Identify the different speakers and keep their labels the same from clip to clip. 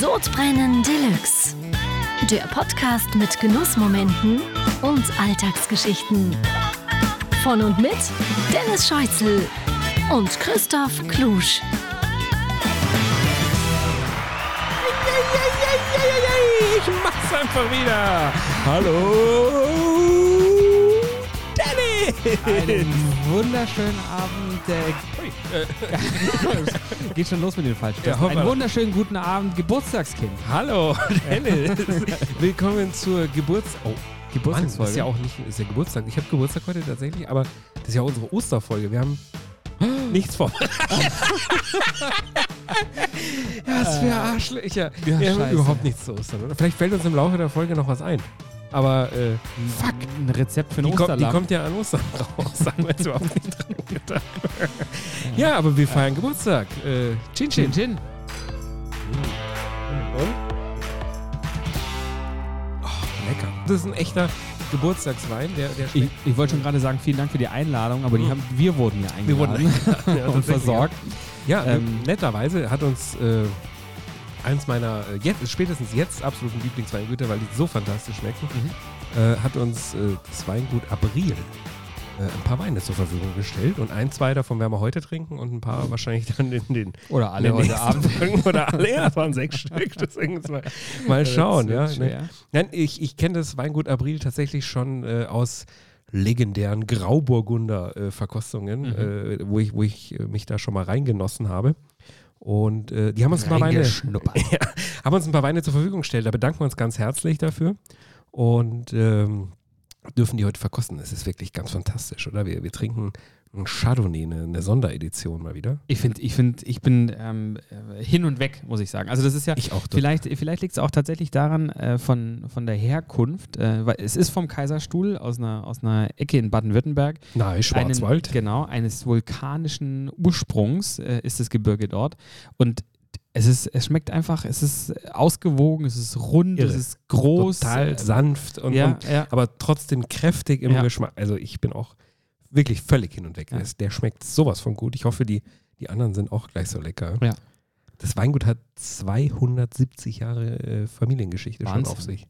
Speaker 1: Sodbrennen Deluxe. Der Podcast mit Genussmomenten und Alltagsgeschichten. Von und mit Dennis Scheuzel und Christoph Klusch.
Speaker 2: Eieieiei, Ich mach's einfach wieder. Hallo, Danny.
Speaker 3: Einen wunderschönen Abend. Äh, geht schon los mit den falschen
Speaker 2: äh. Ja,
Speaker 3: Tasten.
Speaker 2: hoffen wir.
Speaker 3: Einen wunderschönen guten Abend, Geburtstagskind.
Speaker 2: Hallo, Dennis. Willkommen zur Geburts oh, Geburtstagsfolge.
Speaker 3: Mann,
Speaker 2: ist ja auch nicht ist ja Geburtstag. Ich habe Geburtstag heute tatsächlich, aber das ist ja unsere Osterfolge. Wir haben nichts vor. Was für Arschlöcher.
Speaker 3: Ja,
Speaker 2: Wir haben
Speaker 3: scheiße.
Speaker 2: überhaupt nichts zu Ostern. Oder? Vielleicht fällt uns im Laufe der Folge noch was ein. Aber äh,
Speaker 3: Fuck. Ein Rezept für einen
Speaker 2: Die, kommt, die
Speaker 3: Osterlamm.
Speaker 2: kommt ja an Ostern raus, haben wir jetzt überhaupt nicht dran gedacht. ja, aber wir feiern Geburtstag. Äh, Chin Hm. Chin.
Speaker 3: Chin, chin.
Speaker 2: Lecker. Das ist ein echter Geburtstagswein, der, der
Speaker 3: Oh, Ich,
Speaker 2: schmeckt.
Speaker 3: ich wollte schon gerade sagen, vielen Dank für die Einladung, aber die
Speaker 2: Mhm.
Speaker 3: haben, wir wurden hier eingeladen
Speaker 2: eingeladen. Ja,
Speaker 3: und
Speaker 2: tatsächlich,
Speaker 3: versorgt.
Speaker 2: Ja, Ja,
Speaker 3: Ähm,
Speaker 2: netterweise hat uns äh, eins meiner äh, jetzt, spätestens jetzt absoluten Lieblingsweingüter, weil die so fantastisch schmecken, äh, hat uns äh, das Weingut Abril äh, ein paar Weine zur Verfügung gestellt und ein, zwei davon werden wir heute trinken und ein paar wahrscheinlich dann in den
Speaker 3: Oder alle
Speaker 2: in den
Speaker 3: heute
Speaker 2: nächsten
Speaker 3: Abend.
Speaker 2: Folgen Oder alle, ja, das waren sechs Stück. Deswegen ist mal, mal schauen. Ja,
Speaker 3: Das wird
Speaker 2: ne?
Speaker 3: schwer.
Speaker 2: Nein, ich, ich kenne das Weingut Abril tatsächlich schon äh, aus legendären Grauburgunder-Verkostungen, äh, wo ich, wo ich äh, mich da schon mal reingenossen habe. Und äh, die haben uns, ein paar Weine,
Speaker 3: Reingeschnuppert.
Speaker 2: ja, haben uns ein paar Weine zur Verfügung gestellt. Da bedanken wir uns ganz herzlich dafür. Und ähm, dürfen die heute verkosten. Es ist wirklich ganz fantastisch, oder? Wir, wir trinken ein Chardonnay, eine, eine Sonderedition mal wieder.
Speaker 3: Ich finde, ich finde, ich bin ähm, äh, hin und weg, muss ich sagen. Also das ist ja,
Speaker 2: Ich auch. total.
Speaker 3: Vielleicht, vielleicht liegt es auch tatsächlich daran, äh, von, von der Herkunft, äh, weil es ist vom Kaiserstuhl aus einer, aus einer Ecke in Baden-Württemberg.
Speaker 2: Nein,
Speaker 3: Einen-
Speaker 2: Schwarzwald.
Speaker 3: Genau, eines vulkanischen Ursprungs äh, ist das Gebirge dort. Und es, ist, es schmeckt einfach, es ist ausgewogen, es ist rund,
Speaker 2: Irre.
Speaker 3: es ist groß.
Speaker 2: total
Speaker 3: äh,
Speaker 2: sanft und,
Speaker 3: ja,
Speaker 2: und
Speaker 3: ja.
Speaker 2: aber trotzdem kräftig im
Speaker 3: Ja.
Speaker 2: Geschmack. Also ich bin auch wirklich völlig hin und weg.
Speaker 3: Ja.
Speaker 2: Es- Der schmeckt sowas von gut. Ich hoffe, die, die anderen sind auch gleich so lecker.
Speaker 3: Ja.
Speaker 2: Das Weingut hat 270 Jahre äh, Familiengeschichte
Speaker 3: Wahnsinn.
Speaker 2: schon auf sich.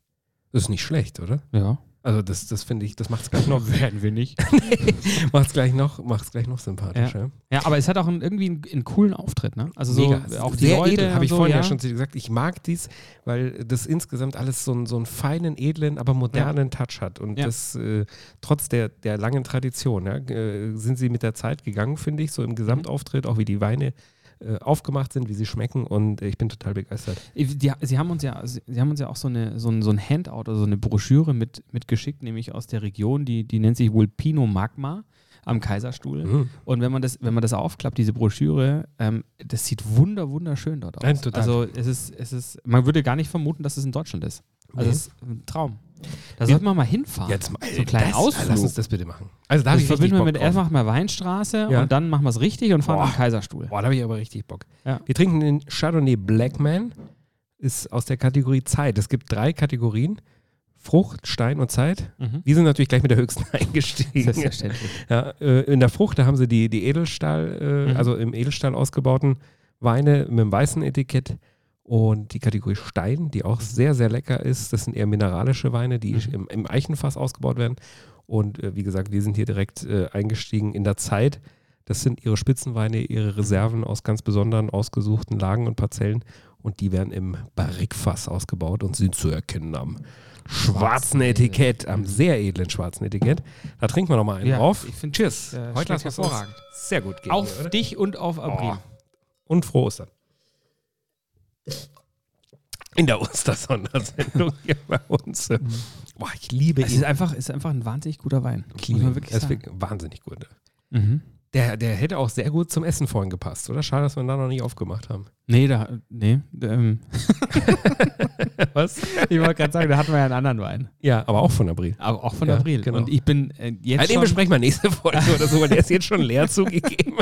Speaker 2: Das ist nicht schlecht, oder?
Speaker 3: ja.
Speaker 2: Also das, das finde ich, das macht es gleich noch,
Speaker 3: werden wir nicht.
Speaker 2: macht's gleich noch, macht's gleich noch sympathischer.
Speaker 3: Ja, aber es hat auch einen, irgendwie einen, einen coolen Auftritt, ne? Also so
Speaker 2: Mega.
Speaker 3: auch die
Speaker 2: Sehr
Speaker 3: Leute.
Speaker 2: edel, habe
Speaker 3: und
Speaker 2: ich
Speaker 3: so,
Speaker 2: vorhin ja.
Speaker 3: ja
Speaker 2: schon zu dir gesagt. Ich mag dies, weil das insgesamt alles so einen, so einen feinen, edlen, aber modernen Touch hat. Und
Speaker 3: Ja.
Speaker 2: das äh, trotz der, der langen Tradition ja, äh, sind sie mit der Zeit gegangen, finde ich, so
Speaker 3: Mhm.
Speaker 2: im Gesamtauftritt, auch wie die Weine äh, aufgemacht sind, wie sie schmecken und äh, ich bin total begeistert.
Speaker 3: Die, sie, haben uns ja, sie sie haben uns ja auch so, eine, so, ein, so ein Handout oder so eine Broschüre mit, mitgeschickt, nämlich aus der Region, die, die nennt sich wohl Pino Magma am Kaiserstuhl.
Speaker 2: Mhm.
Speaker 3: Und wenn man, das, wenn man das aufklappt, diese Broschüre, ähm, das sieht wunder, wunderschön dort aus.
Speaker 2: Nein, total.
Speaker 3: Also es ist, es ist, man würde gar nicht vermuten, dass es in Deutschland ist. Also
Speaker 2: Nee.
Speaker 3: es ist ein Traum. Da
Speaker 2: Ja.
Speaker 3: sollten wir mal hinfahren.
Speaker 2: Jetzt mal
Speaker 3: so einen kleinen
Speaker 2: das,
Speaker 3: Ausflug.
Speaker 2: Lass uns das bitte machen. Also da habe
Speaker 3: das
Speaker 2: ich richtig
Speaker 3: verbinden wir
Speaker 2: Bock
Speaker 3: mit,
Speaker 2: drauf.
Speaker 3: erst machen wir Weinstraße
Speaker 2: Ja.
Speaker 3: und dann machen wir es richtig und fahren
Speaker 2: Boah.
Speaker 3: am Kaiserstuhl.
Speaker 2: Boah, da habe ich aber richtig Bock.
Speaker 3: Ja.
Speaker 2: Wir trinken den Chardonnay Blackman. Ist aus der Kategorie Zeit. Es gibt drei Kategorien: Frucht, Stein und Zeit.
Speaker 3: Mhm.
Speaker 2: Wir sind natürlich gleich mit der höchsten eingestiegen.
Speaker 3: Selbstverständlich.
Speaker 2: Ja, äh, in der Frucht, da haben sie die, die Edelstahl, äh,
Speaker 3: Mhm.
Speaker 2: also im Edelstahl ausgebauten Weine mit dem weißen Etikett. Und die Kategorie Stein, die auch sehr, sehr lecker ist. Das sind eher mineralische Weine, die
Speaker 3: Mhm.
Speaker 2: im, im Eichenfass ausgebaut werden. Und äh, wie gesagt, wir sind hier direkt äh, eingestiegen in der Zeit. Das sind ihre Spitzenweine, ihre Reserven aus ganz besonderen, ausgesuchten Lagen und Parzellen. Und die werden im Barrikfass ausgebaut und sind zu erkennen am schwarzen Etikett, am sehr edlen schwarzen Etikett. Da trinken wir nochmal einen
Speaker 3: Ja,
Speaker 2: drauf.
Speaker 3: ich find,
Speaker 2: Cheers.
Speaker 3: äh, schmeckt
Speaker 2: Heute lassen wir es uns
Speaker 3: hervorragend.
Speaker 2: sehr gut gehen.
Speaker 3: Auf
Speaker 2: oder?
Speaker 3: dich und auf Abril.
Speaker 2: Oh. Und frohe Ostern. In der Ostersondersendung hier bei uns. Boah, ich liebe
Speaker 3: Es ist
Speaker 2: ihn.
Speaker 3: einfach, ist einfach ein wahnsinnig guter Wein.
Speaker 2: Ich
Speaker 3: muss
Speaker 2: liebe
Speaker 3: man
Speaker 2: ihn.
Speaker 3: wirklich
Speaker 2: Er ist
Speaker 3: sagen.
Speaker 2: wirklich wahnsinnig gut. ne?
Speaker 3: Mhm.
Speaker 2: Der, der hätte auch sehr gut zum Essen vorhin gepasst, oder? Schade, dass wir ihn da noch nicht aufgemacht haben.
Speaker 3: Nee, da, nee. Ähm,
Speaker 2: Was?
Speaker 3: Ich wollte gerade sagen, da hatten wir ja einen anderen Wein.
Speaker 2: Ja, aber auch von Abril.
Speaker 3: Aber auch von
Speaker 2: Ja,
Speaker 3: April.
Speaker 2: genau.
Speaker 3: Und ich bin äh, jetzt.
Speaker 2: Ja, den
Speaker 3: schon,
Speaker 2: besprechen wir nächste Folge oder so, weil der ist jetzt schon leer zugegeben.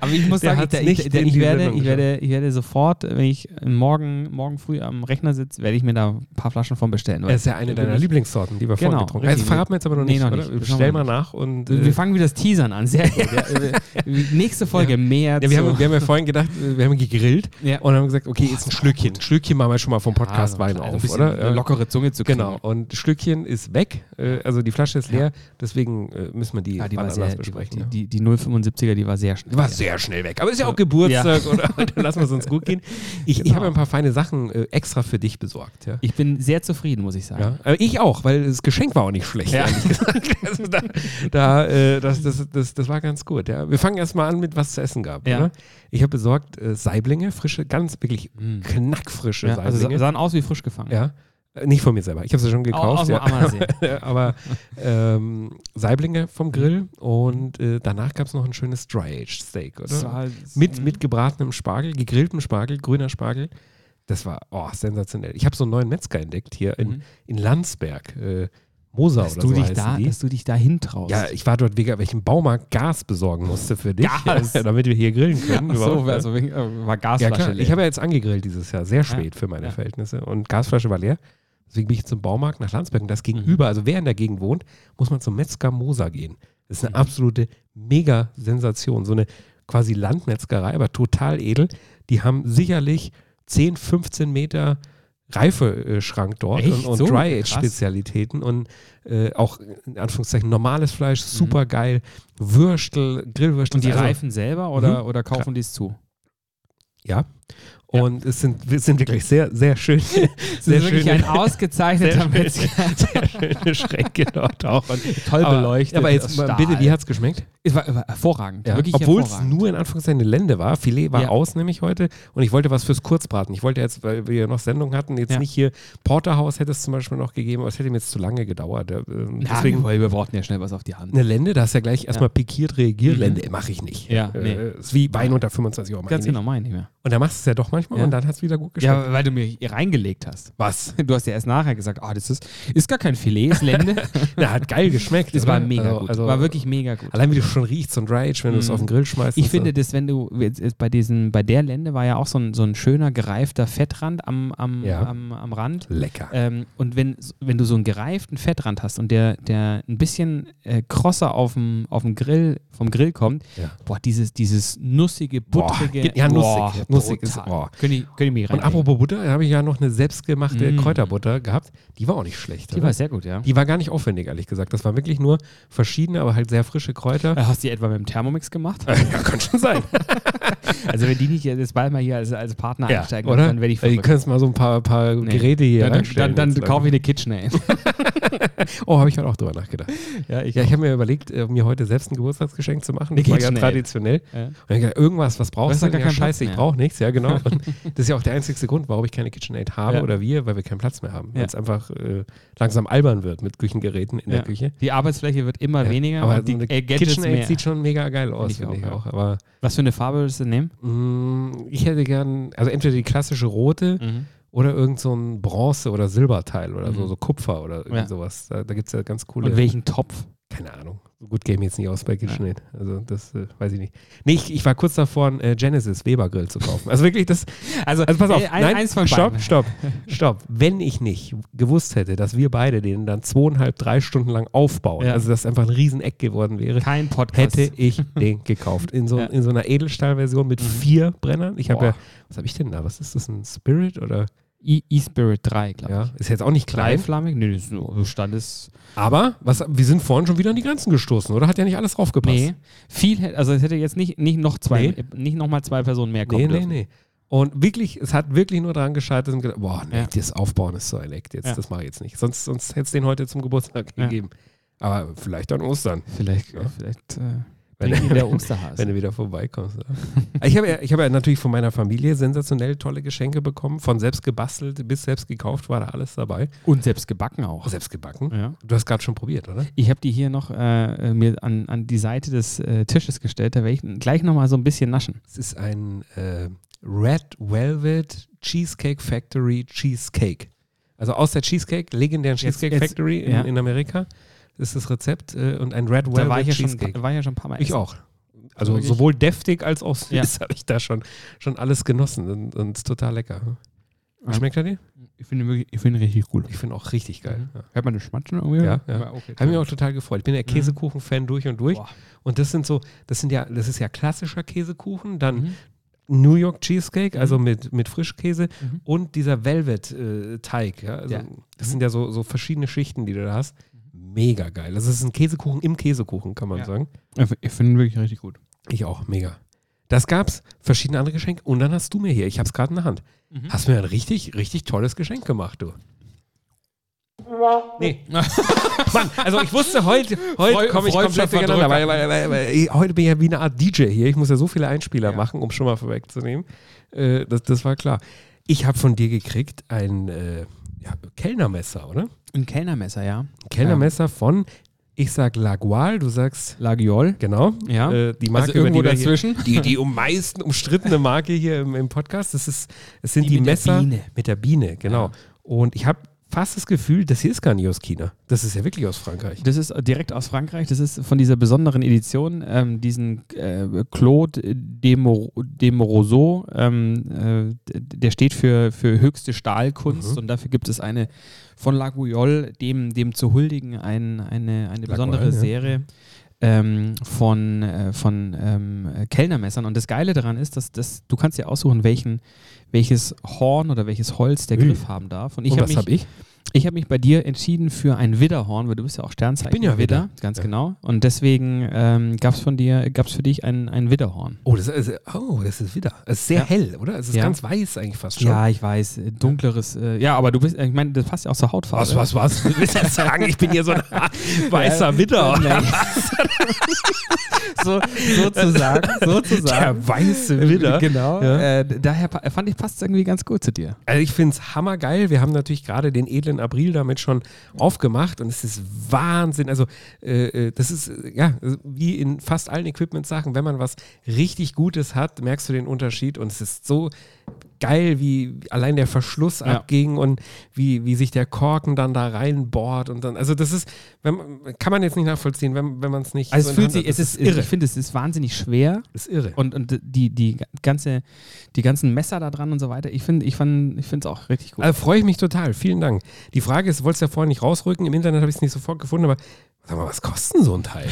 Speaker 3: aber ich muss
Speaker 2: der
Speaker 3: sagen, ich,
Speaker 2: hat's
Speaker 3: der,
Speaker 2: nicht
Speaker 3: ich, der,
Speaker 2: in
Speaker 3: ich,
Speaker 2: die
Speaker 3: werde,
Speaker 2: Sendung
Speaker 3: ich, werde, ich werde sofort, wenn ich morgen, morgen früh am Rechner sitze, werde ich mir da ein paar Flaschen von bestellen. weil
Speaker 2: Das ist ja eine
Speaker 3: da bin
Speaker 2: deiner
Speaker 3: ich-
Speaker 2: Lieblingssorten, die wir vorhin
Speaker 3: Genau,
Speaker 2: getrunken haben. Also
Speaker 3: richtig.
Speaker 2: verraten wir jetzt aber noch
Speaker 3: Nee,
Speaker 2: nicht,
Speaker 3: noch
Speaker 2: oder?
Speaker 3: nicht. Das
Speaker 2: Stell
Speaker 3: machen wir
Speaker 2: mal nach und äh,
Speaker 3: Wir fangen wieder das Teasern an. Sehr gut. Ja, äh, wir- nächste Folge mehr
Speaker 2: ja, wir,
Speaker 3: zu.
Speaker 2: haben, wir haben ja vorhin gedacht, äh, wir haben gegrillt
Speaker 3: Ja.
Speaker 2: und haben gesagt, okay, jetzt ein Schlückchen. Schlückchen machen wir schon mal vom Podcast Wein
Speaker 3: also ein
Speaker 2: auf,
Speaker 3: bisschen
Speaker 2: oder?
Speaker 3: Eine
Speaker 2: Ja.
Speaker 3: lockere Zunge zu kriegen.
Speaker 2: Genau, und Schlückchen ist weg, äh, also die Flasche ist leer, deswegen äh, müssen wir die,
Speaker 3: Ja, die,
Speaker 2: wann
Speaker 3: war
Speaker 2: anders
Speaker 3: sehr, die,
Speaker 2: besprechen.
Speaker 3: die,
Speaker 2: ja.
Speaker 3: die, die 075er, die war sehr schnell.
Speaker 2: war sehr schnell weg. Aber ist ja auch Geburtstag oder dann lassen wir es uns gut gehen. Ich, ich
Speaker 3: Genau.
Speaker 2: habe ein paar feine Sachen äh, extra für dich besorgt. Ja.
Speaker 3: Ich bin sehr zufrieden, muss ich sagen.
Speaker 2: Ja, aber ich auch, weil das Geschenk war auch nicht schlecht,
Speaker 3: Ja.
Speaker 2: ehrlich gesagt. Also da, da, äh, das, das, das, das war ganz gut. Ja. Wir fangen erstmal an mit, was es zu essen gab.
Speaker 3: Ja.
Speaker 2: Oder? Ich habe besorgt äh, Saiblinge, frische, ganz wirklich knackfrische
Speaker 3: Mm. Ja, also sa-
Speaker 2: Saiblinge.
Speaker 3: sahen aus wie frisch gefangen.
Speaker 2: ja. Äh, Nicht von mir selber, ich habe sie schon gekauft.
Speaker 3: aus dem
Speaker 2: ja.
Speaker 3: Ammersee.
Speaker 2: Aber ähm, Saiblinge vom Grill und äh, danach gab es noch ein schönes Dry-Aged Steak,
Speaker 3: Das
Speaker 2: oder?
Speaker 3: war Mhm.
Speaker 2: Mit, mit gebratenem Spargel, gegrilltem Spargel, grüner Spargel. Das war oh, sensationell. Ich habe so einen neuen Metzger entdeckt hier in,
Speaker 3: Mhm.
Speaker 2: in Landsberg. Äh, Moser
Speaker 3: dass
Speaker 2: oder
Speaker 3: du,
Speaker 2: so
Speaker 3: dich
Speaker 2: heißen
Speaker 3: da,
Speaker 2: die.
Speaker 3: dass du dich dahin traust.
Speaker 2: ja, ich war dort wegen, weil ich im Baumarkt Gas besorgen musste für dich,
Speaker 3: Gas?
Speaker 2: damit wir hier grillen können.
Speaker 3: Ach so,
Speaker 2: überhaupt, ne?
Speaker 3: also wegen, äh,
Speaker 2: ja,
Speaker 3: war Gasflasche.
Speaker 2: klar.
Speaker 3: leer.
Speaker 2: Ich habe ja jetzt angegrillt dieses Jahr, sehr spät für meine
Speaker 3: ja.
Speaker 2: Verhältnisse. Und Gasflasche war leer. Deswegen bin ich zum Baumarkt nach Landsberg. Und das
Speaker 3: Mhm.
Speaker 2: gegenüber, also wer in der Gegend wohnt, muss man zum Metzger Moser gehen. Das ist eine
Speaker 3: Mhm.
Speaker 2: absolute Mega-Sensation. So eine quasi Landmetzgerei, aber total edel. Die haben sicherlich 10, 15 Meter Reifeschrank dort
Speaker 3: Echt?
Speaker 2: und, und
Speaker 3: So?
Speaker 2: Dry-Age-Spezialitäten und äh, auch in Anführungszeichen normales Fleisch, super geil. Würstel, Grillwürstel.
Speaker 3: Mhm. Und die
Speaker 2: also-
Speaker 3: reifen selber oder, oder kaufen
Speaker 2: Klar.
Speaker 3: die es zu?
Speaker 2: ja. Und es sind, es sind wirklich sehr, sehr schön. Sehr
Speaker 3: das ist wirklich ein
Speaker 2: schöne,
Speaker 3: ausgezeichneter
Speaker 2: sehr,
Speaker 3: Metzger.
Speaker 2: schöne, sehr schöne Schränke dort auch. Und
Speaker 3: Toll
Speaker 2: aber-
Speaker 3: beleuchtet.
Speaker 2: Aber jetzt
Speaker 3: aus
Speaker 2: mal
Speaker 3: Stahl.
Speaker 2: bitte, wie hat es geschmeckt?
Speaker 3: Es war, war hervorragend. Wirklich
Speaker 2: Obwohl es
Speaker 3: hervorragend.
Speaker 2: nur in Anführungszeichen eine Lende war. Filet war
Speaker 3: Ja.
Speaker 2: aus nämlich heute. Und ich wollte was fürs Kurzbraten. Ich wollte jetzt, weil wir ja noch Sendung hatten, jetzt
Speaker 3: Ja.
Speaker 2: nicht hier Porterhaus hätte es zum Beispiel noch gegeben, aber es hätte mir jetzt zu lange gedauert. Ja, ähm,
Speaker 3: Ja,
Speaker 2: Deswegen
Speaker 3: weil wir brauchten ja schnell was auf die Hand.
Speaker 2: eine Lende, da hast du ja gleich erstmal pikiert reagiert.
Speaker 3: Mhm.
Speaker 2: Lende mache ich nicht.
Speaker 3: Ja,
Speaker 2: Äh,
Speaker 3: nee.
Speaker 2: Ist wie Wein unter 25 Euro. mach ich
Speaker 3: Ganz
Speaker 2: nicht.
Speaker 3: genau, meine ich nicht mehr.
Speaker 2: Und dann machst du es ja doch manchmal
Speaker 3: Ja.
Speaker 2: und dann hat es wieder gut geschmeckt.
Speaker 3: Ja, weil du mir hier reingelegt hast.
Speaker 2: was?
Speaker 3: Du hast ja erst nachher gesagt, ah, das ist, ist gar kein Filet, ist Lende.
Speaker 2: Na, hat geil geschmeckt.
Speaker 3: das
Speaker 2: oder?
Speaker 3: war mega
Speaker 2: also,
Speaker 3: gut.
Speaker 2: Also,
Speaker 3: war wirklich mega gut.
Speaker 2: Allein wie du schon riechst, so ein Dry Age, wenn du es
Speaker 3: Mhm.
Speaker 2: auf den Grill schmeißt.
Speaker 3: Ich
Speaker 2: ist so-
Speaker 3: finde das, wenn du jetzt, jetzt bei diesen, bei der Lende war ja auch so ein, so ein schöner gereifter Fettrand am, am,
Speaker 2: Ja.
Speaker 3: am, am Rand.
Speaker 2: lecker.
Speaker 3: Ähm, und wenn, wenn du so einen gereiften Fettrand hast und der, der ein bisschen äh, krosser auf dem, auf dem Grill, vom Grill kommt,
Speaker 2: Ja.
Speaker 3: boah, dieses, dieses nussige,
Speaker 2: Boah,
Speaker 3: buttrige.
Speaker 2: ge- ja,
Speaker 3: boah,
Speaker 2: nussig, nussig ist-
Speaker 3: brutal.
Speaker 2: boah.
Speaker 3: Könnte ich, könnte ich mich
Speaker 2: Und
Speaker 3: reinlegen.
Speaker 2: apropos Butter, da habe ich ja noch eine selbstgemachte
Speaker 3: Mm.
Speaker 2: Kräuterbutter gehabt. Die war auch nicht schlecht.
Speaker 3: Die
Speaker 2: oder?
Speaker 3: war sehr gut, ja.
Speaker 2: die war gar nicht aufwendig, ehrlich gesagt. Das waren wirklich nur verschiedene, aber halt sehr frische Kräuter.
Speaker 3: Äh, Hast du die etwa mit dem Thermomix gemacht?
Speaker 2: ja, kann schon sein.
Speaker 3: Also wenn die nicht jetzt bald mal hier als, als Partner
Speaker 2: ja,
Speaker 3: einsteigen,
Speaker 2: oder?
Speaker 3: dann werde ich
Speaker 2: Äh, ihr könnt mal so ein paar, paar
Speaker 3: Nee.
Speaker 2: Geräte hier
Speaker 3: Ja, dann,
Speaker 2: reinstellen
Speaker 3: dann, dann
Speaker 2: jetzt,
Speaker 3: kaufe ich eine KitchenAid.
Speaker 2: Oh, habe ich heute auch drüber nachgedacht.
Speaker 3: ja, ich,
Speaker 2: Ja, ich habe mir überlegt, äh, mir heute selbst ein Geburtstagsgeschenk zu machen. Das
Speaker 3: Geht
Speaker 2: war ja
Speaker 3: schnell.
Speaker 2: traditionell.
Speaker 3: ja.
Speaker 2: Und dann, irgendwas, was brauchst du?
Speaker 3: Du hast ja
Speaker 2: Gar
Speaker 3: gar
Speaker 2: ja,
Speaker 3: keinen Platz
Speaker 2: scheiße, ich
Speaker 3: mehr.
Speaker 2: brauche nichts, ja genau. Und das ist ja auch der einzigste Grund, warum ich keine KitchenAid habe
Speaker 3: Ja.
Speaker 2: oder wir, weil wir keinen Platz mehr haben.
Speaker 3: Ja.
Speaker 2: Weil es einfach äh, langsam albern wird mit Küchengeräten in
Speaker 3: Ja.
Speaker 2: der Küche.
Speaker 3: Die Arbeitsfläche wird immer
Speaker 2: Ja.
Speaker 3: weniger,
Speaker 2: aber
Speaker 3: und die
Speaker 2: so eine
Speaker 3: äh, Gadgets
Speaker 2: KitchenAid
Speaker 3: mehr.
Speaker 2: sieht schon mega geil aus,
Speaker 3: ich
Speaker 2: finde ich, auch.
Speaker 3: auch,
Speaker 2: Aber
Speaker 3: Was für eine Farbe würdest du nehmen?
Speaker 2: mh, ich hätte gern, also entweder die klassische rote oder irgend so ein Bronze- oder Silberteil oder so,
Speaker 3: Mhm.
Speaker 2: so Kupfer oder irgendwie
Speaker 3: Ja.
Speaker 2: sowas. Da, da gibt es ja ganz coole.
Speaker 3: Und welchen Topf?
Speaker 2: keine Ahnung. So gut käme jetzt nicht aus bei KitchenAid. Also das äh, weiß ich nicht. Nee, ich, ich war kurz davor, einen äh, Genesis Weber Grill zu kaufen. Also wirklich, das, also pass auf,
Speaker 3: äh, ein-
Speaker 2: nein,
Speaker 3: eins von
Speaker 2: stopp,
Speaker 3: beiden.
Speaker 2: stopp, stopp. Wenn ich nicht gewusst hätte, dass wir beide den dann zweieinhalb, drei Stunden lang aufbauen,
Speaker 3: Ja.
Speaker 2: also dass einfach ein Rieseneck geworden wäre,
Speaker 3: Kein Podcast.
Speaker 2: hätte ich den gekauft. In so,
Speaker 3: Ja. Mhm.
Speaker 2: in so einer Edelstahlversion mit vier Brennern. Ich habe
Speaker 3: Boah.
Speaker 2: ja, was habe ich denn da? Was ist das, ein Spirit oder?
Speaker 3: E- E-Spirit 3, glaube ich.
Speaker 2: Ja, ist jetzt auch nicht klein.
Speaker 3: Dreiflammig? Nee, das ist nur Standes.
Speaker 2: Aber was, wir sind vorhin schon wieder an die Grenzen gestoßen, oder? Hat ja nicht alles draufgepasst.
Speaker 3: Nee. Viel, hätte- also es hätte jetzt nicht, nicht noch zwei, äh,
Speaker 2: Nee.
Speaker 3: nicht noch mal zwei Personen mehr kommen
Speaker 2: Nee, nee,
Speaker 3: dürfen.
Speaker 2: nee. Und wirklich, es hat wirklich nur daran gescheitert und gedacht, boah, nee,
Speaker 3: Ja.
Speaker 2: das Aufbauen ist so ein Eck jetzt,
Speaker 3: Ja.
Speaker 2: das mache ich jetzt nicht. Sonst, sonst hätte es den heute zum Geburtstag
Speaker 3: Ja.
Speaker 2: gegeben. Aber vielleicht an Ostern,
Speaker 3: Vielleicht,
Speaker 2: Ja.
Speaker 3: vielleicht äh,
Speaker 2: Wenn-
Speaker 3: bringt ihn der Osterhase.
Speaker 2: wenn du wieder vorbeikommst. oder? ich habe ja, ich habe ja natürlich von meiner Familie sensationell tolle Geschenke bekommen, von selbst gebastelt bis selbst gekauft war da alles dabei.
Speaker 3: Und selbst gebacken
Speaker 2: Auch
Speaker 3: auch.
Speaker 2: selbst gebacken.
Speaker 3: Ja.
Speaker 2: Du hast gerade schon probiert, oder?
Speaker 3: Ich habe die hier noch äh, mir an, an die Seite des äh, Tisches gestellt. Da werde ich gleich nochmal so ein bisschen naschen.
Speaker 2: Es ist ein äh, Red Velvet Cheesecake Factory Cheesecake. Also aus der Cheesecake, legendären
Speaker 3: Jetzt-
Speaker 2: Cheesecake
Speaker 3: jetzt-
Speaker 2: Factory in,
Speaker 3: ja.
Speaker 2: in Amerika, ist das Rezept äh, und ein Red
Speaker 3: Da war
Speaker 2: Velvet
Speaker 3: ich, ja schon,
Speaker 2: Cheesecake.
Speaker 3: war ich ja schon ein paar Mal
Speaker 2: Ich
Speaker 3: essen.
Speaker 2: auch. Also
Speaker 3: wirklich?
Speaker 2: sowohl deftig als auch
Speaker 3: Ja.
Speaker 2: süß habe ich da schon, schon alles genossen und, und ist total lecker.
Speaker 3: Ja.
Speaker 2: Schmeckt er dir?
Speaker 3: Ich finde, wirklich- ich finde richtig cool.
Speaker 2: Ich finde auch richtig geil.
Speaker 3: Mhm.
Speaker 2: Ja.
Speaker 3: Hört man das Schmatschen irgendwie?
Speaker 2: Ja, ja.
Speaker 3: okay.
Speaker 2: Habe mich auch total gefreut. Ich bin ja Käsekuchen-Fan durch und durch.
Speaker 3: Mhm. Boah.
Speaker 2: Und das sind so, das sind ja, das ist ja klassischer Käsekuchen, dann
Speaker 3: Mhm.
Speaker 2: New York Cheesecake,
Speaker 3: Mhm.
Speaker 2: also mit, mit Frischkäse
Speaker 3: Mhm.
Speaker 2: und dieser Velvet-Teig. ja? Also
Speaker 3: Ja. Mhm.
Speaker 2: Das sind ja so, so verschiedene Schichten, die du da hast. Mega geil. Das ist ein Käsekuchen im Käsekuchen, kann man
Speaker 3: Ja.
Speaker 2: sagen.
Speaker 3: Ich fi- Ich finde ihn wirklich richtig gut.
Speaker 2: Ich auch, mega. Das gab's, verschiedene andere Geschenke und dann hast du mir hier, ich hab's gerade in der Hand,
Speaker 3: Mhm.
Speaker 2: hast mir ein richtig, richtig tolles Geschenk gemacht, du. Nee. Mann, also ich wusste, heute, heute
Speaker 3: Freu-
Speaker 2: komme ich komplett
Speaker 3: Freundschaft
Speaker 2: durcheinander, weil,
Speaker 3: verdrückt.
Speaker 2: weil, weil, weil ich, heute bin ich ja wie eine Art DJ hier. Ich muss ja so viele Einspieler
Speaker 3: Ja.
Speaker 2: machen, um schon mal vorwegzunehmen. Äh, das, das war klar. Ich habe von dir gekriegt ein äh, ja, Kellnermesser, oder?
Speaker 3: Ein Kellnermesser, ja.
Speaker 2: Ein Kellnermesser von, ich sag Lagual, du sagst,
Speaker 3: Lagiol.
Speaker 2: genau,
Speaker 3: Ja.
Speaker 2: äh, die Marke,
Speaker 3: also irgendwo
Speaker 2: über die wir hier-
Speaker 3: dazwischen.
Speaker 2: die, die um meisten umstrittene Marke hier im, im Podcast. Das ist, es sind
Speaker 3: Die
Speaker 2: die,
Speaker 3: mit der
Speaker 2: Messer
Speaker 3: Biene.
Speaker 2: mit der Biene, genau.
Speaker 3: Ja.
Speaker 2: Und ich habe fast das Gefühl, das hier ist gar nicht aus China. Das ist ja wirklich aus Frankreich.
Speaker 3: Das ist direkt aus Frankreich. Das ist von dieser besonderen Edition, ähm, diesen äh, Claude Demor Demoroso. Ähm, äh, d- der steht für, für höchste Stahlkunst
Speaker 2: Mhm.
Speaker 3: und dafür gibt es eine von Laguiole, dem, dem zu huldigen, ein, eine, eine besondere
Speaker 2: ja.
Speaker 3: Serie. Ähm, von äh, von ähm, äh, Kellnermessern. Und das Geile daran ist, dass, dass du kannst dir aussuchen, welchen, welches Horn oder welches Holz der
Speaker 2: Ui.
Speaker 3: Griff haben darf. Und ich
Speaker 2: Und
Speaker 3: habe
Speaker 2: was
Speaker 3: mich
Speaker 2: habe ich?
Speaker 3: ich habe mich bei dir entschieden für ein Widderhorn, weil du bist ja auch Sternzeichen.
Speaker 2: Ich bin ja Widder.
Speaker 3: Ganz
Speaker 2: Ja.
Speaker 3: genau. Und deswegen ähm, gab es von dir, gab es für dich ein, ein Widderhorn.
Speaker 2: Oh, das ist, oh, das ist wieder. Es ist sehr
Speaker 3: Ja.
Speaker 2: hell, oder? Es ist
Speaker 3: Ja.
Speaker 2: ganz weiß eigentlich fast schon.
Speaker 3: Ja, ich weiß. äh, Dunkleres. Äh, ja, aber du bist, äh, ich meine, das passt ja auch zur Hautfarbe.
Speaker 2: Was, was, was? Du willst ja sagen, ich bin hier so ein weißer Widder.
Speaker 3: Nein. Äh, so, sozusagen, sozusagen.
Speaker 2: Der weiße Widder.
Speaker 3: Genau.
Speaker 2: Ja.
Speaker 3: Äh, daher pa- fand ich, passt es irgendwie ganz gut zu dir.
Speaker 2: Also ich finde es hammergeil. Wir haben natürlich gerade den edlen April damit schon aufgemacht und es ist Wahnsinn. Also äh, äh, das ist äh, ja wie in fast allen Equipment-Sachen, wenn man was richtig Gutes hat, merkst du den Unterschied und es ist so geil, wie allein der Verschluss
Speaker 3: Ja.
Speaker 2: abging und wie, wie sich der Korken dann da reinbohrt und dann, also das ist, wenn, man- kann man jetzt nicht nachvollziehen, wenn, wenn man es nicht
Speaker 3: Also
Speaker 2: so
Speaker 3: es
Speaker 2: in
Speaker 3: fühlt
Speaker 2: Hand
Speaker 3: sich,
Speaker 2: hat.
Speaker 3: es
Speaker 2: Das
Speaker 3: ist, ich finde, es ist wahnsinnig schwer.
Speaker 2: ist irre.
Speaker 3: Und, und die, die, ganze, die ganzen Messer da dran und so weiter, ich finde es ich fand, ich find's auch richtig gut.
Speaker 2: Also freue ich mich total. Vielen Dank. Die Frage ist, du wolltest ja vorhin nicht rausrücken. Im Internet habe ich es nicht sofort gefunden, aber sag mal, was kostet denn so ein Teil?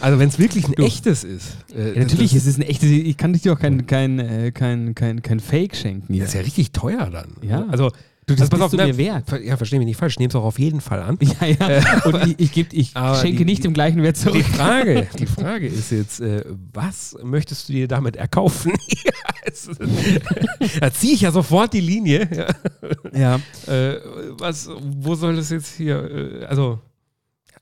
Speaker 2: also, wenn es wirklich ein echtes ist. äh,
Speaker 3: Ja, natürlich,
Speaker 2: das,
Speaker 3: es ist eine echte. Ich kann dir auch kein, kein, äh, kein, kein, kein Fake schenken.
Speaker 2: das ist ja richtig teuer dann.
Speaker 3: Ja.
Speaker 2: Also,
Speaker 3: Du, das
Speaker 2: also,
Speaker 3: bist du
Speaker 2: ne,
Speaker 3: mir wert.
Speaker 2: ver- Ja, verstehe mich nicht falsch. Ich nehme es auch auf jeden Fall an.
Speaker 3: Ja, ja. Und ich, ich, geb, ich
Speaker 2: Äh, Aber
Speaker 3: schenke
Speaker 2: die-
Speaker 3: nicht
Speaker 2: die-
Speaker 3: dem gleichen Wert
Speaker 2: Die
Speaker 3: zurück.
Speaker 2: Frage, die Frage ist jetzt, äh, was möchtest du dir damit erkaufen? Es- da ziehe ich ja sofort die Linie. Ja.
Speaker 3: Ja.
Speaker 2: Äh, was, wo soll das jetzt hier, äh, also,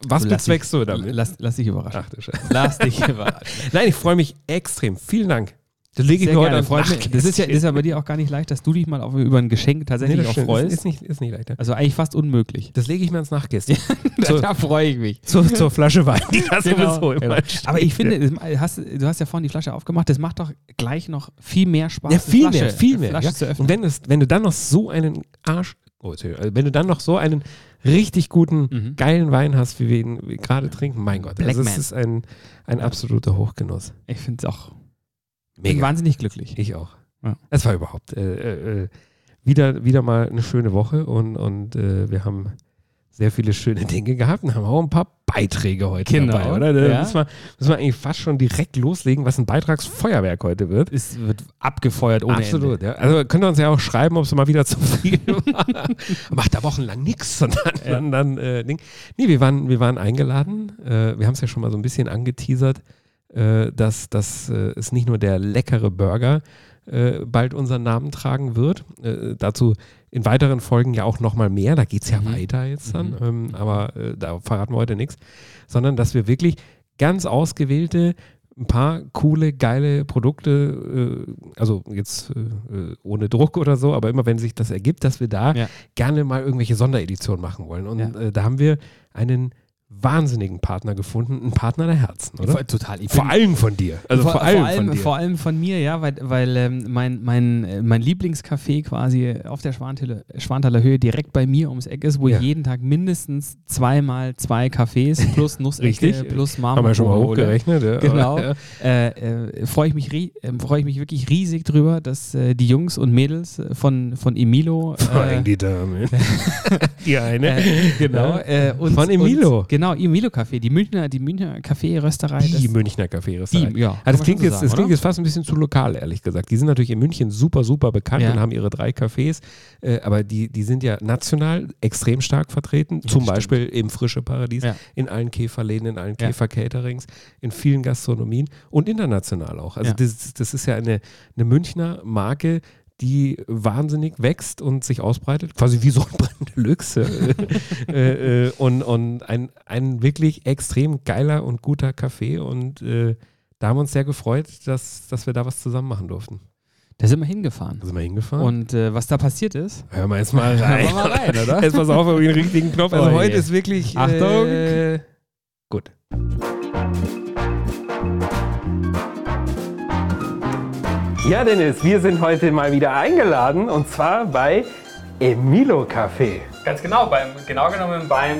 Speaker 2: was
Speaker 3: lass
Speaker 2: bezweckst du damit?
Speaker 3: Lass, lass dich überraschen.
Speaker 2: Ach du Scheiße.
Speaker 3: Lass dich überraschen.
Speaker 2: Nein, ich freue mich extrem. Vielen Dank. Das lege ich
Speaker 3: Sehr
Speaker 2: mir heute
Speaker 3: gerne,
Speaker 2: an.
Speaker 3: freut mich. Das ist ja das ist ja bei dir auch gar nicht leicht, dass du dich mal auf, über ein Geschenk
Speaker 2: nee,
Speaker 3: tatsächlich
Speaker 2: das
Speaker 3: auch
Speaker 2: stimmt. Das
Speaker 3: freust.
Speaker 2: ist nicht, ist nicht leichter.
Speaker 3: also eigentlich fast unmöglich.
Speaker 2: Das lege ich mir ans Nachtkästchen. zur,
Speaker 3: da freue ich mich.
Speaker 2: zur, zur Flasche Wein, die da sowieso
Speaker 3: Genau.
Speaker 2: immer
Speaker 3: Aber ich
Speaker 2: steht.
Speaker 3: finde, das, hast, du hast ja vorhin die Flasche aufgemacht, das macht doch gleich noch viel mehr Spaß.
Speaker 2: ja,
Speaker 3: die
Speaker 2: viel
Speaker 3: Flasche,
Speaker 2: mehr, viel mehr.
Speaker 3: Flasche
Speaker 2: Ja.
Speaker 3: zu öffnen.
Speaker 2: Und wenn, es, wenn du dann noch so einen Arsch, oh, Entschuldigung. also wenn du dann noch so einen richtig guten,
Speaker 3: Mhm.
Speaker 2: geilen Wein hast, wie wir ihn gerade trinken, mein Gott,
Speaker 3: Black
Speaker 2: also es
Speaker 3: Man.
Speaker 2: ist ein, ein absoluter Hochgenuss.
Speaker 3: Ich finde es auch bin
Speaker 2: Mega.
Speaker 3: wahnsinnig glücklich.
Speaker 2: Ich auch.
Speaker 3: Ja.
Speaker 2: Es war überhaupt äh, äh, äh, wieder, wieder mal eine schöne Woche und, und äh, wir haben sehr viele schöne Dinge gehabt und haben auch ein paar Beiträge heute
Speaker 3: Genau.
Speaker 2: dabei, oder? Da
Speaker 3: Ja.
Speaker 2: müssen, wir, müssen wir eigentlich fast schon direkt loslegen, was ein Beitragsfeuerwerk heute wird.
Speaker 3: Es wird abgefeuert halt ohne Ende.
Speaker 2: Absolut, ja. Also könnt ihr uns ja auch schreiben, ob es mal wieder zu viel war. Macht da wochenlang nichts und dann,
Speaker 3: Ja.
Speaker 2: dann, dann äh, Ding. Nee, wir waren, wir waren eingeladen. Äh, wir haben es ja schon mal so ein bisschen angeteasert, äh, dass, dass äh, es nicht nur der leckere Burger äh, bald unseren Namen tragen wird. Äh, dazu in weiteren Folgen ja auch nochmal mehr. Da geht es ja
Speaker 3: Mhm.
Speaker 2: weiter jetzt dann.
Speaker 3: Mhm.
Speaker 2: Ähm, aber äh, da verraten wir heute nichts. Sondern dass wir wirklich ganz ausgewählte ein paar coole, geile Produkte, äh, also jetzt äh, äh, ohne Druck oder so, aber immer wenn sich das ergibt, dass wir da
Speaker 3: Ja.
Speaker 2: gerne mal irgendwelche Sondereditionen machen wollen. Und
Speaker 3: Ja.
Speaker 2: äh, da haben wir einen wahnsinnigen Partner gefunden, einen Partner der Herzen, oder?
Speaker 3: Voll- Total. Ich
Speaker 2: Vor
Speaker 3: bin-
Speaker 2: allem von dir. Also vor, allem, von dir.
Speaker 3: vor allem von mir, ja, weil, weil ähm, mein, mein, äh, mein Lieblingscafé quasi auf der Schwanthaler, Schwanthaler Höhe direkt bei mir ums Eck ist, wo
Speaker 2: Ja.
Speaker 3: ich jeden Tag mindestens zweimal zwei Kaffees plus Nussecke
Speaker 2: Richtig.
Speaker 3: plus
Speaker 2: Haben
Speaker 3: Marmor.
Speaker 2: wir schon mal hochgerechnet. Ja,
Speaker 3: Genau.
Speaker 2: Aber, ja.
Speaker 3: Äh, äh, Freue ich, mich ri- ähm, freu ich mich wirklich riesig drüber, dass äh, die Jungs und Mädels äh, von, von Emilo.
Speaker 2: Vor allem
Speaker 3: äh,
Speaker 2: die Dame. die eine.
Speaker 3: äh, genau. Äh, uns,
Speaker 2: Von Emilo.
Speaker 3: Uns, genau, Emilo Café, die Münchner, die Münchner Café-Rösterei.
Speaker 2: die
Speaker 3: das-
Speaker 2: Münchner Kaffeerösterei.
Speaker 3: die, ja.
Speaker 2: Ah,
Speaker 3: kann
Speaker 2: das
Speaker 3: man
Speaker 2: klingt,
Speaker 3: schon so
Speaker 2: jetzt,
Speaker 3: sagen,
Speaker 2: das klingt
Speaker 3: oder?
Speaker 2: jetzt fast ein bisschen zu lokal, ehrlich gesagt. Die sind natürlich in München super, super bekannt
Speaker 3: Ja.
Speaker 2: und haben ihre drei Cafés, äh, aber die, die sind ja national extrem stark vertreten, zum
Speaker 3: stimmt.
Speaker 2: Beispiel im Frische Paradies,
Speaker 3: Ja.
Speaker 2: in allen Käferläden, in allen
Speaker 3: Ja.
Speaker 2: Käfer-Caterings, in vielen Gastronomien und international auch. Also
Speaker 3: Ja.
Speaker 2: das, das ist ja eine, eine Münchner Marke, die wahnsinnig wächst und sich ausbreitet, quasi wie Sonnenbrand Deluxe. äh, äh, und und ein, ein wirklich extrem geiler und guter Kaffee. Und äh, da haben wir uns sehr gefreut, dass, dass wir da was zusammen machen durften.
Speaker 3: Da sind wir hingefahren.
Speaker 2: Da sind wir hingefahren.
Speaker 3: Und äh, was da passiert ist,
Speaker 2: Hören wir jetzt mal rein.
Speaker 3: Hören wir mal rein, oder?
Speaker 2: Jetzt pass auf, auf den richtigen Knopf. Also
Speaker 3: Oh je.
Speaker 2: heute ist wirklich.
Speaker 3: Achtung.
Speaker 2: Äh, gut. Ja, Dennis, wir sind heute mal wieder eingeladen und zwar bei Emilo Café,
Speaker 4: Ganz genau, beim, genau genommen beim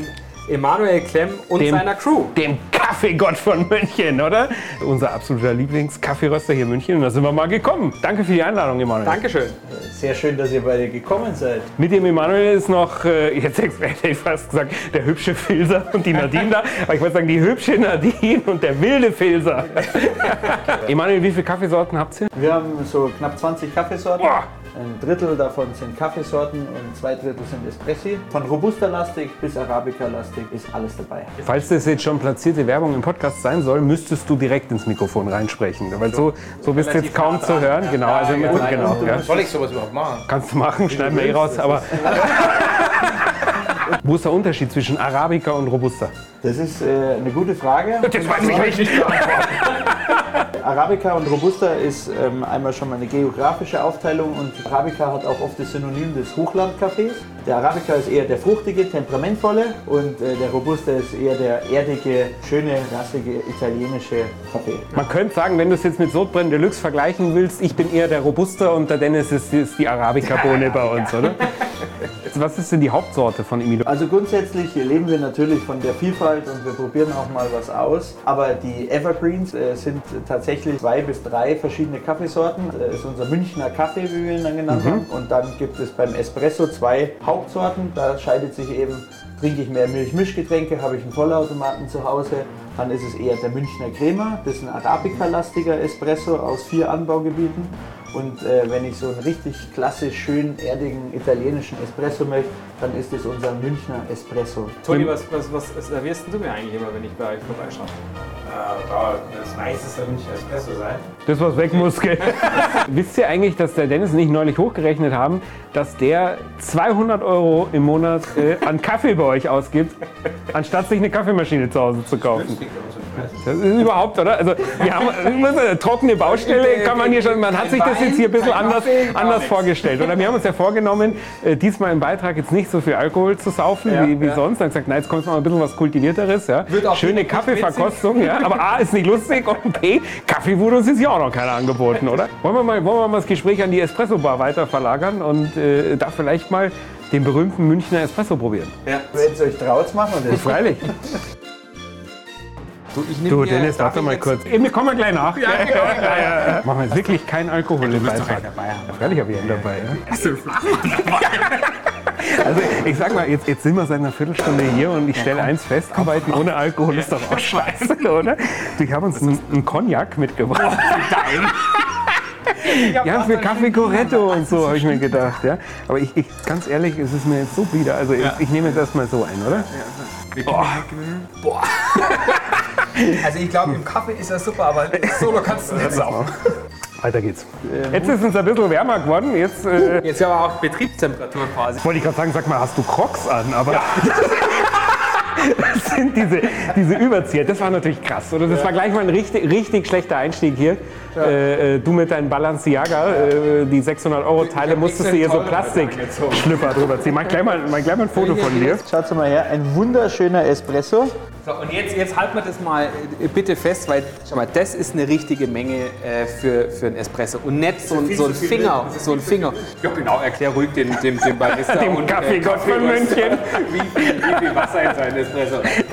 Speaker 4: Emanuel Klemm und
Speaker 2: Dem-
Speaker 4: seiner Crew.
Speaker 2: dem Kaffeegott von München, oder? Unser absoluter Lieblings-Kaffeeröster hier in München und da sind wir mal gekommen. Danke für die Einladung, Emanuel.
Speaker 4: Dankeschön.
Speaker 5: Sehr schön, dass ihr beide gekommen seid.
Speaker 2: Mit dem Emanuel ist noch, äh, jetzt hätte ich fast gesagt, der hübsche Filser und die Nadine da. Aber ich wollte sagen, die hübsche Nadine und der wilde Filser. Emanuel, wie viele Kaffeesorten habt ihr?
Speaker 5: Wir haben so knapp 20 Kaffeesorten.
Speaker 2: Boah.
Speaker 5: Ein Drittel davon sind Kaffeesorten und zwei Drittel sind Espressi. Von Robusta-lastig bis Arabica-lastig ist alles dabei.
Speaker 2: Falls das jetzt schon platzierte Werbung im Podcast sein soll, müsstest du direkt ins Mikrofon reinsprechen. Weil so, so bist du jetzt kaum zu hören. Genau, also mit, genau. Ja.
Speaker 6: Soll ich sowas überhaupt machen?
Speaker 2: Kannst du machen, schneiden wir eh raus, aber. Wo ist der Unterschied zwischen Arabica und Robusta?
Speaker 5: Das ist äh, eine gute Frage.
Speaker 2: Das weiß ich nicht.
Speaker 5: Arabica und Robusta ist ähm, einmal schon mal eine geografische Aufteilung und Arabica hat auch oft das Synonym des Hochlandkaffees. Der Arabica ist eher der fruchtige, temperamentvolle und äh, der Robusta ist eher der erdige, schöne, rassige, italienische Kaffee.
Speaker 2: Man könnte sagen, wenn du es jetzt mit Sodbrennen Deluxe vergleichen willst, ich bin eher der Robuste und der Dennis ist, ist die Arabica-Bohne bei uns, oder? Was ist denn die Hauptsorte von Emilio?
Speaker 5: Also grundsätzlich leben wir natürlich von der Vielfalt und wir probieren auch mal was aus. Aber die Evergreens äh, sind tatsächlich zwei bis drei verschiedene Kaffeesorten. Das ist unser Münchner Kaffee, wie wir ihn dann genannt haben. Und dann gibt es beim Espresso zwei Hauptsorten. Da scheidet sich eben, trinke ich mehr Milchmischgetränke, habe ich einen Vollautomaten zu Hause. Dann ist es eher der Münchner Crema, das ist ein Arabica-lastiger Espresso aus vier Anbaugebieten. Und äh, wenn ich so einen richtig klassisch schönen, erdigen italienischen Espresso möchte, dann ist es unser Münchner Espresso.
Speaker 4: Toni, was, was, was servierst denn du mir eigentlich immer, wenn ich bei euch vorbeischaue? Ah,
Speaker 6: das meiste soll nicht Espresso sein.
Speaker 2: Das, was weg muss, gell? Wisst ihr eigentlich, dass der Dennis nicht neulich hochgerechnet haben, dass der 200 Euro im Monat äh, an Kaffee bei euch ausgibt, anstatt sich eine Kaffeemaschine zu Hause zu kaufen? Das ist überhaupt, oder? Also, wir haben eine trockene Baustelle, kann man hier schon, man hat sich das jetzt hier ein bisschen anders, anders vorgestellt. Oder wir haben uns ja vorgenommen, äh, diesmal im Beitrag jetzt nicht so viel Alkohol zu saufen wie, wie sonst. Dann gesagt, na, jetzt kommt mal ein bisschen was Kultivierteres, ja. Schöne Kaffeeverkostung, ja. Aber A ist nicht lustig und B, Kaffee wurde uns jetzt ja auch noch keiner angeboten, oder? Wollen wir mal, wollen wir mal das Gespräch an die Espresso Bar weiter verlagern und äh, da vielleicht mal den berühmten Münchner Espresso probieren.
Speaker 5: Wenn es euch traut, machen wir das.
Speaker 2: Freilich.
Speaker 4: Du, ich nehm
Speaker 2: Du,
Speaker 4: mir-
Speaker 2: Dennis,
Speaker 4: darf
Speaker 2: warte
Speaker 4: ich
Speaker 2: mal
Speaker 4: jetzt-
Speaker 2: kurz. Ey, Wir kommen gleich nach. Ja, genau. ja, ja, ja. Machen wir jetzt wirklich keinen Alkohol im Beitrag. Ja, Freilich habe ich einen dabei. Ja. Also ich sag mal, jetzt, jetzt sind wir seit einer Viertelstunde hier und ich stelle eins fest, arbeiten ohne Alkohol ist doch auch scheiße, oder? Du, ich habe uns einen einen Cognac mitgebracht. Oh, Ja, für Kaffee Coretto und so habe ich mir gedacht. Ja. Aber ich, ich, ganz ehrlich, es ist mir jetzt so wieder. Also ich, ich nehme jetzt erstmal so ein, oder?
Speaker 4: Also ich glaube, im Kaffee ist das super, aber solo kannst du nicht saugen.
Speaker 2: Weiter geht's. Jetzt ist uns ein bisschen wärmer geworden. Jetzt äh,
Speaker 4: Jetzt haben wir auch Betriebstemperatur quasi.
Speaker 2: Wollte ich gerade sagen, sag mal, hast du Crocs an? Aber das sind diese, diese Überzieher. Das war natürlich krass, oder? Das war gleich mal ein richtig, richtig schlechter Einstieg hier. Äh, äh, du mit deinen Balenciaga, äh, die 600 Euro Teile, musstest du hier so Plastikschlüpper drüber ziehen. Mach gleich mal, mach gleich mal ein Foto von dir.
Speaker 5: Schaut mal her, ein wunderschöner Espresso.
Speaker 4: So, und jetzt, jetzt halten wir das mal äh, bitte fest, weil schau mal, das ist eine richtige Menge äh, für, für einen Espresso. Und nicht so, ein- so ein Finger. So ein Finger. Ja, genau, erklär ruhig dem, dem, dem Barista.
Speaker 6: Dem Kaffeegott von
Speaker 4: Kaffeeröster, Wie viel, wie viel Wasser in seinen Espresso rein.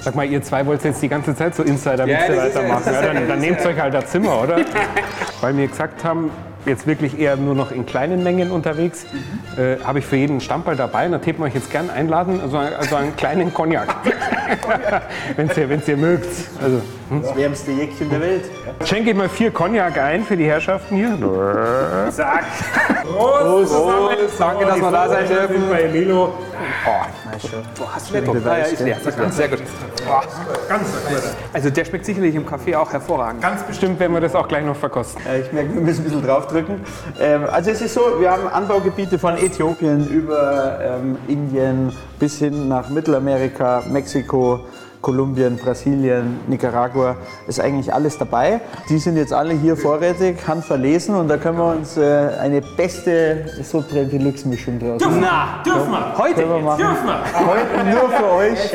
Speaker 7: Sag mal, ihr zwei wollt jetzt die ganze Zeit so Insider-Witze
Speaker 4: Ja, das ist ja-
Speaker 7: weitermachen.
Speaker 4: das ist
Speaker 7: Ja,
Speaker 4: ja-
Speaker 7: dann
Speaker 4: das
Speaker 7: dann
Speaker 4: ist
Speaker 7: nehmt
Speaker 4: ja-
Speaker 7: euch halt das Zimmer, oder? Weil wir gesagt haben, jetzt wirklich eher nur noch in kleinen Mengen unterwegs,
Speaker 4: Mhm.
Speaker 7: äh, habe ich für jeden einen Stammball dabei. Und da täten wir euch jetzt gern einladen, also, also einen kleinen Cognac. Wenn ihr, wenn's ihr mögt. Also,
Speaker 5: Das wärmste Jäckchen der Welt.
Speaker 7: schenke ich mal vier Cognac ein für die Herrschaften hier.
Speaker 6: Zack. Prost. Prost.
Speaker 4: Danke, dass wir da sein dürfen.
Speaker 6: Bei Lilo.
Speaker 4: Hast du nicht Druck? Ah, ja, ist leer. Sehr gut.
Speaker 6: Boah, ganz gut.
Speaker 4: Also der schmeckt sicherlich im Kaffee auch hervorragend.
Speaker 7: Ganz bestimmt werden wir das auch gleich noch verkosten.
Speaker 5: Äh, Ich merke, wir müssen ein bisschen draufdrücken. Ähm, also es ist so, wir haben Anbaugebiete von Äthiopien über ähm, Indien bis hin nach Mittelamerika, Mexiko, Kolumbien, Brasilien, Nicaragua. Ist eigentlich alles dabei. Die sind jetzt alle hier vorrätig, handverlesen und da können wir uns äh, eine beste Sotre Deluxe Mischung draus machen.
Speaker 4: Na, dürfen wir. Heute
Speaker 5: Können wir
Speaker 4: jetzt.
Speaker 5: machen.
Speaker 4: Dürfen wir.
Speaker 5: Heute nur für euch.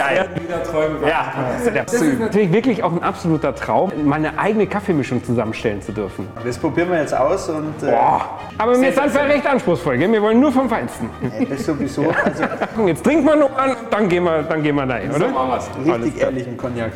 Speaker 7: Das ist natürlich wirklich auch ein absoluter Traum, meine eigene Kaffeemischung zusammenstellen zu dürfen.
Speaker 5: Das probieren wir jetzt aus und äh,
Speaker 7: Boah. Aber wir sind ja recht anspruchsvoll, gell? Wir wollen nur vom Feinsten.
Speaker 5: das sowieso. Also
Speaker 7: Jetzt trinken wir noch an, dann gehen wir, dann gehen wir rein, oder?
Speaker 5: richtig ehrlichen Cognac.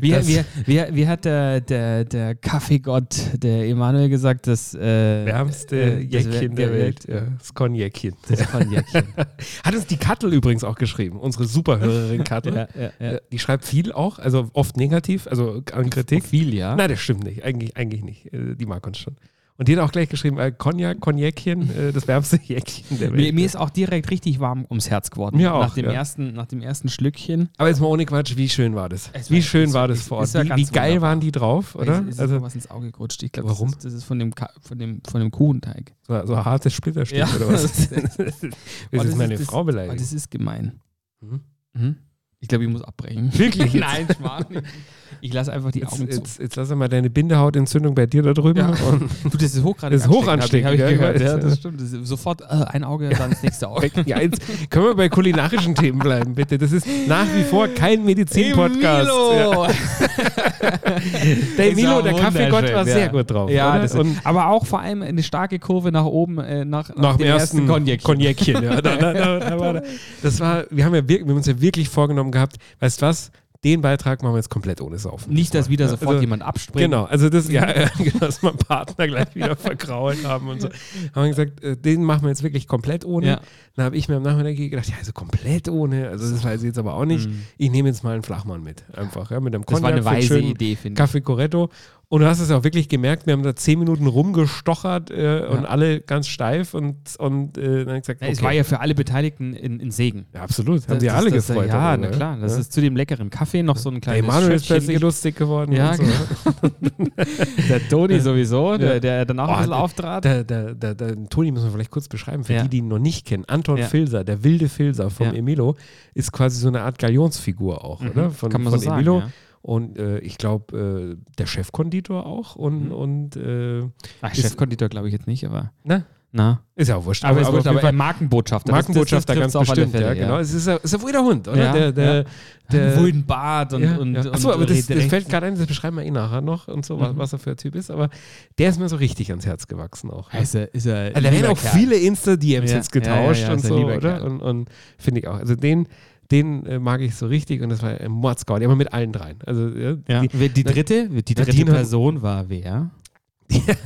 Speaker 3: Wie,
Speaker 2: Das-
Speaker 3: wie, wie, wie hat der, der, der Kaffeegott, der Emanuel, gesagt, dass. Äh,
Speaker 2: Wärmste
Speaker 3: äh, das
Speaker 2: Jäckchen
Speaker 3: wär-
Speaker 2: der Welt. Ja, das Konjäckchen.
Speaker 3: Das Konjakchen.
Speaker 2: Hat uns die Kattel übrigens auch geschrieben, unsere Superhörerin Kattel.
Speaker 3: Ja, ja, ja.
Speaker 2: Äh, Die schreibt viel auch, also oft negativ, also an Kritik.
Speaker 3: Viel, ja.
Speaker 2: Nein, das stimmt nicht. Eigentlich, eigentlich nicht. Äh, Die mag uns schon. Und die hat auch gleich geschrieben, äh, Cognac, Cognacchen, äh, das wärmste Jäckchen der
Speaker 3: Mir,
Speaker 2: Welt.
Speaker 3: mir ist auch direkt richtig warm ums Herz geworden.
Speaker 2: Mir auch,
Speaker 3: Nach dem,
Speaker 2: ja.
Speaker 3: ersten, nach dem ersten Schlückchen.
Speaker 2: Aber jetzt mal ohne Quatsch, wie schön war das?
Speaker 3: Es war-
Speaker 2: wie schön
Speaker 3: es
Speaker 2: war
Speaker 3: war-
Speaker 2: das
Speaker 3: es-
Speaker 2: vor
Speaker 3: es
Speaker 2: Ort?
Speaker 3: war
Speaker 2: Wie, wie
Speaker 3: ganz
Speaker 2: geil
Speaker 3: wunderbar.
Speaker 2: waren die drauf, oder?
Speaker 3: Es, es ist
Speaker 2: also,
Speaker 3: mir was ins Auge gerutscht. Ich glaube,
Speaker 2: Warum?
Speaker 3: Das ist, das ist von, dem Ka von, dem, von dem Kuchenteig.
Speaker 2: so so ein hartes Splitterstück
Speaker 3: Ja.
Speaker 2: oder was?
Speaker 3: Oh,
Speaker 2: Willst du
Speaker 3: Oh,
Speaker 2: jetzt
Speaker 3: das
Speaker 2: meine
Speaker 3: ist- das-
Speaker 2: Frau
Speaker 3: oh,
Speaker 2: beleidigen?
Speaker 3: das ist gemein.
Speaker 2: Mhm.
Speaker 3: Mhm. Ich glaube, ich muss abbrechen.
Speaker 2: Wirklich jetzt?
Speaker 3: Nein, Schmarrn. Ich lasse einfach die
Speaker 2: Jetzt,
Speaker 3: Augen zu.
Speaker 2: jetzt, jetzt lass mal deine Bindehautentzündung bei dir da drüben.
Speaker 3: Ja.
Speaker 2: Und
Speaker 3: Du, das ist hochgradig
Speaker 2: Das ist hoch
Speaker 3: habe ich, hab ich
Speaker 2: ansteckend,
Speaker 3: gehört.
Speaker 2: gell?
Speaker 3: Ja, das stimmt. Das ist sofort äh, ein Auge, dann das nächste Auge.
Speaker 2: Ja, jetzt können wir bei kulinarischen Themen bleiben, bitte. Das ist nach wie vor kein Medizin-Podcast. Ja.
Speaker 3: Emilio!
Speaker 2: Der
Speaker 3: Ist
Speaker 2: Milo,
Speaker 3: auch
Speaker 2: der Kaffeegott, war
Speaker 3: wunderschön,
Speaker 2: sehr
Speaker 3: ja.
Speaker 2: gut drauf.
Speaker 3: Ja,
Speaker 2: oder?
Speaker 3: das
Speaker 2: Und
Speaker 3: und aber auch vor allem eine starke Kurve nach oben äh, nach, nach,
Speaker 2: nach dem ersten
Speaker 3: Cognac.
Speaker 2: Cognacchen, ja. da, da, da, da war da. Das war, wir haben, ja wirklich, wir haben uns ja wirklich vorgenommen gehabt, weißt du was, den Beitrag machen wir jetzt komplett ohne Saufen.
Speaker 3: Nicht, dass wieder sofort
Speaker 2: Also,
Speaker 3: jemand abspringt.
Speaker 2: Genau, also das, ja, ja, genau, dass wir einen Partner gleich wieder vergrault haben und so. Haben wir gesagt, äh, den machen wir jetzt wirklich komplett ohne.
Speaker 3: Ja.
Speaker 2: Dann habe ich mir am Nachmittag gedacht, ja, also komplett ohne, also das weiß ich jetzt aber auch nicht. Ich nehme jetzt mal einen Flachmann mit, einfach, ja, mit einem
Speaker 3: Mhm. Das war eine
Speaker 2: Cognac für einen
Speaker 3: weise
Speaker 2: schönen
Speaker 3: Idee, finde ich.
Speaker 2: Kaffee Coretto. Und du hast es auch wirklich gemerkt, wir haben da zehn Minuten rumgestochert äh, und alle ganz steif und, und äh, dann gesagt,
Speaker 3: Ja,
Speaker 2: okay.
Speaker 3: Es war ja für alle Beteiligten in, in Segen.
Speaker 2: Ja, absolut, haben
Speaker 3: Das-
Speaker 2: sich
Speaker 3: das-
Speaker 2: alle
Speaker 3: das,
Speaker 2: gefreut.
Speaker 3: Ja,
Speaker 2: darüber,
Speaker 3: na klar. Das
Speaker 2: ja.
Speaker 3: ist zu dem leckeren Kaffee noch so ein
Speaker 2: Der
Speaker 3: kleines
Speaker 2: Emanuel ist
Speaker 3: Schöpfchen.
Speaker 2: plötzlich lustig geworden.
Speaker 3: Ja,
Speaker 2: und so.
Speaker 3: genau. Der Toni sowieso, der, der danach
Speaker 2: Boah,
Speaker 3: ein bisschen
Speaker 2: der-
Speaker 3: auftrat.
Speaker 2: Der, der, der, der, Toni müssen wir vielleicht kurz beschreiben, für
Speaker 3: Ja.
Speaker 2: die, die ihn noch nicht kennen. Anton
Speaker 3: Ja.
Speaker 2: Filser, der wilde Filser vom
Speaker 3: Ja. Mhm.
Speaker 2: Emilo, ist quasi so eine Art Galionsfigur auch, oder? Von,
Speaker 3: kann man
Speaker 2: von
Speaker 3: so sagen,
Speaker 2: Emilo.
Speaker 3: ja.
Speaker 2: Und äh, ich glaube, äh, der Chefkonditor auch
Speaker 3: Mhm.
Speaker 2: und, und äh,
Speaker 3: Ach,
Speaker 2: ist-
Speaker 3: Chefkonditor glaube Ah, ich jetzt nicht, aber.
Speaker 2: ne?
Speaker 3: Na.
Speaker 2: Ist ja auch wurscht.
Speaker 3: Aber, aber,
Speaker 2: auf jeden
Speaker 3: aber,
Speaker 2: Fall
Speaker 3: Markenbotschafter. das- das- das
Speaker 2: Markenbotschafter
Speaker 3: trifft's
Speaker 2: ganz
Speaker 3: auf alle
Speaker 2: bestimmt.
Speaker 3: Fälle,
Speaker 2: ja, genau. Es ist ja, ist ja wohl der Hund, oder?
Speaker 3: Ja,
Speaker 2: der, der,
Speaker 3: ja.
Speaker 2: der,
Speaker 3: Wohin Bart und,
Speaker 2: ja,
Speaker 3: und,
Speaker 2: ja. Achso,
Speaker 3: und Mhm.
Speaker 2: aber das, das
Speaker 3: direkt-
Speaker 2: fällt gerade ein, das beschreiben wir eh nachher noch und so, was, was er für ein Typ ist. Aber der ist mir so richtig ans Herz gewachsen auch.
Speaker 3: Ja, Ist er, ist er
Speaker 2: Also, da werden
Speaker 3: lieber
Speaker 2: auch
Speaker 3: Kerl.
Speaker 2: viele Insta-DMs
Speaker 3: Ja,
Speaker 2: jetzt getauscht
Speaker 3: ja, ja, ja,
Speaker 2: und
Speaker 3: ist ein
Speaker 2: so,
Speaker 3: lieber
Speaker 2: oder?
Speaker 3: Kerl.
Speaker 2: Und, und finde ich auch. Also den, den äh, mag ich so richtig und das war ein Mordscout, aber mit allen dreien. Also ja,
Speaker 3: Ja.
Speaker 2: die,
Speaker 3: Wer- Die dritte, die dritte
Speaker 2: Nadine hat-
Speaker 3: Person war wer?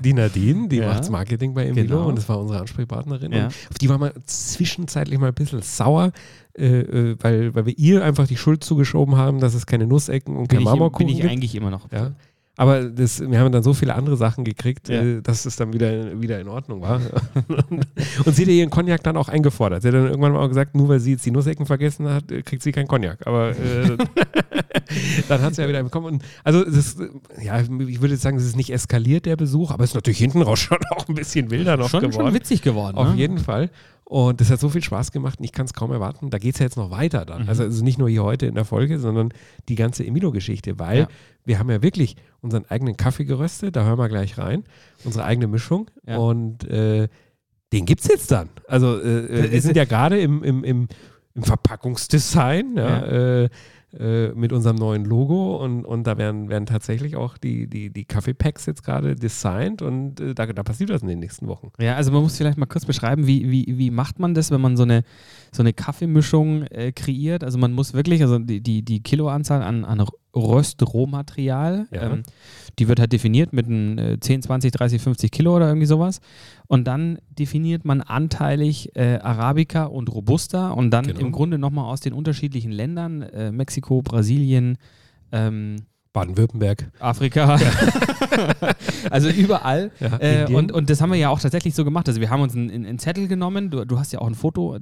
Speaker 2: die Nadine, die
Speaker 3: Ja.
Speaker 2: macht's Marketing bei Emilio
Speaker 3: Genau.
Speaker 2: und das war unsere Ansprechpartnerin.
Speaker 3: Ja.
Speaker 2: Und auf die war man zwischenzeitlich mal ein bisschen sauer, äh, äh, weil, weil wir ihr einfach die Schuld zugeschoben haben, dass es keine Nussecken und
Speaker 3: Bin
Speaker 2: kein
Speaker 3: ich, bin
Speaker 2: Marmorkuchen
Speaker 3: ich
Speaker 2: gibt.
Speaker 3: eigentlich immer noch.
Speaker 2: Ja. Aber das, wir haben dann so viele andere Sachen gekriegt,
Speaker 3: Ja.
Speaker 2: äh, dass es dann wieder, wieder in Ordnung war. und, und sie hat ihren Cognac dann auch eingefordert. Sie hat dann irgendwann mal auch gesagt, nur weil sie jetzt die Nussecken vergessen hat, äh, kriegt sie keinen Cognac. Aber äh, dann hat sie ja wieder bekommen. Und, also es ist, äh, ja, ich würde jetzt sagen, es ist nicht eskaliert, der Besuch, aber es ist natürlich hinten raus schon auch ein bisschen wilder noch
Speaker 3: Schon, schon
Speaker 2: geworden.
Speaker 3: witzig geworden.
Speaker 2: Auf
Speaker 3: ne?
Speaker 2: jeden Fall. Und das hat so viel Spaß gemacht und ich kann es kaum erwarten. Da geht es ja jetzt noch weiter dann.
Speaker 3: Mhm.
Speaker 2: Also, also nicht nur hier heute in der Folge, sondern die ganze Emilo-Geschichte, weil
Speaker 3: Ja.
Speaker 2: wir haben ja wirklich unseren eigenen Kaffee geröstet, da hören wir gleich rein, unsere eigene Mischung.
Speaker 3: Ja.
Speaker 2: Und äh, den gibt's jetzt dann. Also äh, äh, wir sind ja gerade im, im, im, im Verpackungsdesign ja, Äh, äh, mit unserem neuen Logo und, und da werden, werden tatsächlich auch die, die, die Kaffeepacks jetzt gerade designt und äh, da, da passiert was in den nächsten Wochen.
Speaker 3: Ja, also man muss vielleicht mal kurz beschreiben, wie, wie, wie macht man das, wenn man so eine, so eine Kaffeemischung äh, kreiert. Also man muss wirklich, also die, die, die Kiloanzahl an, an Röstrohmaterial,
Speaker 2: Ja.
Speaker 3: ähm, die wird halt definiert mit einem äh, 10, 20, 30, 50 Kilo oder irgendwie sowas. Und dann definiert man anteilig äh, Arabica und Robusta und dann
Speaker 2: Genau.
Speaker 3: im Grunde nochmal aus den unterschiedlichen Ländern, äh, Mexiko, Brasilien, ähm,
Speaker 2: Baden-Württemberg.
Speaker 3: Afrika. also überall.
Speaker 2: Ja,
Speaker 3: äh,
Speaker 2: Indien.
Speaker 3: und, und das haben wir ja auch tatsächlich so gemacht. Also wir haben uns einen, einen, einen Zettel genommen. Du, du hast ja auch ein Foto äh,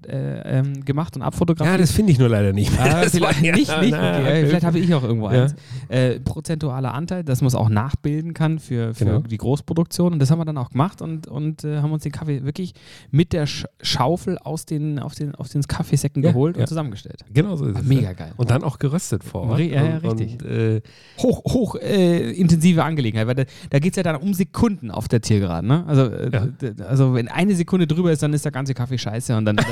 Speaker 3: ähm, gemacht und
Speaker 2: Ja,
Speaker 3: abfotografiert.
Speaker 2: das finde ich nur leider nicht mehr.
Speaker 3: Ah,
Speaker 2: Das war
Speaker 3: vielleicht
Speaker 2: ja-
Speaker 3: nicht, nicht.
Speaker 2: Na,
Speaker 3: okay. Äh, Vielleicht habe ich auch irgendwo
Speaker 2: Ja.
Speaker 3: eins. Äh, prozentualer Anteil, dass man es auch nachbilden kann für, für
Speaker 2: Genau.
Speaker 3: die Großproduktion. Und das haben wir dann auch gemacht und, und äh, haben uns den Kaffee wirklich mit der Sch Schaufel aus den, auf den, auf den Kaffeesäcken
Speaker 2: Ja,
Speaker 3: geholt
Speaker 2: ja.
Speaker 3: und zusammengestellt.
Speaker 2: Genau so ist es.
Speaker 3: Mega
Speaker 2: ja.
Speaker 3: geil.
Speaker 2: Und dann auch geröstet vor Ort.
Speaker 3: Ri- ja, ja,
Speaker 2: Und-
Speaker 3: richtig.
Speaker 2: Und, äh,
Speaker 3: hoch, hoch äh, intensive Angelegenheit, weil da, da geht es ja dann um Sekunden auf der Zielgeraden. Ne? Also, äh,
Speaker 2: Ja.
Speaker 3: d- also wenn eine Sekunde drüber ist, dann ist der ganze Kaffee scheiße und dann, dann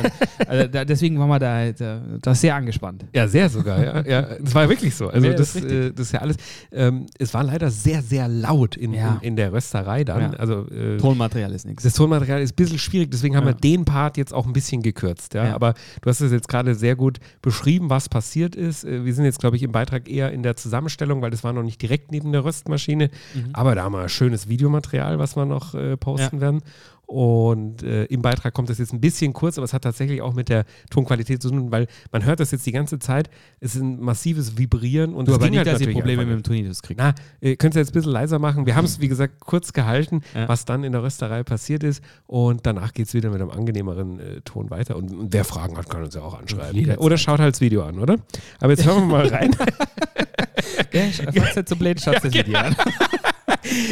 Speaker 3: also da, deswegen waren wir da, da, da sehr angespannt.
Speaker 2: Ja, sehr sogar, ja. ja. Es war wirklich so. Also
Speaker 3: Ja,
Speaker 2: das,
Speaker 3: das ist
Speaker 2: äh, das ist ja alles. Ähm, es war leider sehr, sehr laut in,
Speaker 3: Ja.
Speaker 2: in, in der Rösterei dann.
Speaker 3: Ja.
Speaker 2: Also äh,
Speaker 3: Tonmaterial ist nichts.
Speaker 2: das Tonmaterial ist ein bisschen schwierig, deswegen haben wir den Part jetzt auch ein bisschen gekürzt. Ja?
Speaker 3: Ja.
Speaker 2: Aber du hast es jetzt gerade sehr gut beschrieben, was passiert ist. Äh, Wir sind jetzt, glaube ich, im Beitrag eher in der Zusammenstellung, weil das war noch nicht direkt neben der Röstmaschine.
Speaker 3: Mhm.
Speaker 2: Aber da haben wir schönes Videomaterial, was wir noch äh, posten werden. Und äh, im Beitrag kommt das jetzt ein bisschen kurz, aber es hat tatsächlich auch mit der Tonqualität zu tun, weil man hört das jetzt die ganze Zeit. Es ist ein massives Vibrieren und
Speaker 3: Du
Speaker 2: es
Speaker 3: aber
Speaker 2: ging
Speaker 3: nicht,
Speaker 2: halt
Speaker 3: dass ihr
Speaker 2: natürlich
Speaker 3: Probleme
Speaker 2: einfach
Speaker 3: mit dem Tinnitus kriegt.
Speaker 2: na, äh, könnt ihr jetzt ein bisschen leiser machen. Wir haben es, wie gesagt, kurz gehalten,
Speaker 3: Ja.
Speaker 2: was dann in der Rösterei passiert ist. Und danach geht es wieder mit einem angenehmeren äh, Ton weiter. Und, und wer Fragen hat, kann uns ja auch anschreiben.
Speaker 3: Jederzeit.
Speaker 2: Oder schaut halt das Video an, oder? Aber jetzt hören wir mal rein.
Speaker 3: Falls ihr zu blöd schaut, das Video an.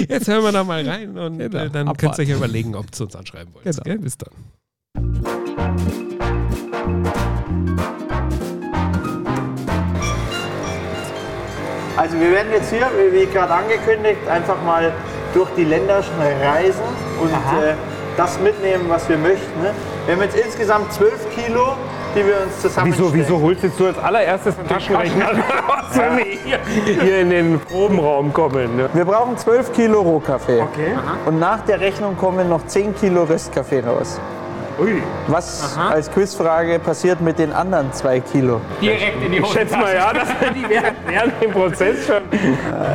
Speaker 2: Jetzt hören wir da mal rein und
Speaker 3: Genau.
Speaker 2: äh, dann könnt
Speaker 3: Abfahrt.
Speaker 2: ihr euch ja überlegen, ob ihr uns anschreiben wollt.
Speaker 3: Genau.
Speaker 2: Gell? Bis dann.
Speaker 5: Also wir werden jetzt hier, wie- wie gerade angekündigt, einfach mal durch die Länder schnell reisen und äh, das mitnehmen, was wir möchten. Ne? Wir haben jetzt insgesamt 12 Kilo, die wir uns zusammenstellen.
Speaker 7: Wieso, wieso holst jetzt du als allererstes den Taschenrechner raus, wenn wir hier, hier in den Probenraum kommen? Ne?
Speaker 5: Wir brauchen 12 Kilo Rohkaffee.
Speaker 7: Okay.
Speaker 5: Und nach der Rechnung kommen noch 10 Kilo Restkaffee raus.
Speaker 7: Ui.
Speaker 5: Was als Quizfrage passiert mit den anderen 2 Kilo?
Speaker 6: Direkt in die
Speaker 7: Ich
Speaker 6: Hose.
Speaker 7: schätze mal ja, dass wir die während, während dem Prozess schon.
Speaker 5: Das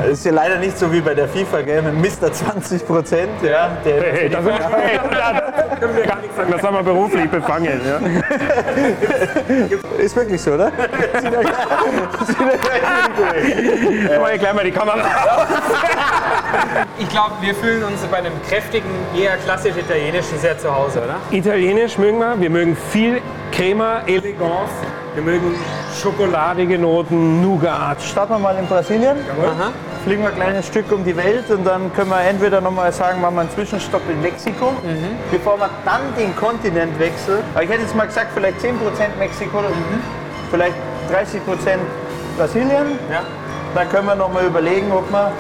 Speaker 5: Äh, ist ja leider nicht so wie bei der FIFA, gell? Mit Mr. 20 Prozent, ja. Der
Speaker 7: Hey, das, hey, da können wir gar nichts sagen. Das haben wir beruflich befangen. Ja?
Speaker 5: ist wirklich so, oder?
Speaker 7: Guck mal, hier gleich mal die Kamera.
Speaker 4: Ich glaube, wir fühlen uns bei einem kräftigen, eher klassisch italienischen sehr zu Hause, oder?
Speaker 7: Italienisch mögen wir. Wir mögen viel Crema, Eleganz. Wir mögen schokoladige Noten, Nougat.
Speaker 5: Starten wir mal in Brasilien. Fliegen wir ein kleines Stück um die Welt und dann können wir entweder nochmal sagen, machen wir einen Zwischenstopp in Mexiko, bevor wir dann den Kontinent wechseln. Aber ich hätte jetzt mal gesagt, vielleicht 10% Mexiko, vielleicht 30% Brasilien.
Speaker 4: Ja.
Speaker 5: Dann können wir nochmal überlegen, ob wir.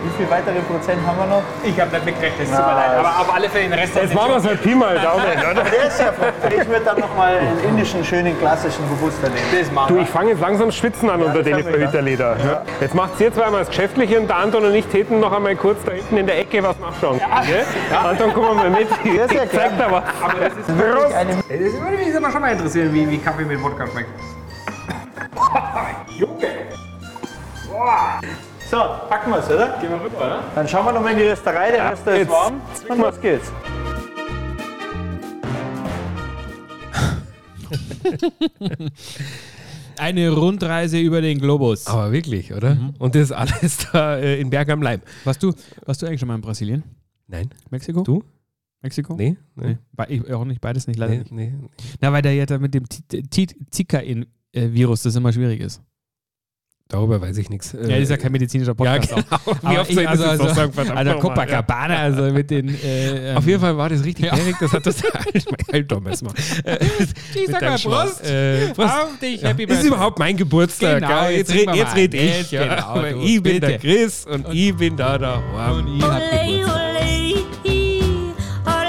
Speaker 5: Wie viel weitere Prozent haben wir noch?
Speaker 4: Ich habe nicht mitgerechnet, es tut mir leid. Aber auf alle Fälle den Rest
Speaker 7: Jetzt machen wir es halt Pi mal Daumen. Oder?
Speaker 5: Der ist ja verrückt. Ich würde dann nochmal einen indischen, schönen, klassischen Robuster nehmen.
Speaker 4: Das machen
Speaker 7: Du,
Speaker 4: wir.
Speaker 7: ich fange jetzt langsam das Schwitzen an unter
Speaker 5: das
Speaker 7: den
Speaker 5: haben wir
Speaker 7: Behüterleder. Ja. Jetzt macht ihr zwei einmal das Geschäftliche und der Anton und ich täten noch einmal kurz da hinten in der Ecke was nachschauen. Gell? Anton, komm mal mit.
Speaker 5: Ja, sehr
Speaker 7: Ich zeig da was.
Speaker 4: Aber das ist
Speaker 7: Prost.
Speaker 5: Eine
Speaker 4: Ey, Das würde mich jetzt aber schon mal interessieren, wie, wie Kaffee mit Wodka schmeckt. Junge!
Speaker 5: So, packen wir es, oder? Gehen wir rüber, oder? Dann schauen wir nochmal in die Rösterei, der Röster ist
Speaker 7: jetzt
Speaker 5: warm. Und los geht's.
Speaker 3: Eine Rundreise über den Globus. Mhm.
Speaker 2: Aber wirklich, oder? Und das ist alles da äh, in Berg am Leim.
Speaker 3: Warst du, warst du eigentlich schon mal in Brasilien?
Speaker 2: Nein.
Speaker 3: Mexiko?
Speaker 2: Du?
Speaker 3: Mexiko?
Speaker 2: Nee?
Speaker 3: Nee.
Speaker 2: Nee.
Speaker 3: Be- ich- Auch nicht, beides nicht, leider
Speaker 2: Nee,
Speaker 3: nicht.
Speaker 2: nee.
Speaker 3: Na, weil da jetzt mit dem Ti- Ti- Zika-Virus das immer schwierig ist.
Speaker 2: Darüber weiß ich nichts. Äh,
Speaker 3: Ja, das ist ja kein medizinischer Podcast.
Speaker 2: Ja,
Speaker 3: auch.
Speaker 2: genau. Wie
Speaker 3: Aber
Speaker 2: oft
Speaker 3: ich-
Speaker 2: soll ich das
Speaker 3: also,
Speaker 2: jetzt noch
Speaker 3: also,
Speaker 2: sagen? Verdammt
Speaker 3: also
Speaker 2: nochmal,
Speaker 3: Copacabana, also mit den. Äh,
Speaker 2: Auf jeden Fall war das richtig
Speaker 3: Ja.
Speaker 2: bärig, das hat das halt doch erstmal.
Speaker 3: Ich sag mal Prost.
Speaker 2: Äh, Prost.
Speaker 3: Auf dich, Happy
Speaker 2: Ist
Speaker 3: Birthday.
Speaker 2: überhaupt mein Geburtstag.
Speaker 3: Genau,
Speaker 2: gell?
Speaker 3: jetzt
Speaker 2: jetzt red,
Speaker 3: reden wir
Speaker 2: jetzt
Speaker 3: mal.
Speaker 2: red ich.
Speaker 3: Jetzt
Speaker 2: ja.
Speaker 3: genau,
Speaker 2: Aber
Speaker 3: du.
Speaker 2: ich bin der
Speaker 3: Bitte.
Speaker 2: Chris und, ich bin da der Juan.
Speaker 3: Fall.
Speaker 8: Ole,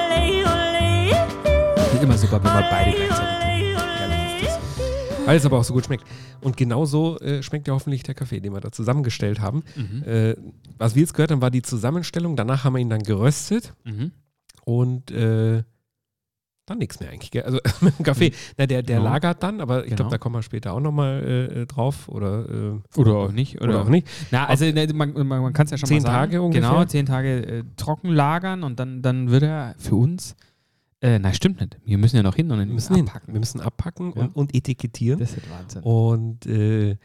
Speaker 8: ole, ole,
Speaker 2: sogar, wenn man beide gleichzeitig trinkt. Herrlich ist das. Weil es aber auch so gut schmeckt. Und genauso äh, schmeckt ja hoffentlich der Kaffee, den wir da zusammengestellt haben.
Speaker 3: Mhm.
Speaker 2: Äh, was wir jetzt gehört haben, war die Zusammenstellung. Danach haben wir ihn dann geröstet
Speaker 3: Mhm.
Speaker 2: und äh, dann nichts mehr eigentlich. Gell? Also mit dem Kaffee. Na, der der
Speaker 3: Genau.
Speaker 2: lagert dann, aber ich
Speaker 3: Genau.
Speaker 2: glaube, da kommen wir später auch nochmal äh, äh, drauf oder, äh,
Speaker 3: Oder auch nicht.
Speaker 2: oder auch nicht.
Speaker 3: Na, also ne, man, man, man kann es ja schon
Speaker 2: Zehn
Speaker 3: mal sagen.
Speaker 2: Tage ungefähr?
Speaker 3: Genau, zehn Tage äh, trocken lagern und dann, dann wird er für uns. Äh, nein, stimmt nicht. Wir müssen ja noch hin und dann
Speaker 2: Wir müssen abpacken, hin. Oh, Wir müssen abpacken
Speaker 3: Ja.
Speaker 2: und, und etikettieren.
Speaker 3: Das ist Wahnsinn.
Speaker 2: und äh,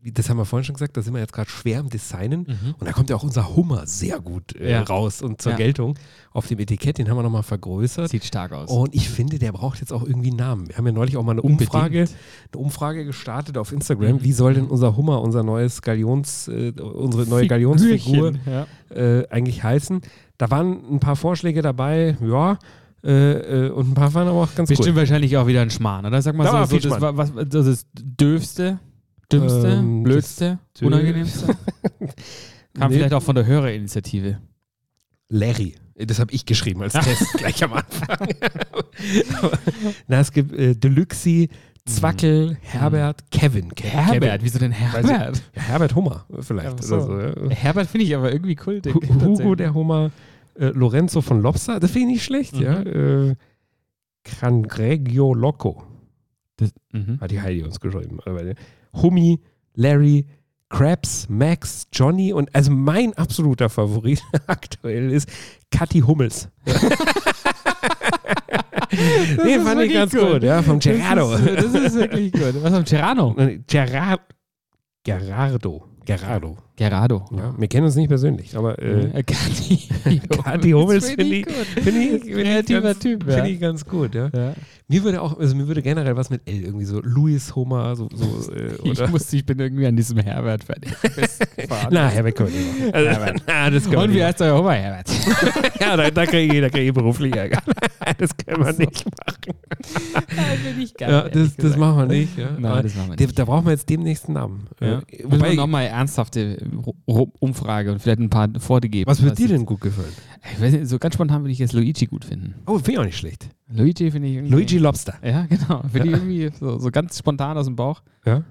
Speaker 2: wie- das haben wir vorhin schon gesagt, da sind wir jetzt gerade schwer am Designen.
Speaker 3: Mhm.
Speaker 2: Und da kommt ja auch unser Hummer sehr gut äh,
Speaker 3: Ja.
Speaker 2: raus und zur
Speaker 3: Ja.
Speaker 2: Geltung. Auf dem Etikett, den haben wir nochmal vergrößert.
Speaker 3: Sieht stark aus.
Speaker 2: Und ich finde, der braucht jetzt auch irgendwie einen Namen. Wir haben ja neulich auch mal eine
Speaker 3: Unbedingt. Mhm.
Speaker 2: Umfrage, eine Umfrage gestartet auf Instagram. Wie soll denn unser Hummer, unser neues Galions, äh, unsere neue Galionsfigur
Speaker 3: Figürchen, Ja.
Speaker 2: äh, eigentlich heißen? Da waren ein paar Vorschläge dabei, ja, äh, äh, und ein paar waren aber auch ganz
Speaker 3: Bestimmt
Speaker 2: cool.
Speaker 3: wahrscheinlich auch wieder ein Schmarrn, oder? Sag mal
Speaker 2: Da war
Speaker 3: so,
Speaker 2: viel
Speaker 3: so das, war,
Speaker 2: Schmarrn.
Speaker 3: was, das ist dürfste, dümmste,
Speaker 2: Ähm,
Speaker 3: blödste,
Speaker 2: das
Speaker 3: unangenehmste. Kam
Speaker 2: Nee.
Speaker 3: vielleicht auch von der Hörerinitiative.
Speaker 2: Larry. Das habe ich geschrieben als Test gleich am Anfang. Aber- Na, es gibt äh, Deluxi, Zwackel, Mhm. Herbert, Kevin. Ke Kevin.
Speaker 3: wieso denn
Speaker 2: Herbert? Ja, Herbert Hummer äh, vielleicht.
Speaker 3: Ach so.
Speaker 2: Oder so ja.
Speaker 3: Herbert finde ich aber irgendwie cool.
Speaker 2: Hu- Hugo der Hummer, äh, Lorenzo von Lobster, das finde ich nicht schlecht,
Speaker 3: Mhm.
Speaker 2: ja. Äh, Cangregio Loco
Speaker 3: Das, mhm.
Speaker 2: hat die Heidi uns geschrieben. Aber, äh, Hummi, Larry, Krabs, Max, Johnny und also mein absoluter Favorit aktuell ist Kathi Hummels. nee, fand ich
Speaker 3: wirklich
Speaker 2: ganz
Speaker 3: gut.
Speaker 2: gut, ja, vom Gerardo.
Speaker 3: Das ist, das ist wirklich gut. Was am Gerardo?
Speaker 2: Gerard, Gerardo. Gerardo.
Speaker 3: Gerardo.
Speaker 2: Ja, wir kennen uns nicht persönlich, aber äh,
Speaker 3: Äh, Kathi
Speaker 2: Kathi Hummels finde ich,
Speaker 3: gut.
Speaker 2: find ich, find
Speaker 3: Kreativer
Speaker 2: ich ganz,
Speaker 3: Typ, ja.
Speaker 2: Finde ich ganz gut, ja.
Speaker 3: Ja.
Speaker 2: Mir würde auch, also mir würde generell was mit L irgendwie so Louis Homer, so, so äh,
Speaker 3: Ich,
Speaker 2: oder.
Speaker 3: musste, ich bin irgendwie an diesem Herbert fertig.
Speaker 2: Na, Herbert können wir nicht machen. Also, na, das können
Speaker 3: Und wie
Speaker 2: wir nicht.
Speaker 3: heißt euer Hummer, Herbert?
Speaker 2: machen. Ja, da, da kriege ich, da krieg ich beruflich Ärger. Das können wir nicht machen.
Speaker 3: bin ich geil.
Speaker 2: Ja, das, das machen wir nicht. Ja.
Speaker 3: Nein,
Speaker 2: Aber
Speaker 3: das machen wir
Speaker 2: da-
Speaker 3: nicht.
Speaker 2: Da brauchen wir jetzt demnächst einen Namen.
Speaker 3: Ja.
Speaker 2: Äh,
Speaker 3: Müssen wir
Speaker 2: Wobei,
Speaker 3: nochmal ernsthafte Ru- Ru- Umfrage und vielleicht ein paar Pforte geben.
Speaker 2: was würde dir
Speaker 3: jetzt-
Speaker 2: denn gut gefallen?
Speaker 3: Ich weiß nicht, so ganz spontan würde ich jetzt Luigi gut finden.
Speaker 2: Oh, finde ich auch nicht schlecht.
Speaker 3: Luigi finde ich irgendwie.
Speaker 2: Luigi Lobster.
Speaker 3: Ja, genau. Finde ich irgendwie so, so ganz spontan aus dem Bauch.
Speaker 2: Ja.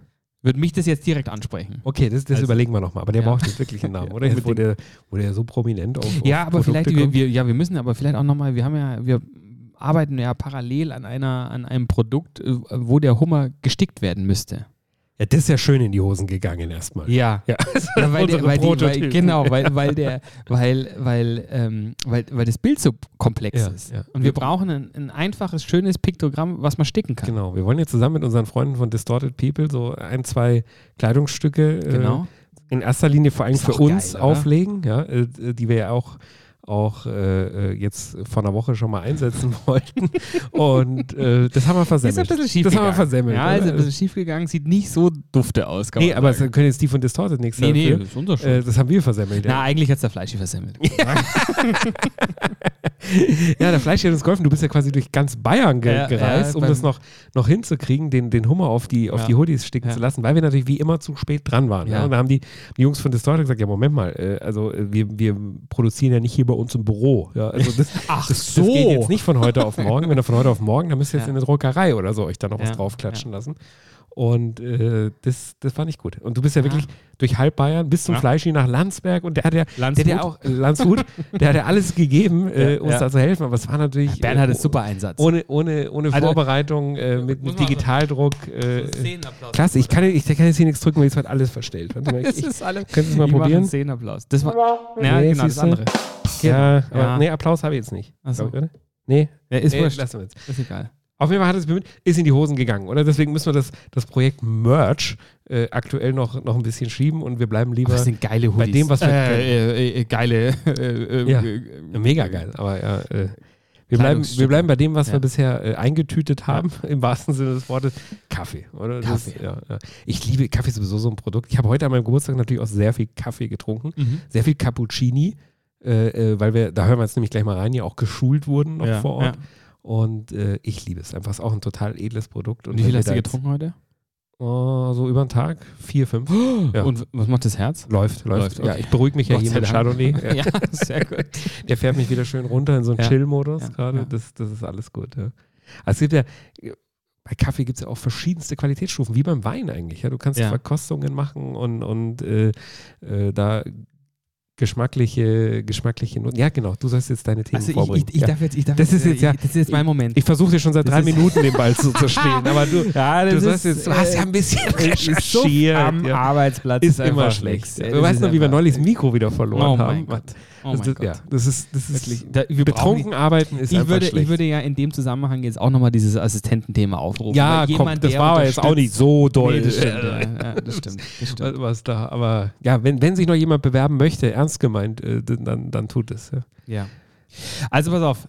Speaker 3: Würde mich das jetzt direkt ansprechen.
Speaker 2: Okay, das, das
Speaker 3: Also-
Speaker 2: überlegen wir nochmal. Aber der
Speaker 3: Ja.
Speaker 2: braucht jetzt wirklich einen Namen, oder? Jetzt, wo, der, wo der so prominent auf, auf
Speaker 3: Ja, aber
Speaker 2: Produkte
Speaker 3: vielleicht, wir,
Speaker 2: kommt.
Speaker 3: wir, ja, wir müssen aber vielleicht auch nochmal, wir haben ja, wir arbeiten ja parallel an einer, an einem Produkt, äh, wo der Hummer gestickt werden müsste.
Speaker 2: Ja, das ist ja schön in die Hosen gegangen erstmal.
Speaker 3: Ja.
Speaker 2: Ja,
Speaker 3: Ja, weil, der,
Speaker 2: unsere
Speaker 3: weil, die, weil
Speaker 2: Prototypen.
Speaker 3: genau, weil, weil der, weil, weil, ähm, weil, weil das Bild so komplex
Speaker 2: Ja,
Speaker 3: ist.
Speaker 2: ja.
Speaker 3: Und wir brauchen ein, ein einfaches, schönes Piktogramm, was man sticken kann.
Speaker 2: Genau, wir wollen jetzt zusammen mit unseren Freunden von Distorted People so ein, zwei Kleidungsstücke
Speaker 3: Genau.
Speaker 2: äh, in erster Linie vor allem
Speaker 3: Ist
Speaker 2: für
Speaker 3: auch
Speaker 2: uns
Speaker 3: geil, oder?
Speaker 2: auflegen, ja, äh, äh, die wir ja auch, auch äh, äh, jetzt vor einer Woche schon mal einsetzen wollten. Und äh, das haben wir versemmelt. das haben wir versemmelt.
Speaker 3: Ja, ist
Speaker 2: oder?
Speaker 3: ein bisschen schief gegangen. Sieht nicht so dufte aus. kann
Speaker 2: nee,
Speaker 3: man
Speaker 2: aber es
Speaker 3: sagen.
Speaker 2: können jetzt die von Distorted nichts
Speaker 3: nee, nee,
Speaker 2: dafür.
Speaker 3: ist unser Schuld.
Speaker 2: Äh, das haben wir versemmelt.
Speaker 3: Na,
Speaker 2: Ja.
Speaker 3: eigentlich hat es der Fleischi versemmelt.
Speaker 2: ja, der Fleisch hat uns geholfen. Du bist ja quasi durch ganz Bayern ge
Speaker 3: Ja,
Speaker 2: gereist,
Speaker 3: ja,
Speaker 2: um das
Speaker 3: beim-
Speaker 2: noch, noch hinzukriegen, den, den Hummer auf die, auf
Speaker 3: Ja.
Speaker 2: die Hoodies sticken
Speaker 3: Ja.
Speaker 2: zu lassen, weil wir natürlich wie immer zu spät dran waren. Ja.
Speaker 3: Ja.
Speaker 2: Und da haben die, die Jungs von Distorted gesagt, ja Moment mal, äh, also äh, wir, wir produzieren ja nicht hier bei uns im Büro. Ja, also das,
Speaker 3: Ach
Speaker 2: das, das geht jetzt nicht von heute auf morgen. Wenn ihr von heute auf morgen, dann müsst ihr jetzt
Speaker 3: Ja.
Speaker 2: in der Druckerei oder so euch da noch was
Speaker 3: Ja,
Speaker 2: draufklatschen lassen. Und äh, das, das war nicht gut. Und du bist ja wirklich durch halb Bayern bis zum
Speaker 3: Ja.
Speaker 2: Fleischi nach Landsberg und der hat ja, der hat ja
Speaker 3: Landshut.
Speaker 2: auch, Landshut, der hat ja alles gegeben, äh,
Speaker 3: Ja,
Speaker 2: uns
Speaker 3: ja.
Speaker 2: da zu helfen. Aber es war natürlich.
Speaker 3: Bernhard
Speaker 2: äh,
Speaker 3: ist super Einsatz.
Speaker 2: Ohne, ohne, ohne
Speaker 3: Also-
Speaker 2: Vorbereitung, äh, mit, mit Digitaldruck. Äh,
Speaker 3: Szenenapplaus.
Speaker 2: klasse, ich kann, ich kann jetzt hier nichts drücken, weil jetzt wird alles verstellt. Warte mal, ich,
Speaker 3: Das
Speaker 2: ich,
Speaker 3: ist alles.
Speaker 2: könntest du es mal
Speaker 3: Ich mache
Speaker 2: probieren?
Speaker 3: einen Szenenapplaus. Das war. Ja,
Speaker 2: Nee,
Speaker 3: genau, das
Speaker 2: siehste.
Speaker 3: andere.
Speaker 2: ja, aber
Speaker 3: Ja.
Speaker 2: nee, Applaus habe ich jetzt nicht.
Speaker 3: Ach so.
Speaker 2: Glaub ich, oder? Nee,
Speaker 3: Ja, ist
Speaker 2: nee,
Speaker 3: wurscht.
Speaker 2: lassen wir jetzt.
Speaker 3: Ist egal.
Speaker 2: Auf jeden Fall hat es bemüht, ist in die Hosen gegangen, oder? Deswegen müssen wir das, das Projekt Merch äh, aktuell noch, noch ein bisschen schieben und wir bleiben lieber.
Speaker 3: das sind geile Hoodies.
Speaker 2: bei dem, was wir
Speaker 3: äh, äh, äh, geile. Äh, äh,
Speaker 2: Ja.
Speaker 3: äh,
Speaker 2: mega geil, aber ja. Äh, wir bleiben, wir
Speaker 3: Kleidungsstücke.
Speaker 2: bleiben bei dem, was
Speaker 3: Ja.
Speaker 2: wir bisher äh, eingetütet haben, im wahrsten Sinne des Wortes. Kaffee, oder? Das,
Speaker 3: Kaffee.
Speaker 2: ja, ja. Ich liebe Kaffee ist sowieso so ein Produkt. Ich habe heute an meinem Geburtstag natürlich auch sehr viel Kaffee getrunken,
Speaker 3: Mhm.
Speaker 2: sehr viel Cappuccini, äh, äh, weil wir, da hören wir jetzt nämlich gleich mal rein, ja auch geschult wurden noch
Speaker 3: Ja,
Speaker 2: vor Ort.
Speaker 3: ja.
Speaker 2: Und äh, ich liebe es einfach. Es ist auch ein total edles Produkt. Und
Speaker 3: Wie viel
Speaker 2: wenn
Speaker 3: hast
Speaker 2: wir
Speaker 3: du
Speaker 2: da jetzt-
Speaker 3: getrunken heute?
Speaker 2: Oh, so über den Tag, vier, fünf. Ja.
Speaker 3: Und was macht das Herz?
Speaker 2: Läuft, läuft.
Speaker 3: Läuft,
Speaker 2: Ja,
Speaker 3: okay.
Speaker 2: ich beruhige mich ja
Speaker 3: Gott
Speaker 2: hier
Speaker 3: sei
Speaker 2: mit
Speaker 3: Dank.
Speaker 2: Chardonnay. Ja.
Speaker 3: sehr gut.
Speaker 2: Der fährt mich wieder schön runter in so einen
Speaker 3: Ja.
Speaker 2: Chill-Modus
Speaker 3: Ja,
Speaker 2: gerade.
Speaker 3: ja.
Speaker 2: Das, das ist alles gut. Ja. Also es gibt ja, bei Kaffee gibt es ja auch verschiedenste Qualitätsstufen, wie beim Wein eigentlich. Ja? Du kannst
Speaker 3: Ja.
Speaker 2: Verkostungen machen und, und äh, äh, da geschmackliche, geschmackliche Noten. Ja, genau, du sollst jetzt deine Themen
Speaker 3: Also ich,
Speaker 2: vorbringen.
Speaker 3: ich, ich
Speaker 2: ja.
Speaker 3: darf jetzt, ich darf
Speaker 2: Das ist jetzt, ja,
Speaker 3: das ist jetzt mein Moment.
Speaker 2: ich versuche dir schon seit
Speaker 3: Das
Speaker 2: drei
Speaker 3: ist-
Speaker 2: Minuten den Ball zu zerstehen, aber du,
Speaker 3: ja, äh,
Speaker 2: du, sollst jetzt, du hast ja ein bisschen recherchiert.
Speaker 3: am
Speaker 2: ja.
Speaker 3: Arbeitsplatz
Speaker 2: Ist immer schlecht. Du weißt noch, wie wir neulich das Mikro wieder verloren
Speaker 3: Oh mein
Speaker 2: haben.
Speaker 3: Gott. Oh mein
Speaker 2: das, ist-
Speaker 3: Gott.
Speaker 2: Ja, das ist, das ist
Speaker 3: Wirklich. Da, wir brauchen-
Speaker 2: betrunken arbeiten ist
Speaker 3: ich
Speaker 2: einfach
Speaker 3: würde,
Speaker 2: schlecht.
Speaker 3: ich würde ja in dem Zusammenhang jetzt auch nochmal dieses Assistententhema aufrufen.
Speaker 2: ja,
Speaker 3: weil
Speaker 2: komm, Oh, das
Speaker 3: der
Speaker 2: war aber jetzt auch nicht
Speaker 3: unterstützt-
Speaker 2: so doll.
Speaker 3: Nee, das stimmt. Ja, ja, das stimmt. Das stimmt.
Speaker 2: Was- was da, aber ja, wenn, wenn sich noch jemand bewerben möchte, ernst gemeint, äh, dann, dann tut es. Ja.
Speaker 3: Ja. Also pass auf.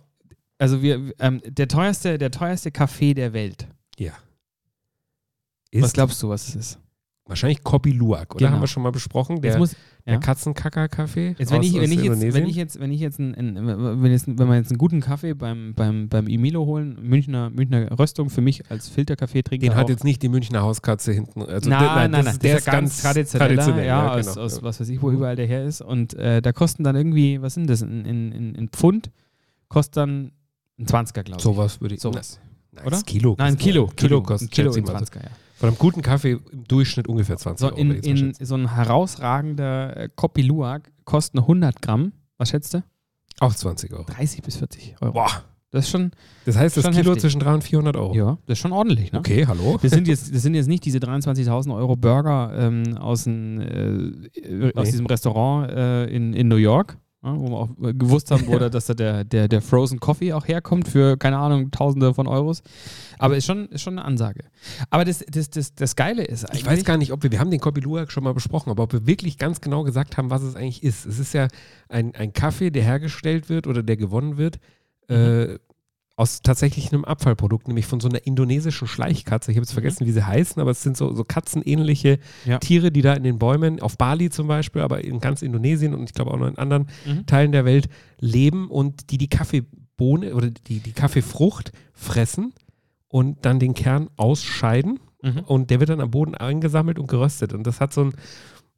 Speaker 3: Also wir, ähm, der teuerste, der teuerste Kaffee der Welt.
Speaker 2: Ist
Speaker 3: Was glaubst du, was es ist?
Speaker 2: wahrscheinlich Kopi Luwak, oder?
Speaker 3: Genau.
Speaker 2: Haben wir schon mal besprochen,
Speaker 3: Jetzt
Speaker 2: der,
Speaker 3: muss, ja.
Speaker 2: der Katzenkacker-Kaffee
Speaker 3: jetzt, wenn,
Speaker 2: aus-
Speaker 3: ich, wenn,
Speaker 2: aus
Speaker 3: ich jetzt,
Speaker 2: Indonesien.
Speaker 3: wenn ich jetzt, wenn ich jetzt, einen, einen, wenn, jetzt wenn man jetzt einen guten Kaffee beim, beim, beim Emilo holen, Münchner, Münchner Röstung für mich als Filterkaffee trinke.
Speaker 2: den hat jetzt nicht die Münchner Hauskatze hinten. Also
Speaker 3: nein,
Speaker 2: der-
Speaker 3: nein, nein,
Speaker 2: das
Speaker 3: das
Speaker 2: ist- der ist ganz
Speaker 3: traditioneller,
Speaker 2: traditionell,
Speaker 3: ja,
Speaker 2: ja,
Speaker 3: aus,
Speaker 2: genau.
Speaker 3: aus was weiß ich, wo überall der her ist. Und äh, da kosten dann irgendwie, was sind das, in, in, in, in Pfund, kostet dann ein 20er, glaube ich.
Speaker 2: Sowas würde ich.
Speaker 3: Sowas.
Speaker 2: Nein,
Speaker 3: oder?
Speaker 2: das Kilo.
Speaker 3: Nein, ein Kilo.
Speaker 2: Kilo
Speaker 3: ein
Speaker 2: kostet.
Speaker 3: Kilo
Speaker 2: schätze
Speaker 3: in
Speaker 2: ich mal so.
Speaker 3: 20er, ja.
Speaker 2: Von einem guten Kaffee im Durchschnitt ungefähr 20
Speaker 3: So,
Speaker 2: Euro.
Speaker 3: in,
Speaker 2: würde ich jetzt mal
Speaker 3: in,
Speaker 2: schätzen.
Speaker 3: so ein herausragender äh, Kopi Luwak kostet 100 Gramm, was schätzt du?
Speaker 2: Auch 20 Euro.
Speaker 3: 30 bis 40 Euro.
Speaker 2: Boah.
Speaker 3: Das ist schon,
Speaker 2: Das heißt, das
Speaker 3: Schon
Speaker 2: Kilo
Speaker 3: heftig.
Speaker 2: zwischen 300 und 400 Euro.
Speaker 3: ja, das ist schon ordentlich, ne?
Speaker 2: Okay, hallo.
Speaker 3: Das sind, jetzt, das sind jetzt nicht diese 23.000 Euro Burger ähm, aus, dem, äh, aus
Speaker 2: Nee.
Speaker 3: diesem Restaurant äh, in, in New York, ja, wo wir auch äh, gewusst haben, wo da, dass da der, der, der Frozen Coffee auch herkommt für, keine Ahnung, Tausende von Euros. Aber ist schon, ist schon eine Ansage. Aber das, das, das, das Geile ist eigentlich.
Speaker 2: Ich weiß gar nicht, ob wir, wir haben den Kopi Luwak schon mal besprochen, aber ob wir wirklich ganz genau gesagt haben, was es eigentlich ist. Es ist ja ein, ein Kaffee, der hergestellt wird oder der gewonnen wird,
Speaker 3: Mhm.
Speaker 2: äh, aus tatsächlich einem Abfallprodukt, nämlich von so einer indonesischen Schleichkatze. Ich habe jetzt
Speaker 3: Mhm.
Speaker 2: vergessen, wie sie heißen, aber es sind so, so katzenähnliche
Speaker 3: Ja.
Speaker 2: Tiere, die da in den Bäumen, auf Bali zum Beispiel, aber in ganz Indonesien und ich glaube auch noch in anderen
Speaker 3: Mhm.
Speaker 2: Teilen der Welt leben und die die Kaffeebohne oder die, die Kaffeefrucht fressen und dann den Kern ausscheiden
Speaker 3: Mhm.
Speaker 2: und der wird dann am Boden eingesammelt und geröstet und das hat so einen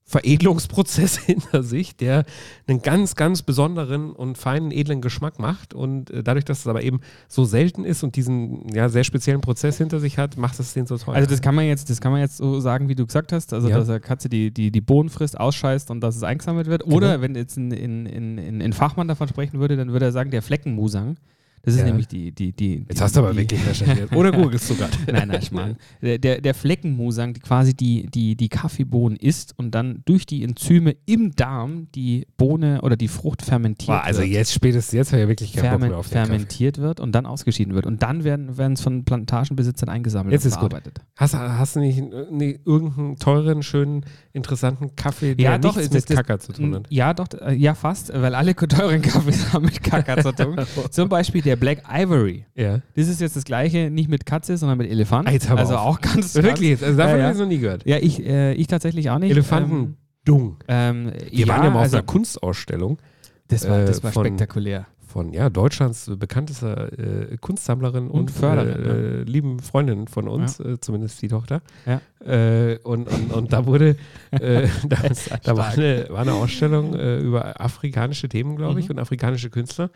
Speaker 2: Veredelungsprozess hinter sich, der einen ganz, ganz besonderen und feinen, edlen Geschmack macht und äh, dadurch, dass es aber eben so selten ist und diesen ja, sehr speziellen Prozess hinter sich hat, macht es den so teuer.
Speaker 3: Also das kann man jetzt, das kann man jetzt so sagen, wie du gesagt hast, also
Speaker 2: Ja.
Speaker 3: dass eine Katze die, die, die Bohnen frisst, ausscheißt und dass es eingesammelt wird. Oder wenn jetzt ein, ein, ein, ein, ein Fachmann davon sprechen würde, dann würde er sagen, der Fleckenmusang. Das ist
Speaker 2: Ja.
Speaker 3: nämlich die, die, die, die.
Speaker 2: Jetzt hast du aber
Speaker 3: die,
Speaker 2: wirklich recherchiert. Oder googelst du gerade.
Speaker 3: Nein, nein, Schmarrn. Der, der, der Fleckenmusang, die quasi die, die, die Kaffeebohnen isst und dann durch die Enzyme im Darm die Bohne oder die Frucht fermentiert
Speaker 2: Boah, also
Speaker 3: wird.
Speaker 2: jetzt spätestens, jetzt habe ich wirklich keinen Bock
Speaker 3: Fermen-
Speaker 2: mehr auf den Kaffee.
Speaker 3: fermentiert wird und dann ausgeschieden wird. Und dann werden es von Plantagenbesitzern eingesammelt
Speaker 2: Jetzt
Speaker 3: und
Speaker 2: ist gut.
Speaker 3: verarbeitet.
Speaker 2: Hast, hast du nicht äh, nee, irgendeinen teuren, schönen, interessanten Kaffee, der
Speaker 3: Ja, doch,
Speaker 2: nichts
Speaker 3: es
Speaker 2: mit
Speaker 3: ist- es-
Speaker 2: Kacker zu tun hat?
Speaker 3: Ja, doch, äh, ja, fast, weil alle teuren Kaffees haben mit Kaka zu tun. Zum Beispiel der Black Ivory.
Speaker 2: Ja.
Speaker 3: Das ist jetzt das gleiche, nicht mit Katze, sondern mit Elefant.
Speaker 2: Ah, jetzt hör mal
Speaker 3: also
Speaker 2: auf.
Speaker 3: auch ganz
Speaker 2: Wirklich, jetzt, also davon
Speaker 3: Ja, ja.
Speaker 2: habe ich noch nie gehört.
Speaker 3: Ja, ich, äh, ich tatsächlich auch nicht.
Speaker 2: Elefanten, Dung.
Speaker 3: Ähm, ähm,
Speaker 2: Wir
Speaker 3: ja,
Speaker 2: waren ja mal auf
Speaker 3: also,
Speaker 2: einer Kunstausstellung
Speaker 3: das war, das
Speaker 2: äh,
Speaker 3: war
Speaker 2: von-
Speaker 3: spektakulär.
Speaker 2: von ja, Deutschlands bekanntester äh, Kunstsammlerin und,
Speaker 3: Förderin, ne?
Speaker 2: äh, äh, lieben Freundin von uns, äh, zumindest die Tochter.
Speaker 3: Ja.
Speaker 2: Äh, und, und, und da wurde, äh, da, da war,
Speaker 3: stark.
Speaker 2: eine, war eine Ausstellung äh, über afrikanische Themen, glaube ich,
Speaker 3: Mhm.
Speaker 2: und afrikanische Künstler.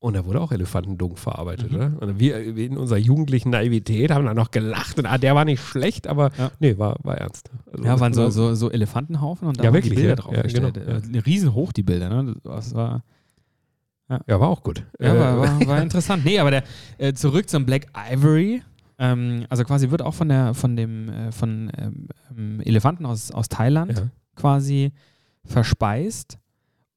Speaker 2: Und da wurde auch Elefantendunk verarbeitet,
Speaker 3: Mhm.
Speaker 2: oder? Und wir, wir in unserer jugendlichen Naivität haben da noch gelacht und ah, der war nicht schlecht, aber
Speaker 3: Ja.
Speaker 2: nee, war, war ernst. Also,
Speaker 3: Ja, waren so,
Speaker 2: also,
Speaker 3: so, so Elefantenhaufen und da
Speaker 2: Ja,
Speaker 3: waren
Speaker 2: wirklich,
Speaker 3: die Bilder
Speaker 2: ja.
Speaker 3: draufgestellt.
Speaker 2: Ja, genau,
Speaker 3: Äh, Riesenhoch die Bilder, ne? Das war,
Speaker 2: Ja, war auch gut.
Speaker 3: Ja,
Speaker 2: Äh,
Speaker 3: war, war, war interessant. Nee, aber der, äh, zurück zum Black Ivory. Ähm, also quasi wird auch von der von dem äh, von ähm, ähm, Elefanten aus, aus Thailand
Speaker 2: Ja.
Speaker 3: quasi verspeist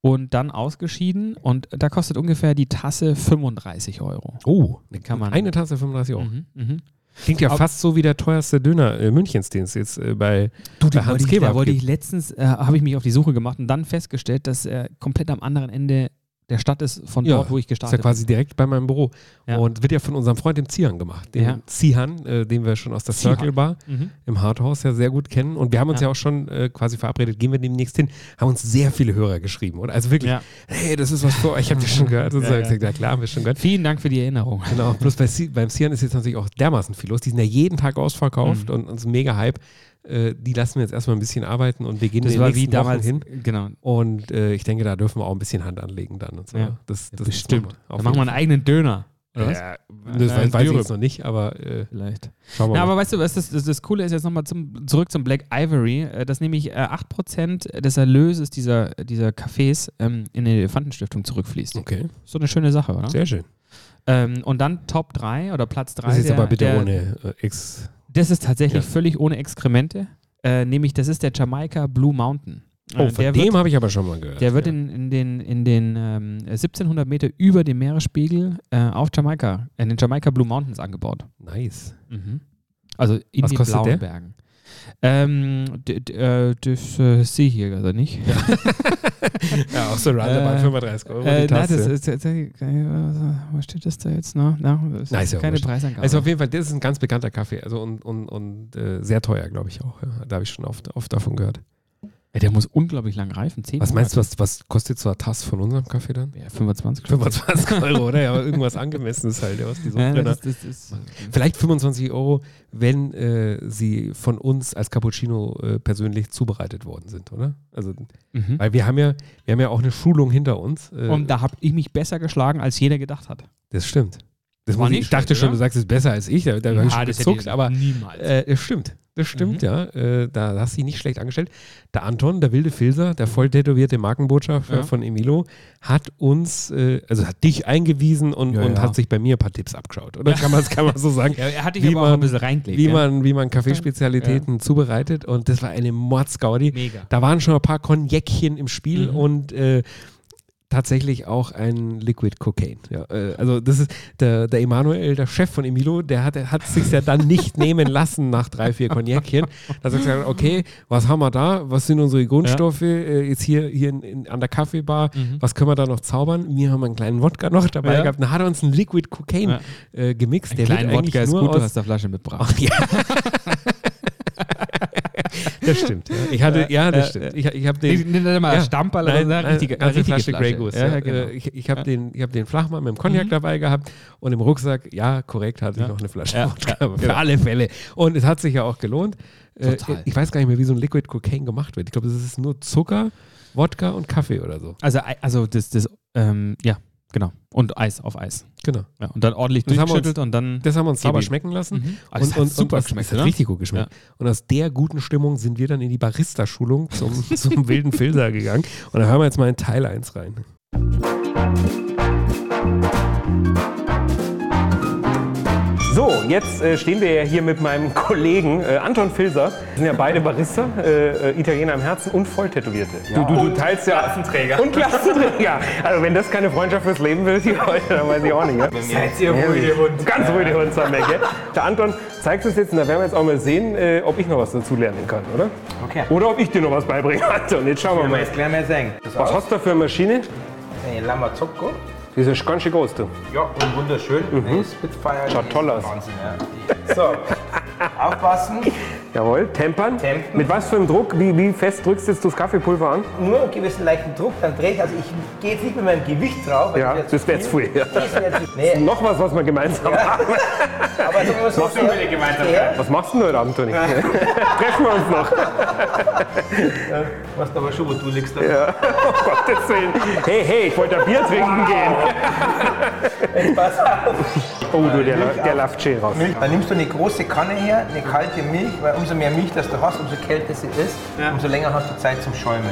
Speaker 3: und dann ausgeschieden und da kostet ungefähr die Tasse 35 Euro.
Speaker 2: Oh,
Speaker 3: Kann man-
Speaker 2: eine Tasse 35 Euro.
Speaker 3: Mhm, mhm.
Speaker 2: Klingt ja
Speaker 3: Ab-
Speaker 2: fast so wie der teuerste Döner äh, Münchens, den es jetzt äh, bei,
Speaker 3: Du,
Speaker 2: bei
Speaker 3: da wollte
Speaker 2: Hans
Speaker 3: ich, da
Speaker 2: Kebab
Speaker 3: wollte ich
Speaker 2: gibt.
Speaker 3: letztens äh, habe ich mich auf die Suche gemacht und dann festgestellt, dass er komplett am anderen Ende der Stadt ist von
Speaker 2: Ja,
Speaker 3: dort, wo ich
Speaker 2: Ist ja
Speaker 3: gestartet bin.
Speaker 2: quasi direkt bei meinem Büro.
Speaker 3: Ja.
Speaker 2: Und wird ja von unserem Freund dem Zihan gemacht. Den
Speaker 3: Ja.
Speaker 2: Zihan, äh, den wir schon aus der
Speaker 3: Zihan.
Speaker 2: Circle Bar
Speaker 3: Mhm.
Speaker 2: im Hardhaus ja sehr gut kennen. Und wir haben uns ja,
Speaker 3: Ja.
Speaker 2: auch schon äh, quasi verabredet, gehen wir demnächst hin. Haben uns sehr viele Hörer geschrieben. Und also wirklich,
Speaker 3: Ja.
Speaker 2: hey, das ist was für euch. Ich habe das schon gehört. Und so,
Speaker 3: Ja,
Speaker 2: ich
Speaker 3: ja.
Speaker 2: gesagt, ja klar, haben wir schon gehört.
Speaker 3: Vielen Dank für die Erinnerung.
Speaker 2: Genau, bloß bei, C- beim Cian ist jetzt natürlich auch dermaßen viel los. Die sind ja jeden Tag
Speaker 3: Mhm.
Speaker 2: ausverkauft und uns mega Hype. Äh, die lassen wir jetzt erstmal ein bisschen arbeiten und wir gehen in den nächsten Wochen hin.
Speaker 3: Genau,
Speaker 2: Und äh, ich denke, da dürfen wir auch ein bisschen Hand anlegen dann und so.
Speaker 3: Ja.
Speaker 2: Das, das
Speaker 3: Bestimmt.
Speaker 2: machen wir.
Speaker 3: Da
Speaker 2: Auf
Speaker 3: machen wir
Speaker 2: jeden
Speaker 3: einen eigenen Döner. Oder was?
Speaker 2: Ja, das
Speaker 3: Nein,
Speaker 2: weiß, weiß ich
Speaker 3: Dürre.
Speaker 2: jetzt noch nicht, aber äh,
Speaker 3: Vielleicht.
Speaker 2: schauen wir
Speaker 3: Na,
Speaker 2: mal.
Speaker 3: aber weißt du, was das, das, das Coole ist jetzt nochmal zum, zurück zum Black Ivory, äh, dass nämlich äh, 8% des Erlöses dieser, dieser Cafés ähm, in die Elefantenstiftung zurückfließt.
Speaker 2: okay,
Speaker 3: So eine schöne Sache, oder?
Speaker 2: sehr schön.
Speaker 3: Ähm, und dann Top 3 oder Platz 3.
Speaker 2: Das ist jetzt
Speaker 3: der,
Speaker 2: aber bitte
Speaker 3: der,
Speaker 2: ohne äh, Ex.
Speaker 3: Das ist tatsächlich
Speaker 2: Ja.
Speaker 3: völlig ohne Exkremente. Äh, nämlich, das ist der Jamaika Blue Mountain. Äh,
Speaker 2: Oh, von
Speaker 3: der
Speaker 2: dem
Speaker 3: wird,
Speaker 2: habe ich aber schon mal gehört.
Speaker 3: der wird
Speaker 2: ja.
Speaker 3: in, in den, in den ähm, 1700 Meter über dem Meeresspiegel äh, auf Jamaika, in den Jamaika Blue Mountains angebaut.
Speaker 2: nice.
Speaker 3: Also in
Speaker 2: Was
Speaker 3: den
Speaker 2: kostet
Speaker 3: blauen
Speaker 2: der?
Speaker 3: Bergen. Ähm, d- d- äh, das äh, sehe ich hier gerade nicht.
Speaker 2: Ja, auch so roundabout
Speaker 3: Äh,
Speaker 2: 35 Euro
Speaker 3: Äh,
Speaker 2: die
Speaker 3: na, das
Speaker 2: Tasse.
Speaker 3: ist, das ist- was steht das da jetzt? Na, na, das
Speaker 2: Na, ist ja
Speaker 3: keine
Speaker 2: wurscht.
Speaker 3: Preisangabe.
Speaker 2: also auf jeden Fall, das ist ein ganz bekannter Kaffee also und, und, und äh, sehr teuer, glaube ich auch. Ja. Da habe ich schon oft, oft davon gehört.
Speaker 3: Ey, der muss unglaublich lang reifen. 10
Speaker 2: Was meinst du, was, was kostet so eine Tasse von unserem Kaffee dann?
Speaker 3: Ja, 25. glaub ich.
Speaker 2: 25 Euro, oder? Ja, aber irgendwas angemessenes halt, ja, was die
Speaker 3: Ja,
Speaker 2: Sonne
Speaker 3: das, das, das,
Speaker 2: Vielleicht 25 Euro, wenn äh, sie von uns als Cappuccino äh, persönlich zubereitet worden sind, oder? Also,
Speaker 3: mhm.
Speaker 2: weil wir haben ja, wir haben ja auch eine Schulung hinter uns. Äh,
Speaker 3: Und da habe ich mich besser geschlagen, als jeder gedacht hat. Ah,
Speaker 2: das stimmt. Das
Speaker 3: War
Speaker 2: muss ich,
Speaker 3: nicht
Speaker 2: ich dachte
Speaker 3: schlecht,
Speaker 2: schon,
Speaker 3: oder?
Speaker 2: du sagst es besser als ich, da, da habe ich schon gezuckt, aber
Speaker 3: niemals.
Speaker 2: äh, das stimmt. Das
Speaker 3: Mhm.
Speaker 2: stimmt, ja. Äh, da hast du dich nicht schlecht angestellt. Der Anton, der wilde Filzer, der voll tätowierte Markenbotschafter
Speaker 3: Ja.
Speaker 2: von Emilo, hat uns, äh, also hat dich eingewiesen und,
Speaker 3: Ja,
Speaker 2: und
Speaker 3: ja.
Speaker 2: hat sich bei mir ein paar Tipps abgeschaut, oder? Kann man kann man so sagen?
Speaker 3: er hat dich
Speaker 2: wie
Speaker 3: aber auch
Speaker 2: man-
Speaker 3: ein bisschen reingelegt.
Speaker 2: wie
Speaker 3: ja?
Speaker 2: man, wie man Kaffeespezialitäten zubereitet und das war eine Mordsgaudi.
Speaker 3: Mega. Mhm.
Speaker 2: Da waren schon ein paar Konjäckchen im Spiel und äh, tatsächlich auch ein Liquid Cocaine. Ja, äh, also das ist der, der Emanuel, der Chef von Emilo, der hat hat sich ja dann nicht nehmen lassen nach drei, vier Konjäckchen. Da hat er gesagt, okay, was haben wir da? Was sind unsere Grundstoffe? Äh, jetzt hier, hier in, in, an der Kaffeebar, was können wir da noch zaubern? Wir haben einen kleinen Wodka noch dabei
Speaker 3: Ja.
Speaker 2: gehabt. Dann hat er uns einen Liquid Cocaine äh, gemixt. der wird
Speaker 3: Klein
Speaker 2: eigentlich
Speaker 3: Wodka ist
Speaker 2: nur
Speaker 3: gut,
Speaker 2: aus,
Speaker 3: du hast da Flasche mitgebracht.
Speaker 2: Ach ja. das stimmt. Ja. Ich hatte, ja, das
Speaker 3: äh,
Speaker 2: stimmt. Ich, ich habe
Speaker 3: Nee,
Speaker 2: den.
Speaker 3: nee, nee, mal
Speaker 2: Ja.
Speaker 3: Stamperl,
Speaker 2: Nein,
Speaker 3: sondern
Speaker 2: nein,
Speaker 3: richtige-
Speaker 2: ganze
Speaker 3: richtige
Speaker 2: Flasche Grey
Speaker 3: Flasche.
Speaker 2: Goose.
Speaker 3: Ja,
Speaker 2: Ja,
Speaker 3: ja, genau.
Speaker 2: Äh, Ich, ich habe den, ich hab den Flachmann mit dem Cognac dabei gehabt und im Rucksack, ja, korrekt, hatte ich noch eine Flasche
Speaker 3: Ja.
Speaker 2: Wodka. Für alle Fälle. Und es hat sich ja auch gelohnt. Äh,
Speaker 3: Total.
Speaker 2: Ich weiß gar nicht mehr, wie so ein Liquid Cocaine gemacht wird. Ich glaube, es ist nur Zucker, Wodka und Kaffee oder so.
Speaker 3: Also, ei- also das, das, ähm, ja, genau. Und Eis auf Eis.
Speaker 2: Genau.
Speaker 3: Ja, und dann ordentlich
Speaker 2: Das haben wir uns-
Speaker 3: durchgeschüttelt und
Speaker 7: Mhm.
Speaker 3: dann.
Speaker 2: Das haben wir uns sauber
Speaker 3: Gibi.
Speaker 2: schmecken lassen.
Speaker 3: Mhm.
Speaker 7: Also
Speaker 3: Ah, das
Speaker 2: Und,
Speaker 3: hat
Speaker 2: und,
Speaker 3: super
Speaker 2: und das-
Speaker 3: geschmeckt,
Speaker 2: Das
Speaker 3: oder?
Speaker 2: hat richtig gut geschmeckt. Und aus der guten Stimmung sind wir dann in die Barista-Schulung zum, zum wilden Filter gegangen. Und da hören wir jetzt mal in Teil 1 rein.
Speaker 7: So, jetzt äh, stehen wir ja hier mit meinem Kollegen äh, Anton Filser. Wir sind ja beide Barista, äh, äh, Italiener im Herzen und Volltätowierte. Du, du, du teilst ja Klassenträger. Und Klassenträger. Also wenn das keine Freundschaft fürs Leben will, die heute, dann weiß ich auch nicht. Ja?
Speaker 6: Seid ihr wohl, ihr Hund?
Speaker 7: Ganz ruhig der Hund sagen wir, gell? Der Anton zeigt uns jetzt und da werden wir jetzt auch mal sehen, äh, ob ich noch was dazu lernen kann, oder?
Speaker 5: Okay.
Speaker 7: Oder ob ich dir noch was beibringe, Anton. Jetzt schauen wir mal.
Speaker 5: lernen wir singen.
Speaker 7: Was hast du da für eine Maschine?
Speaker 6: Hey, Lama Zucco.
Speaker 7: Die ist ganz schön groß, du.
Speaker 6: Ja, und wunderschön.
Speaker 7: Mhm.
Speaker 6: Hey, Spitfire.
Speaker 7: Schaut
Speaker 6: die
Speaker 7: toll
Speaker 6: ist
Speaker 7: aus.
Speaker 6: Wahnsinn, ja. So, aufpassen.
Speaker 7: Jawohl, tempern.
Speaker 6: Tempen.
Speaker 7: Mit was für einem Druck? Wie, wie fest drückst jetzt du das Kaffeepulver an?
Speaker 8: nur einen gewissen leichten Druck, dann drehe ich. Also ich gehe jetzt nicht mit meinem Gewicht drauf. weil
Speaker 7: Ja,
Speaker 8: wär zu
Speaker 7: das wär zu viel, ja.
Speaker 8: Das wär zu viel. Nee,
Speaker 7: Noch was, was wir gemeinsam haben.
Speaker 8: aber so muss
Speaker 6: Was haben wir denn gemeinsam?
Speaker 7: Was machst du denn heute Abend, Toni? Treffen wir uns noch.
Speaker 6: Was aber schon, wo du liegst. Da.
Speaker 7: Oh Gottes Willen. Hey, hey, ich wollte ein Bier trinken gehen.
Speaker 8: Pass auf.
Speaker 7: Oh, du, der, der läuft schön raus.
Speaker 8: Dann nimmst du eine große Kanne her, eine kalte Milch, weil umso mehr Milch das du hast, umso kälter sie ist, umso länger hast du Zeit zum Schäumen.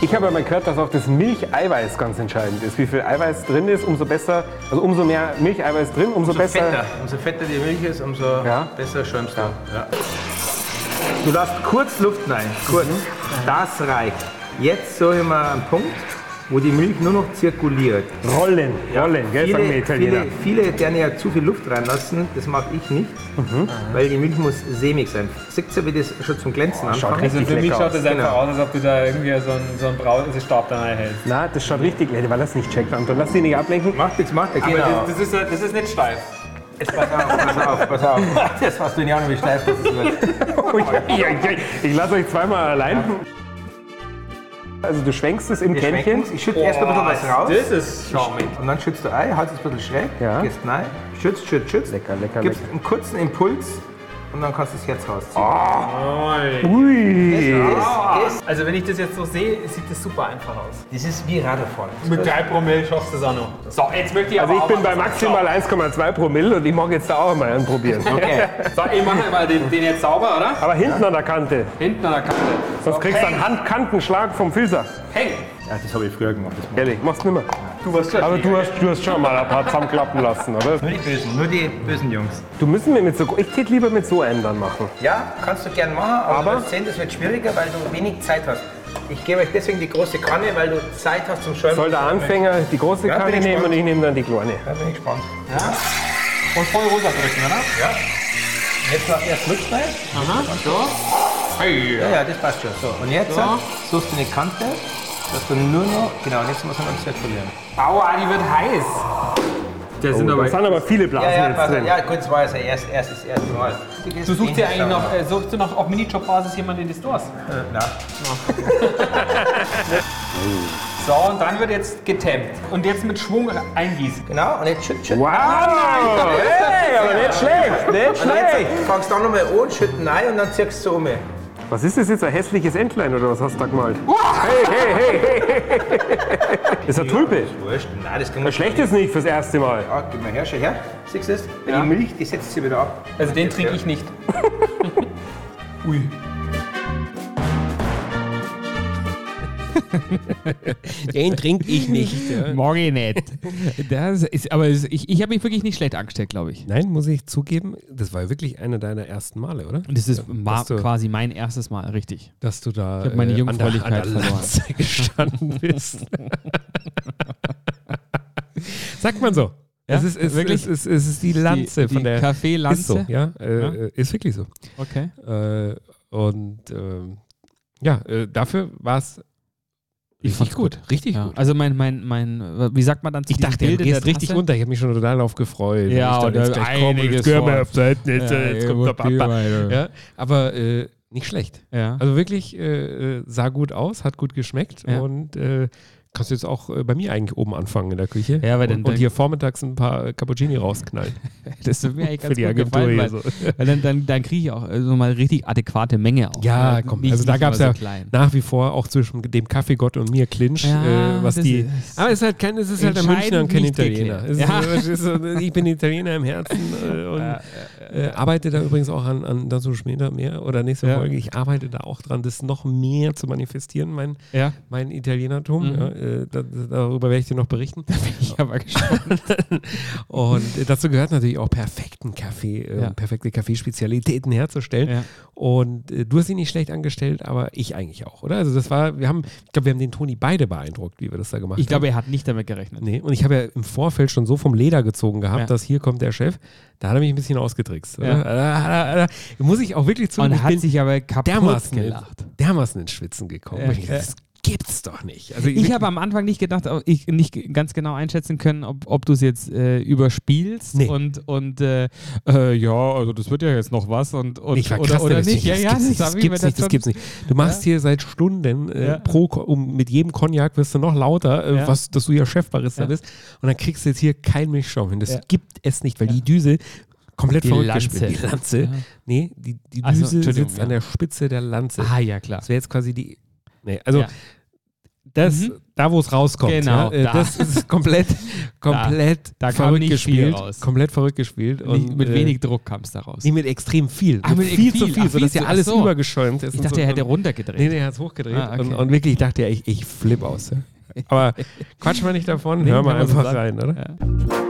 Speaker 7: Ich habe ja mal gehört, dass auch das Milcheiweiß ganz entscheidend ist. Wie viel Eiweiß drin ist, umso besser, also umso mehr Milcheiweiß drin, umso, besser.
Speaker 8: Umso fetter die Milch ist, umso
Speaker 7: Ja.
Speaker 8: besser schäumst du. Du darfst kurz Luft rein, kurz.
Speaker 5: Mhm.
Speaker 8: Das reicht. Jetzt so immer einen Punkt, wo die Milch nur noch zirkuliert.
Speaker 7: Rollen, rollen, gell, sagen die
Speaker 8: Viele,
Speaker 7: Italiener.
Speaker 8: viele, viele gerne ja zu viel Luft reinlassen, das mag ich nicht, weil die Milch muss sämig sein. Seht ihr, wie das schon zum Glänzen anfängt?
Speaker 7: richtig
Speaker 8: Also für mich
Speaker 7: lecker
Speaker 8: schaut
Speaker 7: aus.
Speaker 8: das einfach
Speaker 6: aus, als ob du da irgendwie so einen, so einen braunen Stab da reinhältst.
Speaker 7: Na, das schaut richtig, weil das nicht checkt, Anton. Lass dich nicht ablenken.
Speaker 8: Macht nichts, macht nichts. Genau.
Speaker 6: Das, ist, das ist nicht steif.
Speaker 8: Jetzt pass auf, pass auf, pass auf. Das hast du ja auch noch steif, das ist gut.
Speaker 7: Ui, ui, ui. Ich lasse euch zweimal allein. Also du schwenkst es im
Speaker 8: Wir
Speaker 7: Kännchen.
Speaker 8: schmecken's. Ich schütte erst ein bisschen was raus.
Speaker 6: Oh, Das ist schaumig.
Speaker 8: Und dann schützt du ein, halt es ein bisschen schräg,
Speaker 7: Ja.
Speaker 8: gehst rein, schützt, schützt, schützt.
Speaker 7: Lecker, lecker,
Speaker 8: Gibst
Speaker 7: lecker.
Speaker 8: einen kurzen Impuls und dann kannst du es jetzt rausziehen.
Speaker 7: Ui.
Speaker 4: Also wenn ich das jetzt so sehe, sieht das super einfach aus.
Speaker 8: Das ist wie Radfahren.
Speaker 6: Mit 3 Promille schaffst du es auch noch. So, jetzt möchte ich
Speaker 7: Also ich
Speaker 6: auch
Speaker 7: bin
Speaker 6: mal
Speaker 7: bei
Speaker 6: was
Speaker 7: maximal 1,2 Promille und ich mag jetzt da auch mal einen probieren.
Speaker 6: sagen. So, ich mache mal den, den jetzt sauber, oder?
Speaker 7: Aber hinten an der Kante,
Speaker 6: Hinten an der Kante.
Speaker 7: sonst kriegst du einen Handkantenschlag vom Füßer.
Speaker 6: Peng!
Speaker 8: Ja, das habe ich früher gemacht. Das
Speaker 7: Ehrlich, mach's nimmer.
Speaker 6: Du warst schon.
Speaker 7: Aber du hast, du hast schon mal ein paar zusammenklappen lassen, oder?
Speaker 8: nur die Bösen, nur die bösen Jungs.
Speaker 7: Du müssen wir mit so, ich tät lieber mit so einem dann machen.
Speaker 8: Ja, kannst du gern machen, aber,
Speaker 7: Aber?
Speaker 8: du wirst sehen, das wird schwieriger, weil du wenig Zeit hast. Ich gebe euch deswegen die große Kanne, weil du Zeit hast zum Schäumen.
Speaker 7: Soll der Anfänger die große
Speaker 8: Ja, bin
Speaker 7: Kanne
Speaker 8: ich
Speaker 7: nehmen und
Speaker 8: gespannt.
Speaker 7: ich nehme dann die kleine.
Speaker 8: Da bin ich gespannt.
Speaker 6: Und voll rosa drücken, oder?
Speaker 8: Jetzt noch erst rückschneiden.
Speaker 6: Aha, so. Hey.
Speaker 8: Ja, ja, das passt schon. So, und jetzt
Speaker 6: So.
Speaker 8: suchst du eine Kante, dass du nur noch. Genau, jetzt muss man uns verlieren.
Speaker 6: Aua, die wird heiß. Da sind
Speaker 7: Oh, Da sind aber viele Blasen jetzt drin.
Speaker 8: ja, gut, das war jetzt das erste, erstes, erste Mal.
Speaker 4: Du suchst ja eigentlich noch, äh, suchst du noch auf Minijob-Basis jemanden in die Stores?
Speaker 8: Na,
Speaker 4: So, und dann wird jetzt getemmt. Und jetzt mit Schwung eingießen.
Speaker 8: genau, und jetzt schütt, schütt.
Speaker 7: Wow! Hey, aber nicht schlecht, nicht
Speaker 8: Und
Speaker 7: schlecht.
Speaker 8: jetzt fangst du auch nochmal an, schütten rein und dann ziehst du um.
Speaker 7: Was ist das jetzt, ein hässliches Entlein oder was hast du da gemalt? Hey, hey, hey, hey, hey. Ist eine Tulpe.
Speaker 8: Wurscht, nein, das kann man
Speaker 7: Schlecht ist nicht fürs erste Mal.
Speaker 8: Ja, gib mal her, schau her. Siehst du das? Wenn die Milch, die setzt sie wieder ab.
Speaker 4: Also den trinke ich nicht.
Speaker 2: Den trinke ich nicht.
Speaker 3: Äh, Morgen nicht. Das ist, aber es- ich, ich habe mich wirklich nicht schlecht angestellt, glaube ich.
Speaker 2: Nein, muss ich zugeben, das war wirklich einer deiner ersten Male, oder?
Speaker 3: Und das ist ma-
Speaker 2: hast du-
Speaker 3: quasi mein erstes Mal, richtig.
Speaker 2: Dass du da äh,
Speaker 3: hab meine
Speaker 2: an der, an der
Speaker 3: Jungfräulichkeit verloren.
Speaker 2: Lanze gestanden bist. Sagt man so.
Speaker 3: Ja,
Speaker 2: es, ist, es,
Speaker 3: wirklich?
Speaker 2: es, ist, es ist die Lanze
Speaker 3: die
Speaker 2: von der
Speaker 3: Kaffeelanze?
Speaker 2: Ist so, ja, äh,
Speaker 3: Ja.
Speaker 2: äh, ist wirklich so.
Speaker 3: Okay.
Speaker 2: Äh, und ähm, ja, äh, dafür war es richtig
Speaker 3: fand's
Speaker 2: gut. Richtig
Speaker 3: Ja. Also mein, mein, mein, wie sagt man dann zu diesem Bilde der
Speaker 2: richtig
Speaker 3: Tasse?
Speaker 2: runter. Ich habe mich schon total darauf gefreut.
Speaker 3: Ja,
Speaker 2: ich
Speaker 3: oder einiges vor.
Speaker 2: auf Seiten, jetzt,
Speaker 3: Ja,
Speaker 2: äh, jetzt kommt der
Speaker 3: gut,
Speaker 2: Papa.
Speaker 3: ja.
Speaker 2: Ja, aber äh, nicht schlecht.
Speaker 3: Ja.
Speaker 2: Also wirklich äh, äh, sah gut aus, hat gut geschmeckt
Speaker 3: Ja.
Speaker 2: und äh, kannst jetzt auch äh, bei mir eigentlich oben anfangen in der Küche.
Speaker 3: Ja, weil dann-
Speaker 2: und, und hier vormittags ein paar äh, Cappuccini rausknallen.
Speaker 3: Das würde mir eigentlich
Speaker 2: Für
Speaker 3: ganz
Speaker 2: die
Speaker 3: gut
Speaker 2: Agentur
Speaker 3: gefallen, weil,
Speaker 2: hier
Speaker 3: weil dann, dann, dann kriege ich auch äh, so mal richtig adäquate Menge auch.
Speaker 2: Ja,
Speaker 3: ne?
Speaker 2: komm.
Speaker 3: Nicht-
Speaker 2: also da
Speaker 3: nicht
Speaker 2: gab es
Speaker 3: nur
Speaker 2: ja
Speaker 3: so klein.
Speaker 2: nach wie vor auch zwischen dem Kaffeegott und mir Clinch,
Speaker 3: Ja,
Speaker 2: äh, was
Speaker 3: das
Speaker 2: die.
Speaker 3: ist-
Speaker 2: aber es ist halt kein, es ist halt ein
Speaker 3: Entscheidend
Speaker 2: Münchner und kein
Speaker 3: nicht
Speaker 2: Italiener.
Speaker 3: geklärt.
Speaker 2: Es ist,
Speaker 3: Ja.
Speaker 2: es ist, so, ich bin Italiener im Herzen äh, und äh, arbeite da übrigens auch an, an dazu später mehr oder nächste
Speaker 3: Ja.
Speaker 2: Folge. Ich arbeite da auch dran, das noch mehr zu manifestieren, mein,
Speaker 3: Ja,
Speaker 2: mein
Speaker 3: Mhm.
Speaker 2: Italienertum. Ja, äh, da, da- darüber werde ich dir noch berichten.
Speaker 3: ich habe mal geschaut.
Speaker 2: Und äh, dazu gehört natürlich auch perfekten Kaffee, äh,
Speaker 3: Ja.
Speaker 2: perfekte Kaffeespezialitäten herzustellen.
Speaker 3: Ja.
Speaker 2: Und äh, du hast ihn nicht schlecht angestellt, aber ich eigentlich auch, oder? Also das war, wir haben, ich glaube, wir haben den Toni beide beeindruckt, wie wir das da gemacht
Speaker 3: Ich
Speaker 2: haben.
Speaker 3: glaube, er hat nicht damit gerechnet.
Speaker 2: Nee, und ich habe ja im Vorfeld schon so vom Leder gezogen gehabt,
Speaker 3: Ja.
Speaker 2: dass hier kommt der Chef. Da hat er mich ein bisschen ausgetrickst.
Speaker 3: Ja.
Speaker 2: Oder? Da- da- da- da- Muss ich auch wirklich zugeben,
Speaker 3: Und
Speaker 2: ich
Speaker 3: hat
Speaker 2: bin
Speaker 3: sich aber kaputt
Speaker 2: dermaßen,
Speaker 3: gelacht.
Speaker 2: dermaßen ins Schwitzen gekommen.
Speaker 3: Ja.
Speaker 2: Ich dachte, das gibt's doch nicht. Also
Speaker 3: Ich habe am Anfang nicht gedacht, ob ich nicht ge- ganz genau einschätzen können, ob, ob du es jetzt äh, überspielst
Speaker 2: Nee.
Speaker 3: und, und äh, äh, ja, also das wird ja jetzt noch was und, und
Speaker 2: Ich war
Speaker 3: oder,
Speaker 2: krass
Speaker 3: oder
Speaker 2: nervös.
Speaker 3: nicht. Ja, ja,
Speaker 2: das gibt's, nicht,
Speaker 3: hab
Speaker 2: das
Speaker 3: ich mir
Speaker 2: gibt's nicht, das
Speaker 3: schon-
Speaker 2: gibt's nicht. Du machst hier seit Stunden äh,
Speaker 3: Ja.
Speaker 2: pro, Ko- um, mit jedem Cognac wirst du noch lauter, äh,
Speaker 3: Ja.
Speaker 2: was, dass du ja Chefbarista
Speaker 3: Ja.
Speaker 2: bist. Und dann kriegst du jetzt hier kein Milchschaum hin. Das
Speaker 3: Ja.
Speaker 2: gibt es nicht, weil die Düse komplett
Speaker 3: Die
Speaker 2: verrückt
Speaker 3: Lanze.
Speaker 2: gespielt. Die Lanze.
Speaker 3: Ja.
Speaker 2: Nee, die, die
Speaker 3: Ach so,
Speaker 2: Düse
Speaker 3: Entschuldigung,
Speaker 2: sitzt
Speaker 3: ja.
Speaker 2: an der Spitze der Lanze.
Speaker 3: Ah, ja, klar.
Speaker 2: Das wäre jetzt quasi die. Nee, also
Speaker 3: Ja.
Speaker 2: das,
Speaker 3: Mhm.
Speaker 2: da wo es rauskommt, ja,
Speaker 3: Genau,
Speaker 2: äh,
Speaker 3: da.
Speaker 2: das ist komplett, komplett
Speaker 3: Da kam
Speaker 2: verrückt
Speaker 3: nicht viel
Speaker 2: gespielt.
Speaker 3: raus.
Speaker 2: Komplett verrückt gespielt.
Speaker 3: Nicht-
Speaker 2: und,
Speaker 3: mit
Speaker 2: äh,
Speaker 3: wenig Druck kam es daraus.
Speaker 2: Nee, mit extrem viel.
Speaker 3: Ah, mit
Speaker 2: viel zu
Speaker 3: viel.
Speaker 2: viel,
Speaker 3: Ach,
Speaker 2: sodass
Speaker 3: viel
Speaker 2: ja
Speaker 3: zu-
Speaker 2: alles
Speaker 3: ach so.
Speaker 2: übergeschäumt ist.
Speaker 3: ich
Speaker 2: und
Speaker 3: dachte,
Speaker 2: so.
Speaker 3: er hätte
Speaker 2: Und-
Speaker 3: runtergedreht.
Speaker 2: Nee, nee, er hat es hochgedreht.
Speaker 3: Ah, okay.
Speaker 2: und, und wirklich dachte er, ich, ich flipp aus. Ja. Aber quatsch mal nicht davon, hör mal
Speaker 3: kann man so
Speaker 2: einfach
Speaker 3: sagen.
Speaker 2: rein, oder?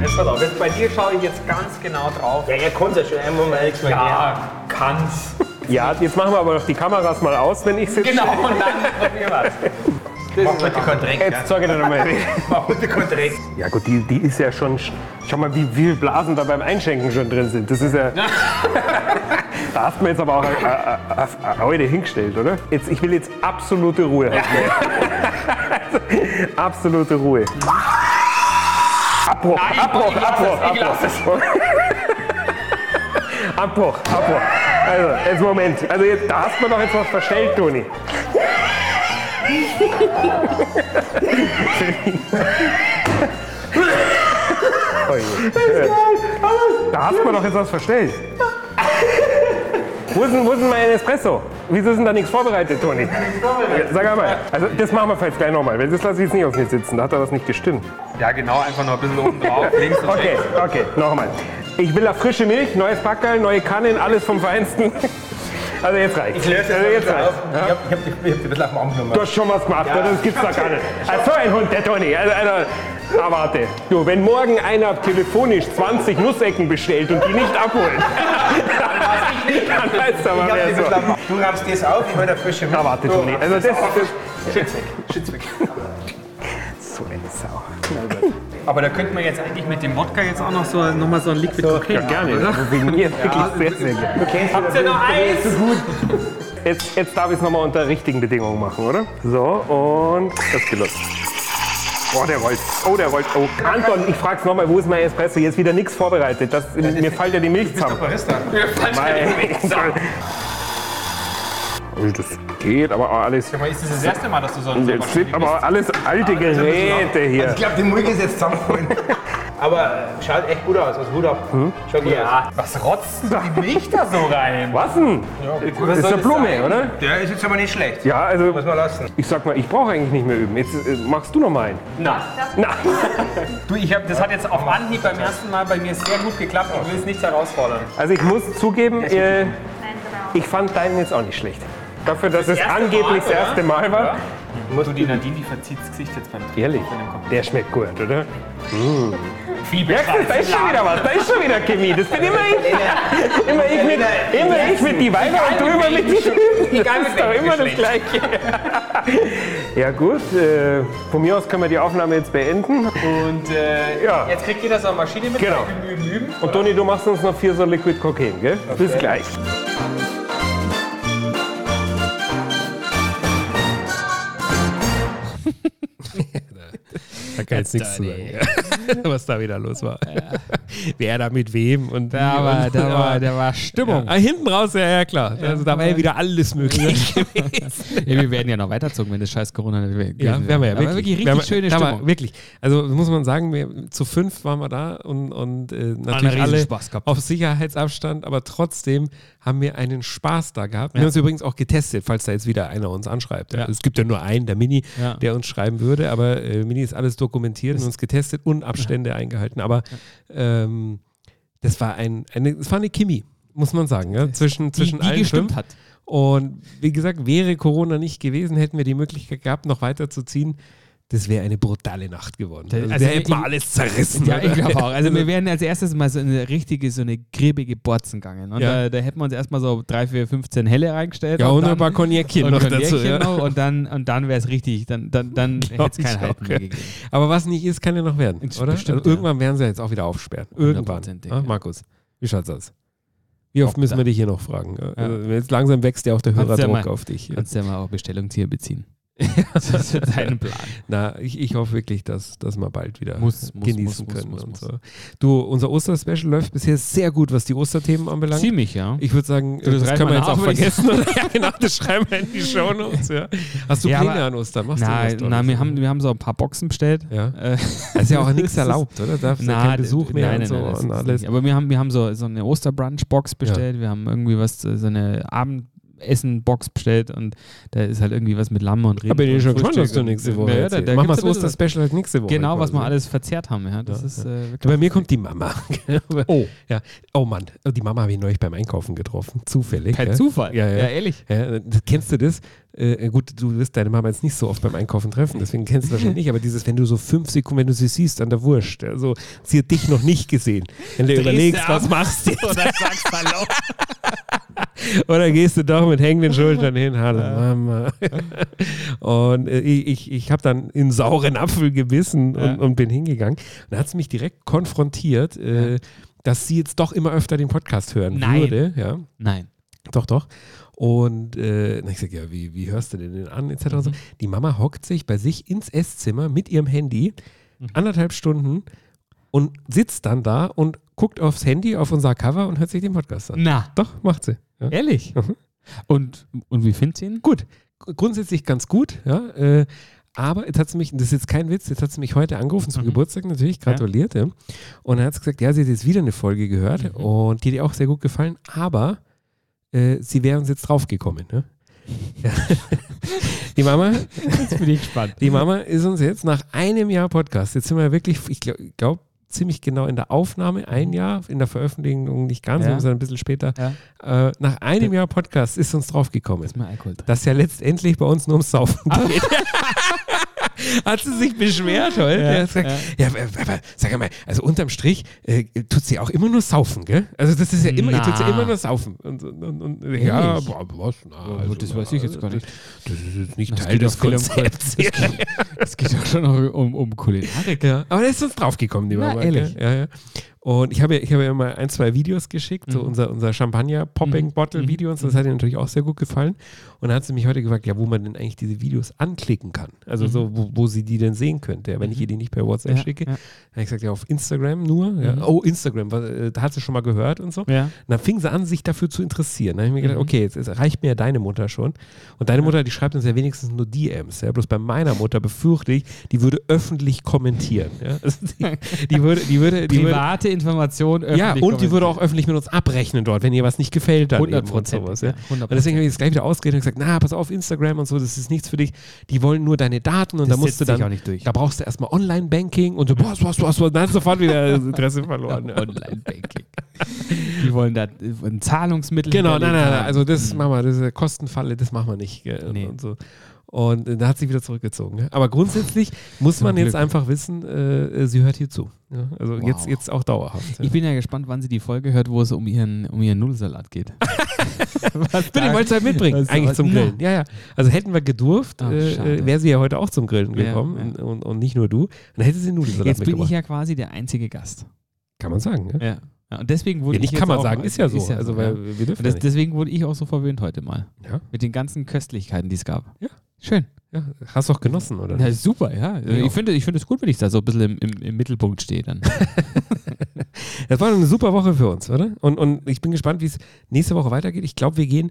Speaker 4: Jetzt pass auf, jetzt bei dir schaue ich jetzt ganz genau drauf.
Speaker 8: Ja, er konnte schon einmal mal nichts mehr
Speaker 6: Ja, kann's.
Speaker 7: Ja, jetzt machen wir aber doch die Kameras mal aus, wenn ich sitze.
Speaker 4: Genau, und dann probieren wir
Speaker 8: Mach bitte keinen Dreck.
Speaker 7: Jetzt zeige ich dir nochmal.
Speaker 8: Mach bitte keinen Dreck.
Speaker 7: Ja gut, die, die ist ja schon. sch- Schau mal, wie viel Blasen da beim Einschenken schon drin sind. Das ist ja. da hast du mir jetzt aber auch äh, eine- eine- eine- eine Freude hingestellt, oder? Jetzt, ich will jetzt absolute Ruhe. haben. absolute Ruhe. Abbruch, Abbruch, Abbruch, Abbruch. Abbruch, Abbruch. Also, jetzt Moment. Also jetzt, da hast du mir doch jetzt was verstellt, Toni. Da hast du mir doch jetzt was verstellt. Wo ist, denn, wo ist denn mein Espresso? Wieso ist denn da nichts vorbereitet, Toni? Sag einmal, also das machen wir vielleicht gleich nochmal. weil Das lasse ich jetzt nicht auf mich sitzen, da hat doch was nicht gestimmt.
Speaker 8: Ja, genau, einfach noch ein bisschen oben drauf, links und
Speaker 7: Okay, okay, nochmal. Ich will da frische Milch, neues Backerl, neue Kannen, alles vom Feinsten. Also jetzt reicht's. also jetzt reicht's.
Speaker 8: Ich hab, ich hab, ich hab ein bisschen auf dem Arm genommen.
Speaker 7: Du hast schon was gemacht, oder? das gibt's doch gar nicht. Also ein Hund, der Toni. Also einer. Na, warte. Du, wenn morgen einer telefonisch 20 Nussecken bestellt und die nicht abholt, dann weißt du aber,
Speaker 8: Ich hab die
Speaker 7: wer
Speaker 8: ein bisschen
Speaker 7: so.
Speaker 8: auf dem Arm. Du rammst das auf, ich hol da frische Milch.
Speaker 7: Na, warte, Toni. Also das, das
Speaker 8: Schütz weg, Schütz weg.
Speaker 7: so eine Sau.
Speaker 8: Aber da könnte man jetzt eigentlich mit dem Wodka jetzt auch noch so, noch mal so ein Liquid
Speaker 7: Ja, gerne. Also wegen mir wirklich sehr, sehr gerne.
Speaker 8: Habt ihr noch Eis?
Speaker 7: Jetzt, jetzt darf ich es nochmal unter richtigen Bedingungen machen, oder? So, und das geht los. Oh, der rollt. Oh, der rollt. Oh, Anton, ich frag's nochmal, wo ist mein Espresso? Jetzt wieder nichts vorbereitet. Das, mir fällt ja die Milch zusammen.
Speaker 8: Barista.
Speaker 7: Mein Gott. Also Das geht, aber auch alles.
Speaker 8: Aber ist das das erste Mal, dass du so einen
Speaker 7: Jetzt sind aber alles alte Geräte hier.
Speaker 8: Also Ich glaube, den Mulk ist jetzt zusammenholen. Aber äh, schaut echt gut aus, aus Hut ab. Schaut gut aus. Was rotzt die Milch da so rein?
Speaker 7: Was denn? Das ist
Speaker 8: soll
Speaker 7: eine
Speaker 8: das
Speaker 7: Blume,
Speaker 8: sein?
Speaker 7: oder?
Speaker 8: Der ist jetzt aber nicht schlecht.
Speaker 7: Ja, also
Speaker 8: Muss man lassen.
Speaker 7: ich sag mal, ich brauche eigentlich nicht mehr üben. Jetzt äh, machst du noch mal einen.
Speaker 8: Na,
Speaker 7: Na,
Speaker 8: du, ich hab, das hat jetzt auf Anhieb beim ersten Mal bei mir sehr gut geklappt und will es nicht herausfordern.
Speaker 7: also ich muss zugeben, äh, ich fand deinen jetzt auch nicht schlecht. Dafür, dass es
Speaker 8: erste Mal,
Speaker 7: angeblich das
Speaker 8: oder?
Speaker 7: erste Mal war.
Speaker 8: du, die Nadine, die verzieht das Gesicht jetzt beim Trinken.
Speaker 7: Ehrlich,
Speaker 8: Wenn er kommt.
Speaker 7: der schmeckt gut, oder?
Speaker 8: Hm. Viel
Speaker 7: Merkst du, da ist schon wieder was, da ist schon wieder Chemie. Das bin immer ich. Immer ich mit, immer ich mit die Weiber und du immer mit die Typen.
Speaker 8: Egal
Speaker 7: Das
Speaker 8: mit
Speaker 7: ist doch
Speaker 8: welchem
Speaker 7: immer das Gleiche. Ja gut, äh, von mir aus können wir die Aufnahme jetzt beenden.
Speaker 8: Und äh,
Speaker 7: Ja.
Speaker 8: jetzt kriegt jeder so eine Maschine mit.
Speaker 7: Genau.
Speaker 8: Üben, üben, üben.
Speaker 7: Und Toni, du machst uns noch vier so Liquid Cocaine, gell? Bis gleich.
Speaker 2: Da kann jetzt nichts zu sagen. Was da wieder los war. Wer da mit wem und
Speaker 3: Da
Speaker 2: wie
Speaker 3: war,
Speaker 2: und,
Speaker 3: da war, da war Stimmung.
Speaker 2: Ah, hinten raus, ja, ja klar. Also da war ja wieder alles möglich gewesen.
Speaker 3: Ja, wir werden ja noch weiterzogen, wenn das scheiß Corona nicht gewesen
Speaker 2: Ja, wir haben ja
Speaker 3: Aber
Speaker 2: wirklich,
Speaker 3: wirklich richtig
Speaker 2: wir haben,
Speaker 3: schöne
Speaker 2: da haben wir
Speaker 3: Stimmung.
Speaker 2: Wirklich. Also muss man sagen, wir, zu fünf waren wir da und, und äh, natürlich
Speaker 3: riesen
Speaker 2: alle
Speaker 3: Spaß gehabt.
Speaker 2: auf Sicherheitsabstand, aber trotzdem haben wir einen Spaß da gehabt. Wir haben es übrigens auch getestet, falls da jetzt wieder einer uns anschreibt.
Speaker 3: Ja.
Speaker 2: Es gibt ja nur einen, der Mini,
Speaker 3: Ja.
Speaker 2: der uns schreiben würde, aber äh, Mini ist alles dokumentiert und uns getestet und Abstände eingehalten. Aber ähm, das war ein, eine, es war eine Kimi, muss man sagen, ja? zwischen,
Speaker 3: Die,
Speaker 2: zwischen
Speaker 3: die
Speaker 2: allen
Speaker 3: gestimmt
Speaker 2: fünf.
Speaker 3: hat.
Speaker 2: Und wie gesagt, wäre Corona nicht gewesen, hätten wir die Möglichkeit gehabt, noch weiterzuziehen. Das wäre eine brutale Nacht geworden. Also,
Speaker 3: also
Speaker 2: da hätten wir
Speaker 3: ich-
Speaker 2: alles zerrissen.
Speaker 3: Ja, ich
Speaker 2: Alter.
Speaker 3: glaube auch. Also wir wären als erstes mal so eine richtige, so eine gribbige Borzen gegangen. ne? Und
Speaker 2: Ja.
Speaker 3: da, da hätten wir uns erstmal so drei, vier, 15 Helle reingestellt.
Speaker 2: ja, und ein
Speaker 3: dann-
Speaker 2: paar Cognacchen
Speaker 3: und
Speaker 2: noch
Speaker 3: Cognacchen
Speaker 2: dazu. Ja.
Speaker 3: noch Und dann, und dann wäre es richtig, dann, dann, dann hätte
Speaker 2: Glaub
Speaker 3: es kein
Speaker 2: ich
Speaker 3: Halten
Speaker 2: auch,
Speaker 3: mehr
Speaker 2: ja.
Speaker 3: gegeben.
Speaker 2: Aber was nicht ist, kann ja noch werden,
Speaker 3: Ins-
Speaker 2: oder?
Speaker 3: bestimmt,
Speaker 2: also, irgendwann werden sie ja jetzt auch wieder aufsperren. Irgendwann.
Speaker 3: Hundertprozentig,
Speaker 2: Ja,
Speaker 3: ja.
Speaker 2: Markus, wie schaut's aus? Wie oft müssen wir dich hier noch fragen? Also, jetzt langsam wächst ja auch der
Speaker 3: Kannst ja
Speaker 2: Hörerdruck
Speaker 3: mal-
Speaker 2: auf dich.
Speaker 3: Kannst ja mal auch Bestellungstier beziehen. das ist dein Plan.
Speaker 2: Na, ich, ich hoffe wirklich, dass, dass wir bald wieder
Speaker 3: Muss, muss,
Speaker 2: genießen
Speaker 3: muss, muss,
Speaker 2: können.
Speaker 3: muss,
Speaker 2: und
Speaker 3: muss.
Speaker 2: So. Du, unser Osterspecial läuft bisher sehr gut, was die Osterthemen anbelangt.
Speaker 3: Ziemlich, ja.
Speaker 2: Ich würde sagen, äh,
Speaker 3: das
Speaker 2: das,
Speaker 3: reicht
Speaker 2: können wir jetzt
Speaker 3: mal nach,
Speaker 2: auch
Speaker 3: würd ich
Speaker 2: vergessen. Oder? Ja, genau, das schreiben wir in die Shownotes. Ja. Hast du
Speaker 3: Ja,
Speaker 2: Pläne
Speaker 3: aber-
Speaker 2: an Ostern? Machst
Speaker 3: Nein,
Speaker 2: du
Speaker 3: nein, wir haben, wir haben so ein paar Boxen bestellt.
Speaker 2: Ja.
Speaker 3: Äh,
Speaker 2: Da ist ja auch nichts erlaubt, oder? Darf ja
Speaker 3: Na,
Speaker 2: kein Besuch
Speaker 3: d-
Speaker 2: mehr
Speaker 3: nein,
Speaker 2: und so
Speaker 3: nein, nein, das
Speaker 2: und
Speaker 3: ist
Speaker 2: alles.
Speaker 3: nicht. Aber wir haben, wir haben so, so eine Osterbrunch-Box bestellt, wir haben irgendwie was, äh, so eine Abendessen-Box bestellt und da ist halt irgendwie was mit Lamm und Rind.
Speaker 2: Aber ich bin
Speaker 3: und
Speaker 2: schon gespannt,
Speaker 3: Frühstück
Speaker 2: was du
Speaker 3: und-
Speaker 2: nächste Woche
Speaker 3: Ja, da,
Speaker 2: erzählst.
Speaker 3: da
Speaker 2: Machen wir
Speaker 3: gibt's
Speaker 2: das
Speaker 3: ein bisschen
Speaker 2: Osterspecial halt nächste Woche.
Speaker 3: was- Genau, was
Speaker 2: quasi.
Speaker 3: wir alles verzehrt haben. Ja, das ist äh, wirklich
Speaker 2: Bei mir kommt die Mama. Aber- oh, ja. Oh Mann, oh, die Mama habe ich neulich beim Einkaufen getroffen. Zufällig.
Speaker 3: per
Speaker 2: ja.
Speaker 3: Zufall.
Speaker 2: Ja, ja.
Speaker 3: ehrlich.
Speaker 2: Ja, das- kennst du das? Äh, gut, du wirst deine Mama jetzt nicht so oft beim Einkaufen treffen, deswegen kennst du wahrscheinlich nicht, aber dieses, wenn du so fünf Sekunden, wenn du sie siehst an der Wurst, also sie hat dich noch nicht gesehen. Wenn du überlegst,
Speaker 3: ab.
Speaker 2: was machst du jetzt? Oder sagst Hallo. Oder gehst du doch mit hängenden Schultern hin, hallo Mama. Und äh, ich, ich, ich habe dann in sauren Apfel gebissen und,
Speaker 3: Ja.
Speaker 2: und bin hingegangen. Und da hat sie mich direkt konfrontiert, äh, dass sie jetzt doch immer öfter den Podcast hören
Speaker 3: Nein.
Speaker 2: würde. Ja.
Speaker 3: Nein.
Speaker 2: Doch, doch. Und äh, dann ich sag, ja, wie, wie hörst du denn den an, etc. So. Die Mama hockt sich bei sich ins Esszimmer mit ihrem Handy anderthalb Stunden und sitzt dann da und guckt aufs Handy, auf unser Cover und hört sich den Podcast an.
Speaker 3: Na,
Speaker 2: Doch, macht sie. Ja.
Speaker 3: ehrlich.
Speaker 2: Mhm.
Speaker 3: Und, und wie findet ihr ihn?
Speaker 2: Gut, grundsätzlich ganz gut, ja. Äh, Aber jetzt hat sie mich, das ist jetzt kein Witz, jetzt hat sie mich heute angerufen
Speaker 3: Mhm.
Speaker 2: zum Geburtstag natürlich, gratuliert. Ja. Und dann hat sie gesagt, ja, sie hat jetzt wieder eine Folge gehört
Speaker 3: Mhm.
Speaker 2: und die hat ihr auch sehr gut gefallen, aber äh, sie wäre uns jetzt draufgekommen. Ne? Ja. die Mama,
Speaker 3: Jetzt bin ich gespannt.
Speaker 2: die Mama ist uns jetzt nach einem Jahr Podcast, jetzt sind wir wirklich, ich glaube, glaub, ziemlich genau in der Aufnahme, ein Jahr, in der Veröffentlichung nicht ganz,
Speaker 3: Mhm. Ja.
Speaker 2: sondern ein bisschen später,
Speaker 3: Ja.
Speaker 2: äh, nach einem Jahr Podcast ist uns draufgekommen,
Speaker 3: Ist mal Alkohol drin.
Speaker 2: dass ja letztendlich bei uns nur ums Saufen
Speaker 3: Ah.
Speaker 2: geht. Hat sie sich beschwert heute?
Speaker 3: Ja,
Speaker 2: Ja, sagt, ja. aber, aber sag mal, also unterm Strich äh, tut sie auch immer nur saufen, gell? Also das ist ja immer,
Speaker 3: Na.
Speaker 2: tut sie immer nur saufen. Und, und, und, und, ja,
Speaker 3: Ehrlich?
Speaker 2: boah, was? Na,
Speaker 3: Also, das weiß ich jetzt gar nicht.
Speaker 2: Das ist jetzt nicht
Speaker 3: Das
Speaker 2: Teil
Speaker 3: geht
Speaker 2: des
Speaker 3: doch viel um
Speaker 2: Konzepts.
Speaker 3: Kon- das geht- Es geht auch schon noch um, um Kulinarik.
Speaker 2: Ja, aber da ist uns draufgekommen, die
Speaker 3: Na,
Speaker 2: Mama.
Speaker 3: ehrlich.
Speaker 2: gell? Ja, ja. Und ich habe ja, ich habe ja mal ein, zwei Videos geschickt,
Speaker 3: Mhm.
Speaker 2: so unser, unser Champagner-Popping-Bottle-Video und so, das hat ihr natürlich auch sehr gut gefallen. Und dann hat sie mich heute gefragt, ja, wo man denn eigentlich diese Videos anklicken kann. Also so, wo, wo sie die denn sehen könnte, wenn ich ihr die nicht per WhatsApp
Speaker 3: Mhm. Ja,
Speaker 2: schicke.
Speaker 3: ja.
Speaker 2: Dann habe ich gesagt, ja, auf Instagram nur. Ja. Oh, Instagram, was, äh, da hat sie schon mal gehört und so.
Speaker 3: Ja.
Speaker 2: Und dann fing sie an, sich dafür zu interessieren. Dann habe ich mir gedacht,
Speaker 3: Mhm.
Speaker 2: okay, jetzt, jetzt reicht mir ja deine Mutter schon. Und deine Mutter, die schreibt uns ja wenigstens nur DMs. Ja? Bloß bei meiner Mutter befürchte ich, die würde öffentlich kommentieren. Ja? Also die, die würde, die würde, die würde,
Speaker 3: Private Information öffentlich.
Speaker 2: ja, und die
Speaker 3: kommentieren.
Speaker 2: würde auch öffentlich mit uns abrechnen dort, wenn ihr was nicht gefällt dann eben und
Speaker 3: 100%,
Speaker 2: sowas.
Speaker 3: ja,
Speaker 2: Ja?
Speaker 3: 100%.
Speaker 2: Und deswegen habe ich jetzt gleich wieder ausgeredet und gesagt, na, pass auf, Instagram und so, das ist nichts für dich. Die wollen nur deine Daten und da
Speaker 3: Das
Speaker 2: musst du
Speaker 3: setzt sich
Speaker 2: dann,
Speaker 3: auch nicht durch.
Speaker 2: da brauchst du erstmal Online-Banking und du, was, was, was, was, dann hast du sofort wieder das Interesse verloren. Ja.
Speaker 3: Online-Banking. die wollen da äh, wollen Zahlungsmittel.
Speaker 2: Genau, nein,
Speaker 3: hinterlegt
Speaker 2: nein, nein.
Speaker 3: haben.
Speaker 2: Also das machen wir, das ist eine Kostenfalle, das machen wir nicht. Gell?
Speaker 3: Ah. Mhm. Nee.
Speaker 2: Und, so. und äh, da hat sie wieder zurückgezogen. Gell? Aber grundsätzlich muss man
Speaker 3: Glück.
Speaker 2: jetzt einfach wissen, äh, äh, sie hört hier zu. Ja? Also
Speaker 3: Wow.
Speaker 2: jetzt, jetzt auch dauerhaft. Ja.
Speaker 3: Ich bin ja gespannt, wann sie die Folge hört, wo es um ihren, um ihren Nudelsalat geht. Was
Speaker 2: Bin
Speaker 3: da-
Speaker 2: ich wollte es halt mitbringen,
Speaker 3: Also,
Speaker 2: eigentlich zum
Speaker 3: na.
Speaker 2: Grillen. Ja, ja. Also hätten wir gedurft,
Speaker 3: Ah, schade.
Speaker 2: äh, wäre sie ja heute auch zum Grillen
Speaker 3: Ja,
Speaker 2: gekommen
Speaker 3: ja.
Speaker 2: Und, und, und nicht nur du. Dann hätte sie Nudelsalat
Speaker 3: Jetzt bin ich
Speaker 2: mitgebracht.
Speaker 3: ja quasi der einzige Gast.
Speaker 2: kann man sagen. ne? Ja?
Speaker 3: Ja. ja und deswegen wurde
Speaker 2: Ja, nicht
Speaker 3: ich
Speaker 2: kann
Speaker 3: jetzt
Speaker 2: man
Speaker 3: auch-
Speaker 2: sagen, ist ja so. also weil
Speaker 3: ja.
Speaker 2: wir dürfen
Speaker 3: Und
Speaker 2: ja
Speaker 3: das,
Speaker 2: nicht.
Speaker 3: deswegen wurde ich auch so verwöhnt heute mal.
Speaker 2: Ja.
Speaker 3: Mit den ganzen Köstlichkeiten, die es gab.
Speaker 2: Ja.
Speaker 3: Schön.
Speaker 2: Ja, hast du auch genossen, oder?
Speaker 3: Na, super, ja.
Speaker 2: Ja.
Speaker 3: Ich finde ich finde es gut, wenn ich da so ein bisschen im, im, im Mittelpunkt stehe dann.
Speaker 2: Das war eine super Woche für uns, oder? Und, und ich bin gespannt, wie es nächste Woche weitergeht. Ich glaube, wir gehen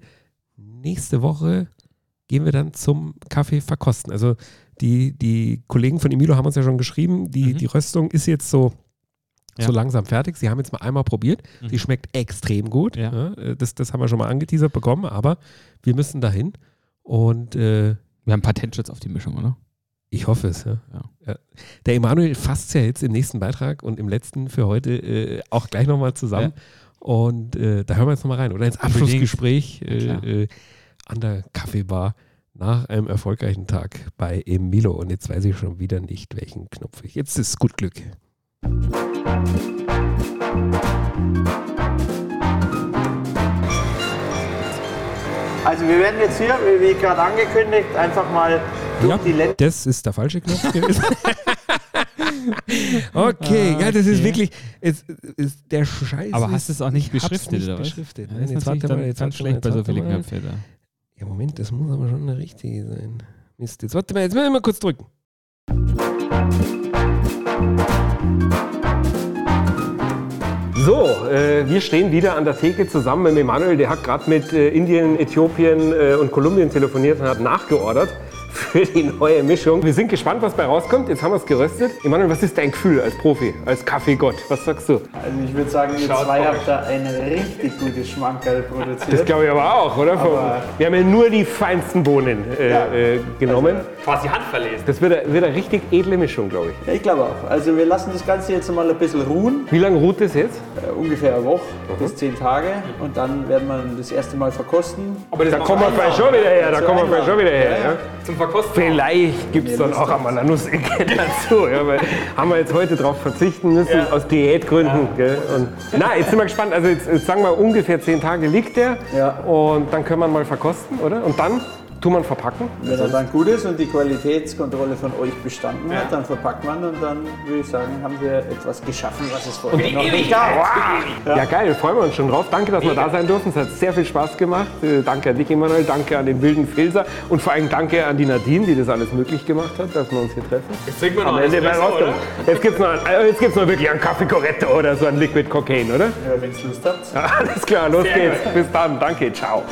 Speaker 2: nächste Woche gehen wir dann zum Kaffee verkosten. Also die, die Kollegen von Emilo haben uns ja schon geschrieben, die,
Speaker 3: Mhm.
Speaker 2: die Röstung ist jetzt so,
Speaker 3: Ja.
Speaker 2: so langsam fertig. Sie haben jetzt mal einmal probiert.
Speaker 3: Mhm.
Speaker 2: Die schmeckt extrem gut.
Speaker 3: Ja.
Speaker 2: äh, Das, das haben wir schon mal angeteasert bekommen, aber wir müssen dahin. Und äh,
Speaker 3: Wir haben Patentschutz auf die Mischung, oder?
Speaker 2: ich hoffe es. Ja.
Speaker 3: Ja.
Speaker 2: Ja. Der Emanuel fasst ja jetzt im nächsten Beitrag und im letzten für heute äh, auch gleich nochmal zusammen. Und äh, da hören wir jetzt nochmal rein. Oder ins Abschlussgespräch
Speaker 3: Ja, klar.
Speaker 2: äh, äh, an der Kaffeebar nach einem erfolgreichen Tag bei Emilo. Und jetzt weiß ich schon wieder nicht, welchen Knopf ich. Jetzt ist gut Glück.
Speaker 5: Also wir werden jetzt hier, wie- wie gerade angekündigt, einfach mal durch die Länder.
Speaker 2: das ist der falsche Knopf gewesen. okay, ja, das ist
Speaker 3: Okay.
Speaker 2: wirklich es, ist der Scheiß.
Speaker 3: Aber
Speaker 2: ist-
Speaker 3: hast du es auch nicht
Speaker 2: ich hab's
Speaker 3: beschriftet,
Speaker 2: nicht
Speaker 3: oder was?
Speaker 2: Beschriftet.
Speaker 3: Ja,
Speaker 2: Nein,
Speaker 3: das ist
Speaker 2: jetzt
Speaker 3: natürlich
Speaker 2: warte
Speaker 3: dann
Speaker 2: mal, jetzt
Speaker 3: ganz
Speaker 2: warte mal,
Speaker 3: schlecht bei
Speaker 2: jetzt
Speaker 3: so
Speaker 2: warte
Speaker 3: vielen
Speaker 2: mal.
Speaker 3: Knöpfen. da.
Speaker 2: Ja, Moment, das muss aber schon eine richtige sein. Mist, jetzt warte mal, jetzt müssen wir mal kurz drücken.
Speaker 7: So, äh, wir stehen wieder an der Theke zusammen mit Emanuel. Der hat gerade mit äh, Indien, Äthiopien äh, und Kolumbien telefoniert und hat nachgeordert für die neue Mischung. Wir sind gespannt, was bei rauskommt. Jetzt haben wir es geröstet. Emanuel, was ist dein Gefühl als Profi, als Kaffeegott? Was sagst du?
Speaker 5: Also ich würde sagen, ihr zwei habt da ein richtig gutes Schmankerl
Speaker 7: Das
Speaker 5: produziert.
Speaker 7: glaube ich aber auch, oder?
Speaker 5: Aber-
Speaker 7: wir haben ja nur die feinsten Bohnen äh,
Speaker 5: Ja.
Speaker 7: äh, genommen.
Speaker 6: Also Quasi handverlesen.
Speaker 7: Das wird, eine- wird eine richtig edle Mischung, glaube ich.
Speaker 5: Ja, ich glaube auch. Also wir lassen das Ganze jetzt mal ein bisschen ruhen,
Speaker 7: Wie lange ruht das jetzt?
Speaker 5: äh, ungefähr eine Woche bis zehn Tage und dann werden wir das erste Mal verkosten.
Speaker 6: Aber das
Speaker 7: Da
Speaker 6: macht
Speaker 7: kommen wir
Speaker 6: einfach
Speaker 7: vielleicht schon wieder her, da
Speaker 5: Zu
Speaker 7: kommen wir
Speaker 5: einfach.
Speaker 7: vielleicht schon wieder her.
Speaker 5: Ja,
Speaker 7: Ja.
Speaker 5: ja.
Speaker 6: zum Verkosten.
Speaker 7: Vielleicht gibt es dann auch einmal eine Nussecke dazu. Ja, weil haben wir jetzt heute darauf verzichten müssen, aus Diätgründen. Gell? Und, na, jetzt sind wir gespannt. Also jetzt, jetzt sagen wir, ungefähr zehn Tage liegt der.
Speaker 5: Ja.
Speaker 7: Und dann können wir ihn mal verkosten, oder? Und dann tun wir ihn verpacken.
Speaker 5: Wenn er dann gut ist und die Qualitätskontrolle von euch bestanden hat, dann verpackt man und dann würde ich sagen, haben wir etwas geschaffen, was es vorher noch nicht gab.
Speaker 7: Ja, geil, freuen wir uns schon drauf. Danke, dass wir da sein durften. Es hat sehr viel Spaß gemacht. Äh, Danke an dich, Emanuel. Danke an den wilden Filzer. Und vor allem danke an die Nadine, die das alles möglich gemacht hat, dass wir uns hier treffen.
Speaker 6: Jetzt trinken wir noch
Speaker 7: Am Ende bei rauskommt. Jetzt gibt's noch, äh, jetzt gibt's noch wirklich einen Kaffee Corretto oder so ein Liquid Cocaine, oder?
Speaker 5: Ja, Wenn ihr Lust habt.
Speaker 7: Alles klar, los geht's. Bis dann. Danke, ciao.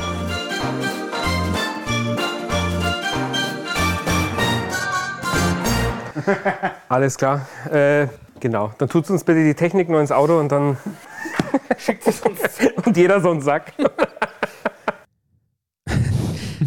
Speaker 7: Alles klar. Äh, genau. Dann tut uns bitte die Technik nur ins Auto und dann schickt es uns. und jeder so einen Sack.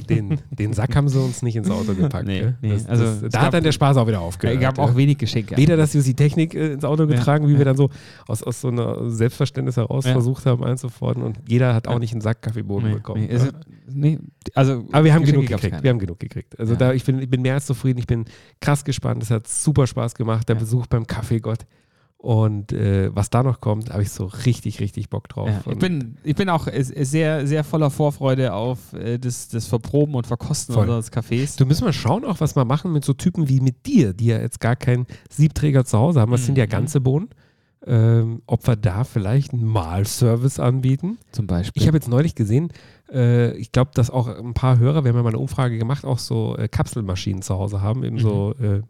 Speaker 2: Den, den Sack haben sie uns nicht ins Auto gepackt.
Speaker 3: Nee,
Speaker 2: gell?
Speaker 3: nee,
Speaker 2: Das, das,
Speaker 3: also es
Speaker 2: da
Speaker 3: gab-
Speaker 2: hat dann der Spaß auch wieder
Speaker 3: Es
Speaker 2: aufgehört.
Speaker 3: gab
Speaker 2: ja.
Speaker 3: auch wenig Geschenke.
Speaker 2: Weder, dass wir uns die Technik äh, ins Auto getragen, wie
Speaker 3: ja.
Speaker 2: wir dann so aus, aus so einer Selbstverständnis heraus
Speaker 3: Ja.
Speaker 2: versucht haben einzufordern und jeder hat auch nicht einen Sack Kaffeebohnen
Speaker 3: nee,
Speaker 2: bekommen.
Speaker 3: nee, es- nee, also
Speaker 2: Aber wir haben
Speaker 3: Geschenke
Speaker 2: genug
Speaker 3: gab's
Speaker 2: gekriegt.
Speaker 3: keine.
Speaker 2: Wir haben genug gekriegt. Also
Speaker 3: Ja.
Speaker 2: da, ich bin, ich bin mehr als zufrieden. Ich bin krass gespannt. Es hat super Spaß gemacht. Der
Speaker 3: Ja.
Speaker 2: Besuch beim Kaffeegott. Und äh, was da noch kommt, habe ich so richtig, richtig Bock drauf.
Speaker 3: Ja, ich,
Speaker 2: Und
Speaker 3: bin, ich bin auch äh, sehr, sehr voller Vorfreude auf äh, das, das Verproben und Verkosten
Speaker 2: Voll.
Speaker 3: unseres Cafés.
Speaker 2: du müssen wir schauen, auch was wir machen mit so Typen wie mit dir, die ja jetzt gar keinen Siebträger zu Hause haben. Das sind ja
Speaker 3: Mhm.
Speaker 2: ganze Bohnen. Ähm, ob wir da vielleicht einen Mahlservice anbieten.
Speaker 3: zum Beispiel.
Speaker 2: Ich habe jetzt neulich gesehen, äh, ich glaube, dass auch ein paar Hörer, wir haben ja mal eine Umfrage gemacht, auch so äh, Kapselmaschinen zu Hause haben, eben so, äh,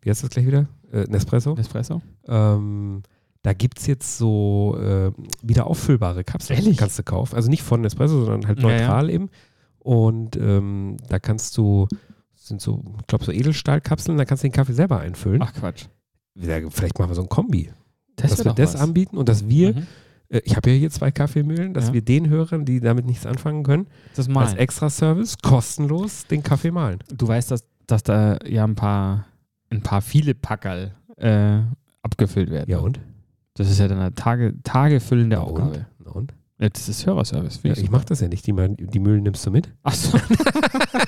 Speaker 2: wie heißt das gleich wieder? Äh, Nespresso.
Speaker 3: Espresso?
Speaker 2: Ähm, da gibt es jetzt so äh, wieder auffüllbare Kapseln,
Speaker 3: Ehrlich?
Speaker 2: kannst du kaufen. Also nicht von Nespresso, sondern halt
Speaker 3: Ja, ja.
Speaker 2: neutral eben. Und ähm, da kannst du, das sind so, ich glaube, so Edelstahlkapseln, da kannst du den Kaffee selber einfüllen.
Speaker 3: Ach Quatsch.
Speaker 2: Ja, Vielleicht machen wir so ein Kombi,
Speaker 3: Das
Speaker 2: dass wir das anbieten und dass wir,
Speaker 3: Mhm.
Speaker 2: äh, ich habe ja hier zwei Kaffeemühlen, dass
Speaker 3: Ja.
Speaker 2: wir den Hörern, die damit nichts anfangen können,
Speaker 3: Das
Speaker 2: als
Speaker 3: mal.
Speaker 2: Extra-Service kostenlos den Kaffee mahlen.
Speaker 3: Du weißt, dass, dass da ja ein paar, ein paar viele Packerl äh, abgefüllt werden.
Speaker 2: Ja und?
Speaker 3: Das ist ja dann eine Tage, tagefüllende
Speaker 2: Ja,
Speaker 3: Aufgabe.
Speaker 2: Na und?
Speaker 3: Ja, das ist Hörerservice.
Speaker 2: Ja,
Speaker 3: finde
Speaker 2: ich mache das ja nicht. Die, mal- die Mühlen nimmst du mit?
Speaker 3: Achso.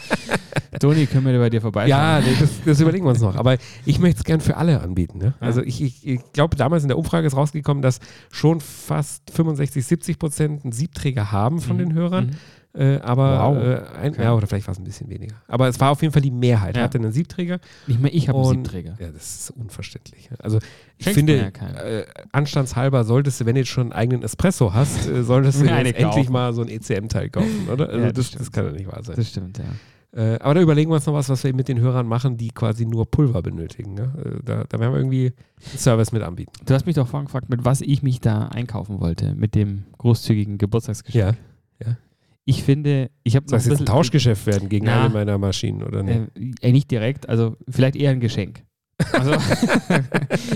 Speaker 3: Toni, können wir bei dir
Speaker 2: Ja,
Speaker 3: vorbeischauen?
Speaker 2: nee, das, das überlegen wir uns noch. Aber ich möchte es gern für alle anbieten. Ne? Also ich, ich, ich glaube, damals in der Umfrage ist rausgekommen, dass schon fast 65, 70 Prozent einen Siebträger haben von den Hörern. Äh, aber
Speaker 3: Mhm. Wow.
Speaker 2: äh, ein, ja, oder vielleicht war es ein bisschen weniger. Aber es war auf jeden Fall die Mehrheit.
Speaker 3: Ja.
Speaker 2: Hatte einen Siebträger.
Speaker 3: Nicht mehr ich habe einen
Speaker 2: Und-
Speaker 3: Siebträger.
Speaker 2: Ja, das ist unverständlich. Also ich
Speaker 3: Schenkst mir
Speaker 2: finde,
Speaker 3: ja keinen.
Speaker 2: äh, anstandshalber solltest du, wenn du jetzt schon einen eigenen Espresso hast, äh, solltest du
Speaker 3: Mir eine
Speaker 2: jetzt endlich
Speaker 3: kaufen.
Speaker 2: mal so ein ECM-Teil kaufen, oder? Also
Speaker 3: das
Speaker 2: das, das
Speaker 3: stimmt.
Speaker 2: kann doch nicht wahr sein.
Speaker 3: Das stimmt, ja.
Speaker 2: Äh, aber da überlegen wir uns noch was, was wir eben mit den Hörern machen, die quasi nur Pulver benötigen. Ne? Äh, da, da werden wir irgendwie einen Service mit anbieten.
Speaker 3: Du hast mich doch vorhin gefragt, mit was ich mich da einkaufen wollte, mit dem großzügigen Geburtstagsgeschenk. Ich finde, ich habe
Speaker 2: Soll es jetzt ein Tauschgeschäft werden gegen
Speaker 3: Na.
Speaker 2: eine meiner Maschinen, oder nicht?
Speaker 3: äh, äh, nicht direkt, also vielleicht eher ein Geschenk. Also,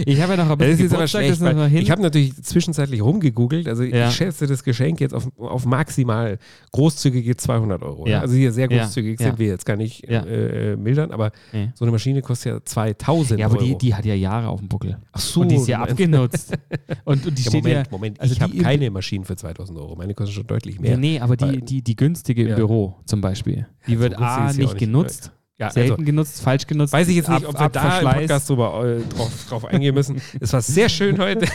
Speaker 3: ich habe ja
Speaker 2: Äh,
Speaker 3: noch ein bisschen Geburtstag, das noch mal
Speaker 2: weil
Speaker 3: hin.
Speaker 2: ich habe natürlich zwischenzeitlich rumgegoogelt. Also
Speaker 3: Ja.
Speaker 2: ich schätze das Geschenk jetzt auf, auf maximal großzügige 200 Euro. ne?
Speaker 3: Ja.
Speaker 2: Also hier sehr
Speaker 3: Ja.
Speaker 2: großzügig
Speaker 3: Ja.
Speaker 2: sind wir jetzt gar nicht
Speaker 3: Ja.
Speaker 2: äh, äh, mildern, aber
Speaker 3: Nee.
Speaker 2: so eine Maschine kostet ja 2000
Speaker 3: ja, aber
Speaker 2: Euro.
Speaker 3: die, die hat ja Jahre auf dem Buckel.
Speaker 2: Ach so,
Speaker 3: und die ist ja
Speaker 2: du meinst-
Speaker 3: abgenutzt. Und, und die
Speaker 2: ja,
Speaker 3: steht
Speaker 2: Moment,
Speaker 3: ja.
Speaker 2: Moment,
Speaker 3: also
Speaker 2: ich habe
Speaker 3: die im-
Speaker 2: keine Maschinen für 2000 Euro. Meine kosten schon deutlich mehr.
Speaker 3: Nee, nee, aber die,
Speaker 2: Weil-
Speaker 3: die, die günstige im
Speaker 2: Ja.
Speaker 3: Büro zum Beispiel, die wird
Speaker 2: so günstig
Speaker 3: A
Speaker 2: ist sie auch
Speaker 3: nicht
Speaker 2: nicht.
Speaker 3: genutzt,
Speaker 2: Ja, also,
Speaker 3: selten genutzt, falsch genutzt.
Speaker 2: weiß ich jetzt nicht,
Speaker 3: ab-
Speaker 2: ob wir da im
Speaker 3: Abverschleiß.
Speaker 2: Podcast drüber, äh, drauf, drauf eingehen müssen. es war sehr schön heute.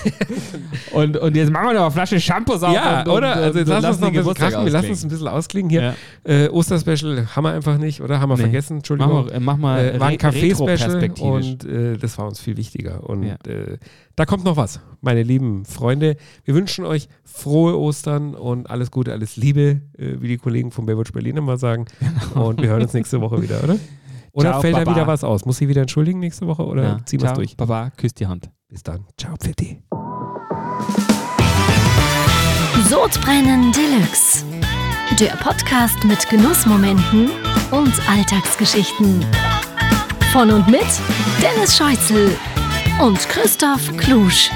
Speaker 3: Und, und jetzt machen wir noch eine Flasche Shampoo auf.
Speaker 2: ja,
Speaker 3: und,
Speaker 2: oder?
Speaker 3: Und,
Speaker 2: also jetzt lass uns
Speaker 3: den
Speaker 2: noch ein bisschen
Speaker 3: Geburtstag
Speaker 2: krachen. Wir lassen uns ein bisschen ausklingen
Speaker 3: ausklingen.
Speaker 2: hier.
Speaker 3: Ja.
Speaker 2: Äh, Osterspecial haben wir einfach nicht, oder? Haben wir
Speaker 3: Nee.
Speaker 2: vergessen,
Speaker 3: Mach
Speaker 2: Entschuldigung.
Speaker 3: mal, äh, mach mal
Speaker 2: äh, war ein
Speaker 3: Re-
Speaker 2: Café-Special
Speaker 3: retroperspektivisch.
Speaker 2: und äh, das war uns viel wichtiger. Und
Speaker 3: Ja.
Speaker 2: äh, da kommt noch was, meine lieben Freunde. Wir wünschen euch frohe Ostern und alles Gute, alles Liebe, äh, wie die Kollegen von Baywatch Berlin immer sagen. Und wir hören uns nächste Woche wieder, oder? Oder
Speaker 3: Genau. Ciao,
Speaker 2: fällt da
Speaker 3: Baba.
Speaker 2: wieder was aus? Muss ich wieder entschuldigen nächste Woche oder
Speaker 3: Ja.
Speaker 2: ziehen wir es
Speaker 3: Ciao,
Speaker 2: durch?
Speaker 3: Baba, küsst die Hand.
Speaker 2: Bis dann. Ciao, Pfitti.
Speaker 1: Sodbrennen Deluxe. Der Podcast mit Genussmomenten und Alltagsgeschichten. Von und mit Dennis Scheuzel und Christoph Klusch.